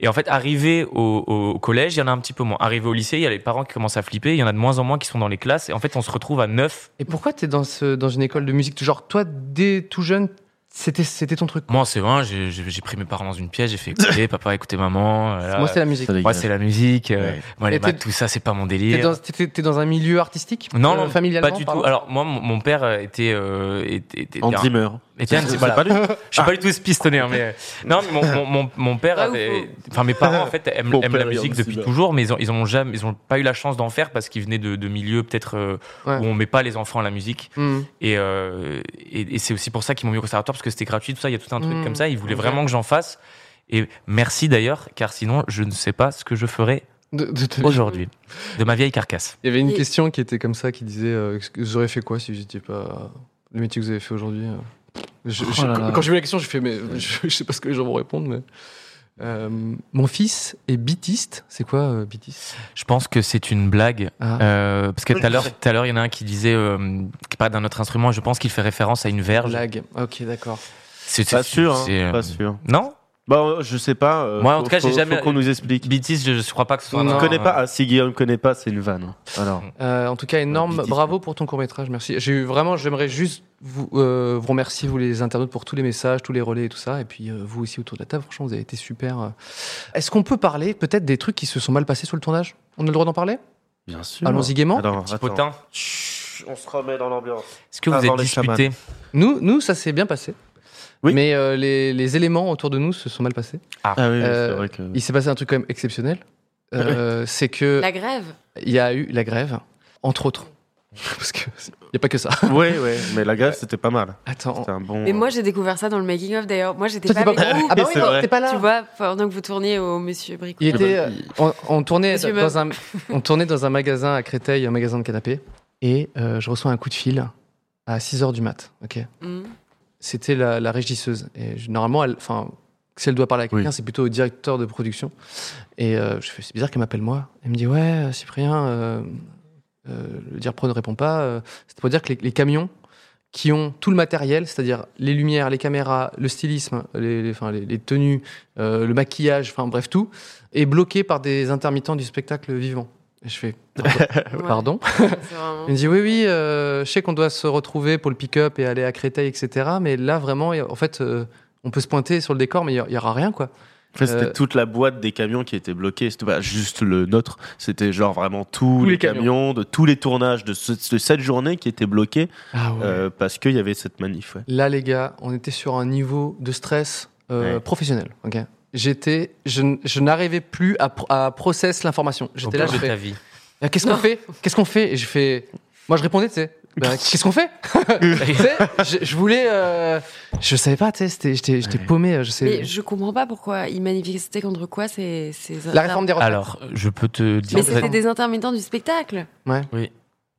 Et en fait, arrivé au, au collège, il y en a un petit peu moins. Arrivé au lycée, il y a les parents qui commencent à flipper. Il y en a de moins en moins qui sont dans les classes. Et en fait, on se retrouve à neuf.
Et pourquoi t'es dans ce dans une école de musique Genre toi dès tout jeune c'était c'était ton truc.
Moi, c'est vrai, j'ai j'ai pris mes parents dans une pièce, j'ai fait écouter papa, écoutez maman. euh, là.
Moi c'est la musique.
Moi, c'est la musique. euh,
Ouais.
Moi, les
Et t'es-
maths, tout ça, c'est pas mon
T'es
délire.
dans, t'es- t'es dans un milieu artistique
Non,
euh,
non,
familialement
pas du
pardon
tout. Alors, moi, mon mon père euh, était. euh, était, était-
En
était un-
Zimmer.
était un-
C'est- c'est
voilà.
pas lui
Je suis pas du tout pistonné, mais euh, non, mais mon, mon, mon, mon père
Ah,
avait,
ouf.
enfin mes parents en fait aiment,
Mon
aiment
père,
la
il est
musique
en
depuis
cyber.
toujours, mais ils ont, ils ont jamais, ils ont pas eu la chance d'en faire parce qu'ils venaient de, de milieux peut-être euh,
Ouais.
où on met pas les enfants à la musique
Hmm.
et euh, et, et c'est aussi pour ça qu'ils m'ont mis au conservatoire parce que que c'était gratuit, tout ça. Il y a tout un
Mm,
truc comme ça. Ils voulaient
ok.
vraiment que j'en fasse. Et merci d'ailleurs, car sinon, je ne sais pas ce que je ferais
De- de- de-
aujourd'hui de ma vieille carcasse.
Il y avait une
Et-
question qui était comme ça, qui disait euh, ce que Vous auriez fait quoi si vous n'étiez pas. Le métier que vous avez fait aujourd'hui euh, je-
Oh
je-
là
quand-
là.
Quand j'ai vu la question, j'ai fait Mais je, je sais pas ce que les gens vont répondre, mais. euh, mon fils est bitiste. C'est quoi euh, bitiste
Je pense que c'est une blague.
Ah.
euh, parce que tout à l'heure, tout à l'heure, il y en a un qui disait, euh, qui parle d'un autre instrument, et je pense qu'il fait référence à une verge.
Blague. Ok, d'accord.
C'est
Pas
c'est-
sûr, hein,
c'est, euh,
pas sûr.
Non
Bah, euh, je sais pas. euh,
Moi, en
faut-
tout cas, j'ai
faut-
jamais-
Faut qu'on nous explique.
Beatles, je, je crois pas que ce soit.
Non.
Tu
un-
connais pas Ah, si Guillaume connaît pas, c'est une vanne. Alors,
Euh, en tout cas, énorme.
Bitiste.
Bravo pour ton court métrage. Merci. J'ai eu vraiment. J'aimerais juste vous, euh, vous remercier, vous les internautes, pour tous les messages, tous les relais et tout ça. Et puis euh, vous aussi autour de la table. Franchement, vous avez été super. euh. Est-ce qu'on peut parler peut-être des trucs qui se sont mal passés sur le tournage On a le droit d'en parler
bien sûr.
Allons-y gaiement.
Alors,
euh, Petit
attends.
potin.
Chut, on se remet dans l'ambiance.
Est-ce que vous
Avant
êtes
les
disputé
Nous, nous, ça s'est bien passé.
Oui.
Mais euh, les, les éléments autour de nous se sont mal passés.
Ah oui,
Euh,
c'est vrai que.
Il s'est passé un truc quand même exceptionnel. Euh, c'est que
Mm. La grève
il y a eu la grève, entre autres. Parce que il n'y a pas que ça.
Ouais, ouais, mais la grève, c'était pas mal.
Attends.
C'était un bon.
Mais moi, j'ai découvert ça dans le making-of d'ailleurs. Moi, j'étais
Toi, t'es
pas,
pas-
avec vous.
Ah bah oui,
C'est
non,
vrai.
t'es pas là.
Tu vois, pendant que vous tourniez au Monsieur Bricot.
Il était, euh, on, on tournait
Monsieur
dans un, on tournait dans un magasin à Créteil, un magasin de canapé, et euh, je reçois un coup de fil à 6 h du mat. Ok,
Mm.
c'était la, la régisseuse. Et je- normalement, elle, enfin, si elle doit parler à quelqu'un,
Oui.
c'est plutôt au directeur de production. Et euh, je fais, c'est bizarre qu'elle m'appelle moi. Elle me dit, ouais, euh, Cyprien, euh, euh, le dire pro ne répond pas. euh, c'est pour dire que les, les camions qui ont tout le matériel, c'est-à-dire les lumières, les caméras, le stylisme, les, les- enfin, les- les tenues, euh, le maquillage, enfin bref tout, est bloqué par des intermittents du spectacle vivant. Et je fais
Ouais,
pardon.
c'est vraiment-
Il me dit oui, oui, euh, je sais qu'on doit se retrouver pour le pick-up et aller à Créteil, etc. Mais là, vraiment, en fait, euh, on peut se pointer sur le décor, mais il n'y aura rien, quoi.
En fait, c'était
Euh,
toute la boîte des camions qui était bloquée. C'était pas juste le nôtre. C'était genre vraiment tous, les,
les
camions.
camions.
de tous les tournages de, ce- de cette journée qui étaient bloqués
Ah
euh, parce qu'il y avait cette manif. ouais.
Là, les gars, on était sur un niveau de stress euh,
Ouais.
professionnel. ok J'étais, je, n- je n'arrivais plus à, pro- à process l'information.
Au
J'étais là,
bord
je
de ta
fais,
vie.
Ah, qu'est-ce qu'on fait Qu'est-ce qu'on fait Et je fais, moi, je répondais, tu sais, bah, qu'est-ce qu'on fait Tu sais, je, je voulais, euh, je savais pas, tu sais, c'était- j'étais, j'étais
Ouais.
paumé. euh, Je sais.
Mais je comprends pas pourquoi ils manifestaient contre quoi ces. ces
La réforme des retraites.
Alors, je peux te dire.
Mais
vous êtes-
c'était des intermittents du spectacle.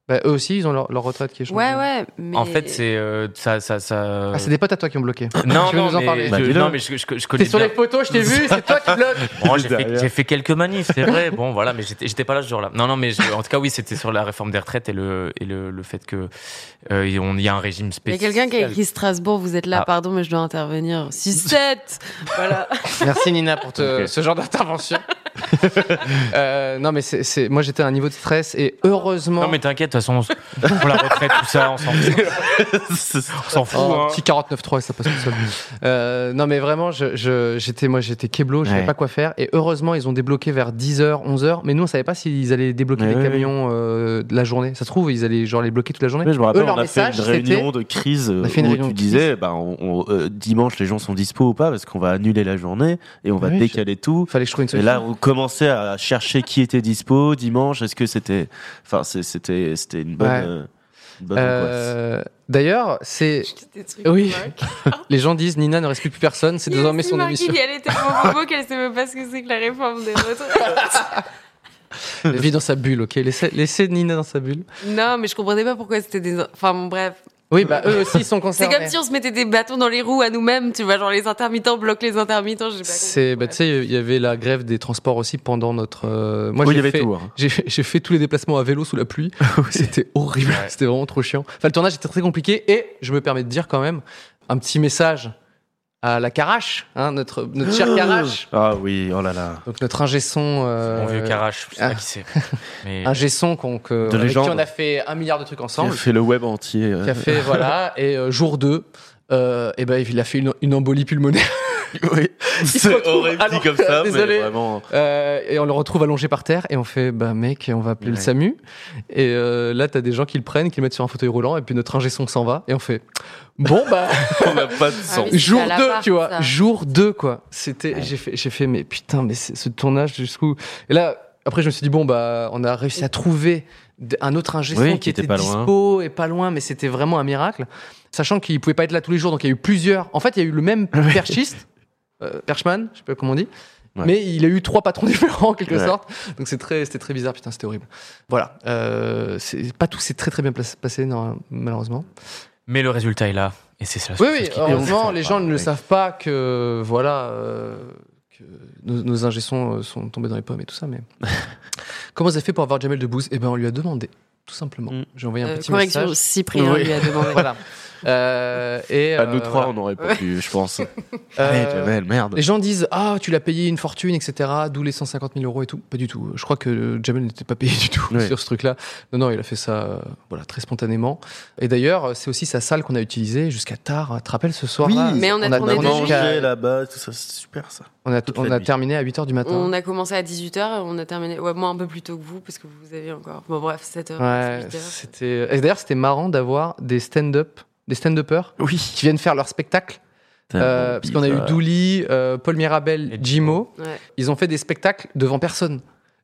Bah, eux aussi, ils ont leur, leur retraite qui est changée.
Ouais, ouais. Mais...
En fait, c'est euh, ça, ça, ça.
Ah, c'est des potes à toi qui ont bloqué.
Non,
tu veux
non,
nous en
mais-
parler.
je-
Bah, dis-le.
non, mais je, je- je connais
T'es sur
bien-
les photos, je t'ai vu, c'est toi qui bloques.
Bon, j'ai,
Derrière.
fait, j'ai fait quelques manifs, c'est vrai. Bon, voilà, mais j'étais, j'étais pas là ce jour-là. Non, non, mais je- en tout cas, oui, c'était sur la réforme des retraites et le, et le, le fait que euh, il on- il y a un régime
Il y a
spécial.
quelqu'un qui a écrit Strasbourg, vous êtes là,
Ah.
pardon, mais je dois intervenir. 6-7 Voilà.
Euh, Merci Nina pour te-
Ok.
ce genre d'intervention. Euh, non, mais c'est, c'est- moi j'étais à un niveau de stress et heureusement.
Non, mais t'inquiète, de toute façon, on s- pour la retraite, tout ça, on s'en, on s'en fout.
Oh,
hein.
petit 49.3 et ça passe tout seul. Euh, non, mais vraiment, je, je- j'étais, moi j'étais keblo, je savais
Ouais.
pas quoi faire. Et heureusement, ils ont débloqué vers 10h, 11h. Mais nous, on savait pas s'ils allaient débloquer
Ouais,
les
ouais,
camions euh, de la journée. Ça se trouve, ils allaient genre les bloquer toute la journée.
Ouais, je me rappelle,
Eux, leur
on a fait
message,
une
c'était-
réunion de crise euh,
a fait une
où
réunion
tu
de
disais bah, on- on- euh, dimanche, les gens sont dispo ou pas parce qu'on va annuler la journée et on va
Ah oui,
décaler tout.
Fallait que je trouve une
Et
solution.
là, on commençait à chercher qui était dispo dimanche. Est-ce que c'était. Enfin, c'est- c'était c'était une bonne.
Ouais.
euh, une bonne angoisse.
Euh, d'ailleurs, c'est
Je quitte des trucs
Oui.
de Marc.
les gens disent Nina ne respecte plus personne, c'est
Yes,
désormais son
Marc,
émission.
Il y allait tellement bobo qu'elle sait même pas ce que c'est que la réforme des retraites.
Elle vit dans sa bulle, ok laissez, laissez Nina dans sa bulle.
non, mais je comprenais pas pourquoi c'était des. Enfin, bon, bref.
Oui, bah eux aussi ils sont
C'est
concernés.
comme si on se mettait des bâtons dans les roues à nous-mêmes, tu vois, genre les intermittents bloquent les intermittents, j'ai pas
C'est, bah, tu sais, il y avait la grève des transports aussi pendant notre. euh, Moi,
Oui, il y
j'ai
avait
fait-
tout. hein.
J'ai fait, j'ai fait tous les déplacements à vélo sous la pluie. C'était horrible.
Ouais.
C'était vraiment trop chiant. Enfin, le tournage était très compliqué. Et je me permets de dire quand même un petit message à la Carache, hein, notre, notre cher Carache.
Ah oui, oh là là.
Donc, notre ingé son. euh,
Mon vieux Carache, je sais pas
ah.
qui c'est. Mais
Ingé son qu'on- que-
De
avec qui
légende.
on a fait un milliard de trucs
On
ensemble.
fait le web entier. euh.
qui a fait voilà et euh, jour 2 euh, et ben il a fait une, une embolie pulmonaire
Oui.
se
C'est
retrouve
horrible dit
alors-
comme ça, mais
Désolé.
vraiment.
Euh, et on le retrouve allongé par terre et on fait bah mec on va appeler le
Ouais.
SAMU et euh, là t'as des gens qui le prennent qui le mettent sur un fauteuil roulant et puis notre ingé son s'en va et on fait bon bah
On n'a pas de
Ah
sang.
oui.
jour
à la
2
part,
tu vois
ça.
jour 2 quoi c'était j'ai fait j'ai fait mais putain mais c'est- ce tournage jusqu'où et là après je me suis dit bon bah on a réussi à trouver d- un autre ingé son
Oui,
qui
qui
était,
était pas loin.
dispo et pas loin, mais c'était vraiment un miracle. Sachant qu'il pouvait pas être là tous les jours, donc il y a eu plusieurs. En fait, il y a eu le même perchiste, euh, perchman, je sais pas comment on dit.
Ouais.
Mais il a eu trois patrons différents en quelque
Ouais.
sorte, donc c'est très, c'était très bizarre, putain, c'était horrible. Voilà, Euh, c'est pas tout s'est très très bien pla- passé non, malheureusement.
Mais le résultat est là. Et c'est ça.
Oui, oui,
compte.
heureusement,
Enfin,
les gens ne le
ouais.
savent pas que, voilà, euh, que nos, nos ingé sons, euh, sont tombés dans les pommes et tout ça, mais... Comment vous avez fait pour avoir Jamel Debbouze Eh bien, on lui a demandé, tout simplement.
Mm.
J'ai envoyé un
Euh,
petit
correction,
message.
Cyprien
Oui.
lui a demandé.
voilà. Euh, et,
À nous
euh,
trois, on
voilà.
n'aurait pas pu, je pense.
Euh,
Allez, Jamel, merde.
les gens disent Ah, tu l'as payé une fortune, etc. D'où les 150 000 euros et tout. Pas du tout. Je crois que Jamel n'était pas payé du tout
Ouais.
sur ce truc-là. Non, non, il a fait ça euh, voilà, très spontanément. Et d'ailleurs, c'est aussi sa salle qu'on a utilisée jusqu'à tard. Tu te rappelles ce soir-là
Mais on a tourné
demandé
de jour.
qu'à-
Manger là-bas, tout ça, c'est super ça.
On a,
Toute la
on a
nuit.
terminé à 8h du matin.
On a commencé à 18h, on a terminé. Ouais, moi un peu plus tôt que vous, parce que vous avez encore. Bon, bref, 7h.
Ouais, c'était. et D'ailleurs, c'était marrant d'avoir des stand-up, des stand-uppers
Oui.
qui viennent faire leur spectacle.
Ah,
Euh, parce qu'on a eu Douli, euh, Paul Mirabel,
Et
Jimo.
Ouais.
Ils ont fait des spectacles devant personne.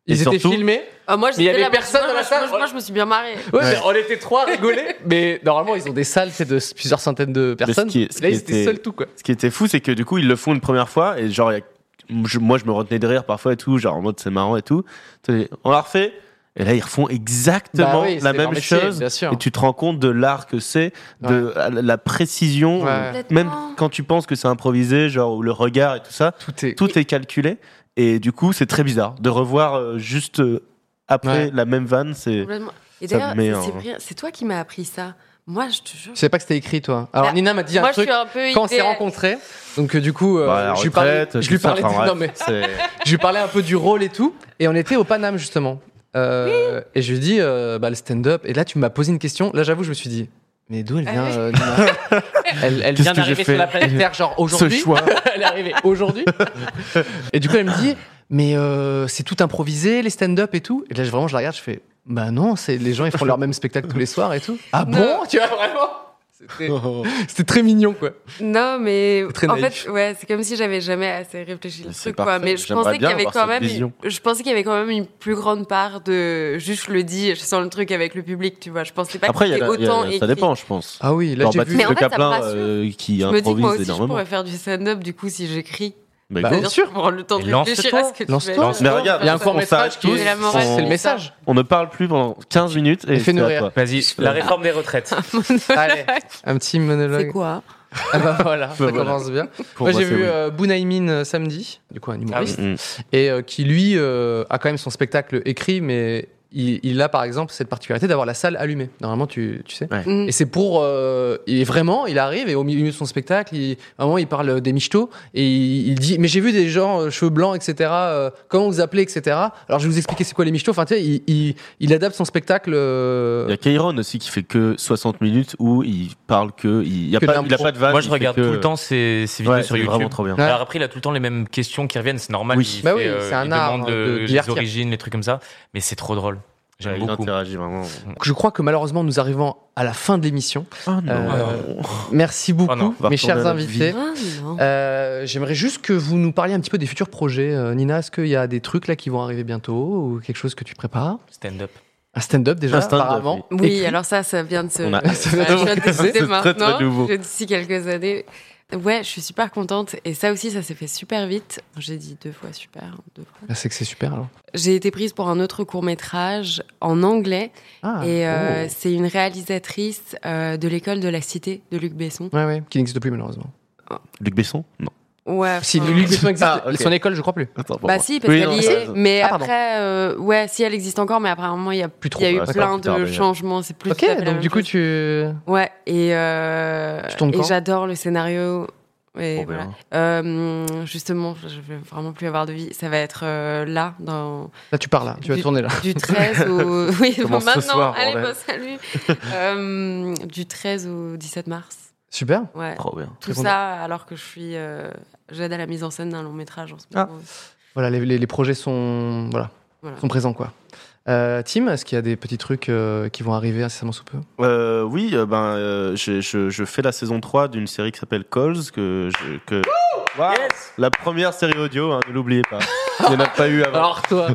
Ils
Et
étaient
surtout-
filmés.
Ah, moi,
Mais il y
j'étais
avait
là,
personne
moi,
dans la
je-
salle.
moi, je- Moi, je me suis bien marrée.
Ouais, mais on était trois à rigoler. mais normalement, ils ont des salles, c'est de plusieurs centaines de personnes.
qui est- ce
Là,
qui
ils étaient,
était-
seuls tout, quoi.
Ce qui était fou, c'est que du coup, ils le font une première fois et genre, il y a- je- moi, je me retenais de rire parfois et tout, genre en mode c'est marrant et tout. Tu sais, On l'a refait. Et là, ils refont exactement
Bah oui,
la
c'est leur
même
métier,
chose.
bien sûr.
Et tu te rends compte de l'art que c'est, de la- la précision.
Ouais.
Même
Complètement.
quand tu penses que c'est improvisé, genre ou le regard et tout ça,
Tout est.
tout est calculé. Et du coup, c'est très bizarre de revoir euh, juste euh, après
Ouais.
la même vanne. C'est
Complètement. Et
Ça
d'ailleurs,
me met un-
c'est Cyprien, c'est toi qui m'as appris ça. Moi, je te jure.
Je savais pas que c'était écrit, toi. Alors,
Bah,
Nina m'a dit
Moi,
un truc.
je suis un peu.
Quand on s'est
idéal-
rencontrés, donc euh, du coup, euh,
Bah, la
je lui parlais,
retraite,
je
tout
lui parlais,
ça, enfin,
du- non, mais
bref, c'est-
je lui parlais un peu du rôle et tout, et on était au Paname justement. Euh, Et je lui dis euh, bah, le stand-up. Et là, tu m'as posé une question. Là, j'avoue, je me suis dit, mais d'où elle vient
Ah oui.
euh, Nina Elle, elle
Qu'est-ce
vient
que j'ai
d'arriver sur
fait
la planète Terre, genre aujourd'hui.
ce choix.
elle est arrivée aujourd'hui. et du coup, elle me dit, mais euh, c'est tout improvisé, les stand-up et tout. Et là, je- vraiment, je la regarde, je fais, bah non, c'est les gens, ils font leur même spectacle tous les soirs et tout. Ah
Non.
bon Tu vois, vraiment C'était-
Oh,
C'était très mignon, quoi.
Non, mais
C'est très
en
naïf.
fait, ouais, c'est comme si j'avais jamais assez réfléchi le
Mais c'est
truc, quoi.
parfait,
Mais je
j'aimerais
pensais qu'il y
bien
avait
avoir
quand
cette
même,
vision.
je pensais qu'il y avait quand même une plus grande part de juste je le dis, je sens le truc avec le public, tu vois. Je pensais pas
Après,
que
il y a
c'était
la- il y a-
autant
ça
écrit.
dépend, je pense.
Ah oui, là,
Genre bah,
j'ai vu.
Baptiste
Mais en
Le
fait, ça me
Caplin,
rassure.
euh, qui
Je me dis que
improvise
moi aussi, je
énormément.
pourrais faire du stand-up du coup si j'écris.
Bah,
Bah,
écoute,
Bien
Ah, Bien sûr, pour prendre le temps de
Mais lance-toi.
réfléchir à ce que tu
Lance-toi.
vas dire.
Lance-
Mais regarde,
Il y a un
on
court-métrage
s'arrête
qui
tous,
est- La morale,
on-
C'est le message.
On ne parle plus pendant
Bah
15 minutes et
Et fais-nous
c'est à
rire.
toi.
Vas-y, la réforme des retraites.
Allez, un petit monologue.
C'est quoi
Ah bah voilà, ça
voilà.
commence bien.
Pour
moi,
moi,
j'ai
c'est
vu
oui.
euh, Bounaïmin euh, samedi, du coup un humoriste,
Mm, mm.
et euh, qui lui euh, a quand même son spectacle écrit, mais il, il a par exemple cette particularité d'avoir la salle allumée. Normalement, tu, tu sais.
Mm.
Et c'est pour. euh, et vraiment, il arrive et au milieu de son spectacle, il, à un moment, il parle des michetots et il, il dit Mais j'ai vu des gens, euh, cheveux blancs, etc. euh, comment vous appelez, etc. Alors, je vais vous expliquer c'est quoi les michetots. Enfin, tu sais, il, il, il adapte son spectacle. euh,
Il y a Kairon aussi qui fait que 60 minutes où il parle que. Il n'y a,
Que de
pas- il a
l'impro.
pas de vanne.
Moi, je
Ah, il fait
regarde
que-
tout le temps ces, ces vidéos
Ouais,
sur
c'est
YouTube.
vraiment trop bien.
Ouais.
Alors après, il a tout le temps les mêmes questions qui reviennent, c'est normal.
Oui.
il
Bah oui,
fait, euh,
c'est un
il
art,
demande
hein,
le-
de
les
divertir.
origines, les trucs comme ça. Mais c'est trop drôle. J'aime
Il
beaucoup.
interagit vraiment.
Je crois que malheureusement, nous arrivons à la fin de l'émission.
Oh non.
Euh, Merci beaucoup,
Oh non,
on va
mes
retourner
chers
à notre
invités.
Ah, non.
Euh, J'aimerais juste que vous nous parliez un petit peu des futurs projets. Euh, Nina, est-ce qu'il y a des trucs là qui vont arriver bientôt ou quelque chose que tu prépares
Stand-up.
Un stand-up déjà,
Un stand-up,
apparemment.
Oui,
Écrit.
alors ça, ça vient de se.
On a-
euh,
Ça vient de
je viens de
commencer.
décider
C'est très, très
maintenant.
nouveau.
Je- D'ici quelques années. Ouais, je suis super contente. Et ça aussi, ça s'est fait super vite. J'ai dit deux fois super. hein, Deux fois.
Ah, C'est que c'est super alors.
J'ai été prise pour un autre court métrage en anglais.
Ah,
et euh,
oh.
c'est une réalisatrice euh, de l'école de la cité de Luc Besson.
oh. Ouais, ouais, qui n'existe plus malheureusement.
Luc Besson Non.
Ouais.
Si
enfin,
Luc Besson existe,
Ah, ok.
son école, je crois plus.
Attends,
Bah si, parce
Oui,
qu'elle
non,
y
ça-
est. Mais
Ah, pardon.
après, euh, ouais, si elle existe encore, mais apparemment, il y a
Plus trop.
Il y a eu
Ouais, c'est
plein
plus tard,
de
mais-
changements, c'est plus.
Ok,
tout à fait la
donc
même
du coup,
chose.
tu.
Ouais, et, euh,
Tu tournes
et
quand
j'adore le scénario. Et
Trop
voilà.
bien.
Euh, justement, je vais vraiment plus avoir de vie. Ça va être euh, là, dans,
Là, tu parles là, tu vas
Du-
tourner là.
du 13 au. Oui, bon,
Commence ce
maintenant,
soir,
allez,
bordel.
bon, salut. Euh, du 13 au 17 mars.
Super.
Ouais.
Trop bien.
Tout
content.
ça alors que je suis. euh, J'aide à la mise en scène d'un long métrage en ce
Ah.
moment.
Voilà, les, les- les projets sont, voilà,
Voilà.
sont présents quoi. Euh, Tim, est-ce qu'il y a des petits trucs euh, qui vont arriver incessamment sous peu
Euh, oui, euh, ben, euh, je, je- je fais la saison 3 d'une série qui s'appelle Calls. Que je- que... Wow. La première série audio, hein, ne l'oubliez pas. Il n'y en a pas eu avant.
Alors toi,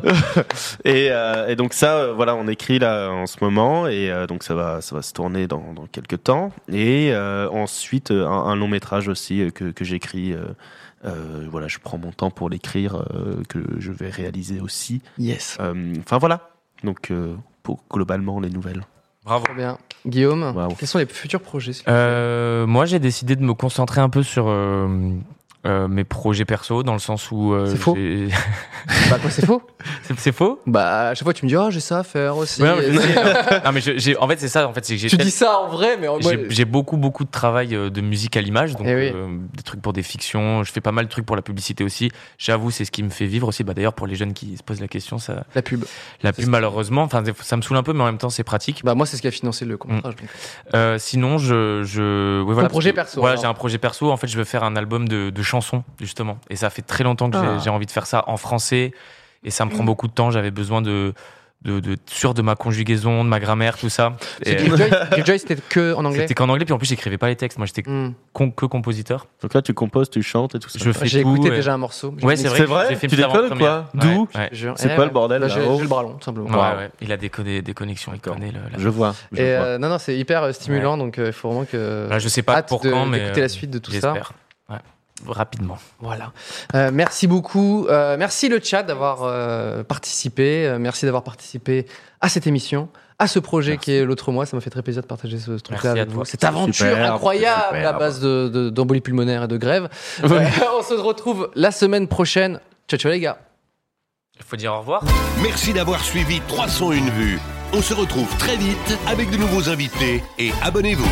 Et, euh, et donc ça, euh, voilà, on écrit là en ce moment, et euh, donc ça va, ça va se tourner dans, dans quelques temps. Et euh, ensuite, euh, un, un long métrage aussi euh, que, que j'écris. euh, euh, voilà, je prends mon temps pour l'écrire, euh, que je vais réaliser aussi.
yes.
Euh, Enfin voilà. Donc euh, pour globalement les nouvelles.
Bravo.
Trop bien. Guillaume,
Wow.
quels sont les futurs projets s'il te plaît
Euh, moi, j'ai décidé de me concentrer un peu sur euh, euh, mes projets perso, dans le sens où. euh,
C'est faux.
j'ai-
Bah quoi, c'est faux
C'est c'est faux
Bah à chaque fois tu me dis, ah j'ai ça à faire aussi.
Ouais, mais je sais. Non, mais je- j'ai- en fait, c'est ça. En fait, c'est que j'ai
Ah. tu
tel-
dis ça en vrai, mais en moi,
J'ai j'ai beaucoup, beaucoup de travail euh, de musique à l'image, donc
Eh oui.
euh, des trucs pour des fictions. Je fais pas mal de trucs pour la publicité aussi. J'avoue, c'est ce qui me fait vivre aussi. Bah, D'ailleurs, pour les jeunes qui se posent la question, ça,
la pub.
la
ce
pub,
qui-
malheureusement, enfin, des fois, ça me saoule un peu, mais en même temps, c'est pratique.
Bah moi c'est ce qui a financé le court-métrage. donc.
Euh, sinon, je. je oui, voilà,
projet
parce que-
perso,
Voilà,
alors.
j'ai un projet perso. En fait, je veux faire un album de, de chansons, justement. Et ça fait très longtemps que j'ai-
Ah. Mm.
j'ai envie de faire ça en français. Et ça me prend beaucoup de temps. J'avais besoin de. De, de être sûr de ma conjugaison, de ma grammaire, tout ça. Et, euh,
Killjoy, Killjoy, c'était que en anglais.
C'était qu'en anglais, puis en plus, j'écrivais pas les textes. Moi, j'étais
Hmm.
con- que compositeur.
Donc là, tu composes, tu chantes et tout ça.
Je fais
J'ai
tout,
écouté
euh,
déjà un morceau.
Ouais, c'est vrai.
C'est
que
vrai
j'ai fait une
Tu
petite
déconnes ou
avant-première.
quoi D'où
Ouais, ouais.
Je te jure.
C'est
Eh,
pas le
ouais.
bordel, oh
Là, j'ai
là-haut.
j'ai le bras long, tout simplement.
Ouais,
Wow.
ouais. Il a des, co- des, des connexions. Il
D'accord.
connaît le- la-
Je vois.
Et,
je vois.
euh, non, non, c'est hyper euh, stimulant, donc il faut vraiment que.
Voilà, Bah, je sais pas
Hâte
pour
de-
quand, mais.
d'écouter la
euh,
suite de tout ça.
j'espère. Ouais. Rapidement.
Voilà. Euh, merci beaucoup. Euh, merci le chat d'avoir euh, participé. Euh, merci d'avoir participé à cette émission, à ce projet
Merci.
qui est l'autre mois. Ça m'a fait très plaisir de partager ce, ce truc-là
Merci à
avec vous.
toi.
Cette aventure
Superbe,
incroyable
superbe.
à base de- de- d'embolie pulmonaire et de grève. Euh, on se retrouve la semaine prochaine. Ciao, ciao les gars.
Il faut dire au revoir.
Merci d'avoir suivi 301 vues. On se retrouve très vite avec de nouveaux invités et abonnez-vous.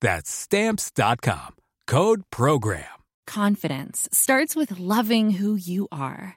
That's stamps.com. Code program.
Confidence starts with loving who you are.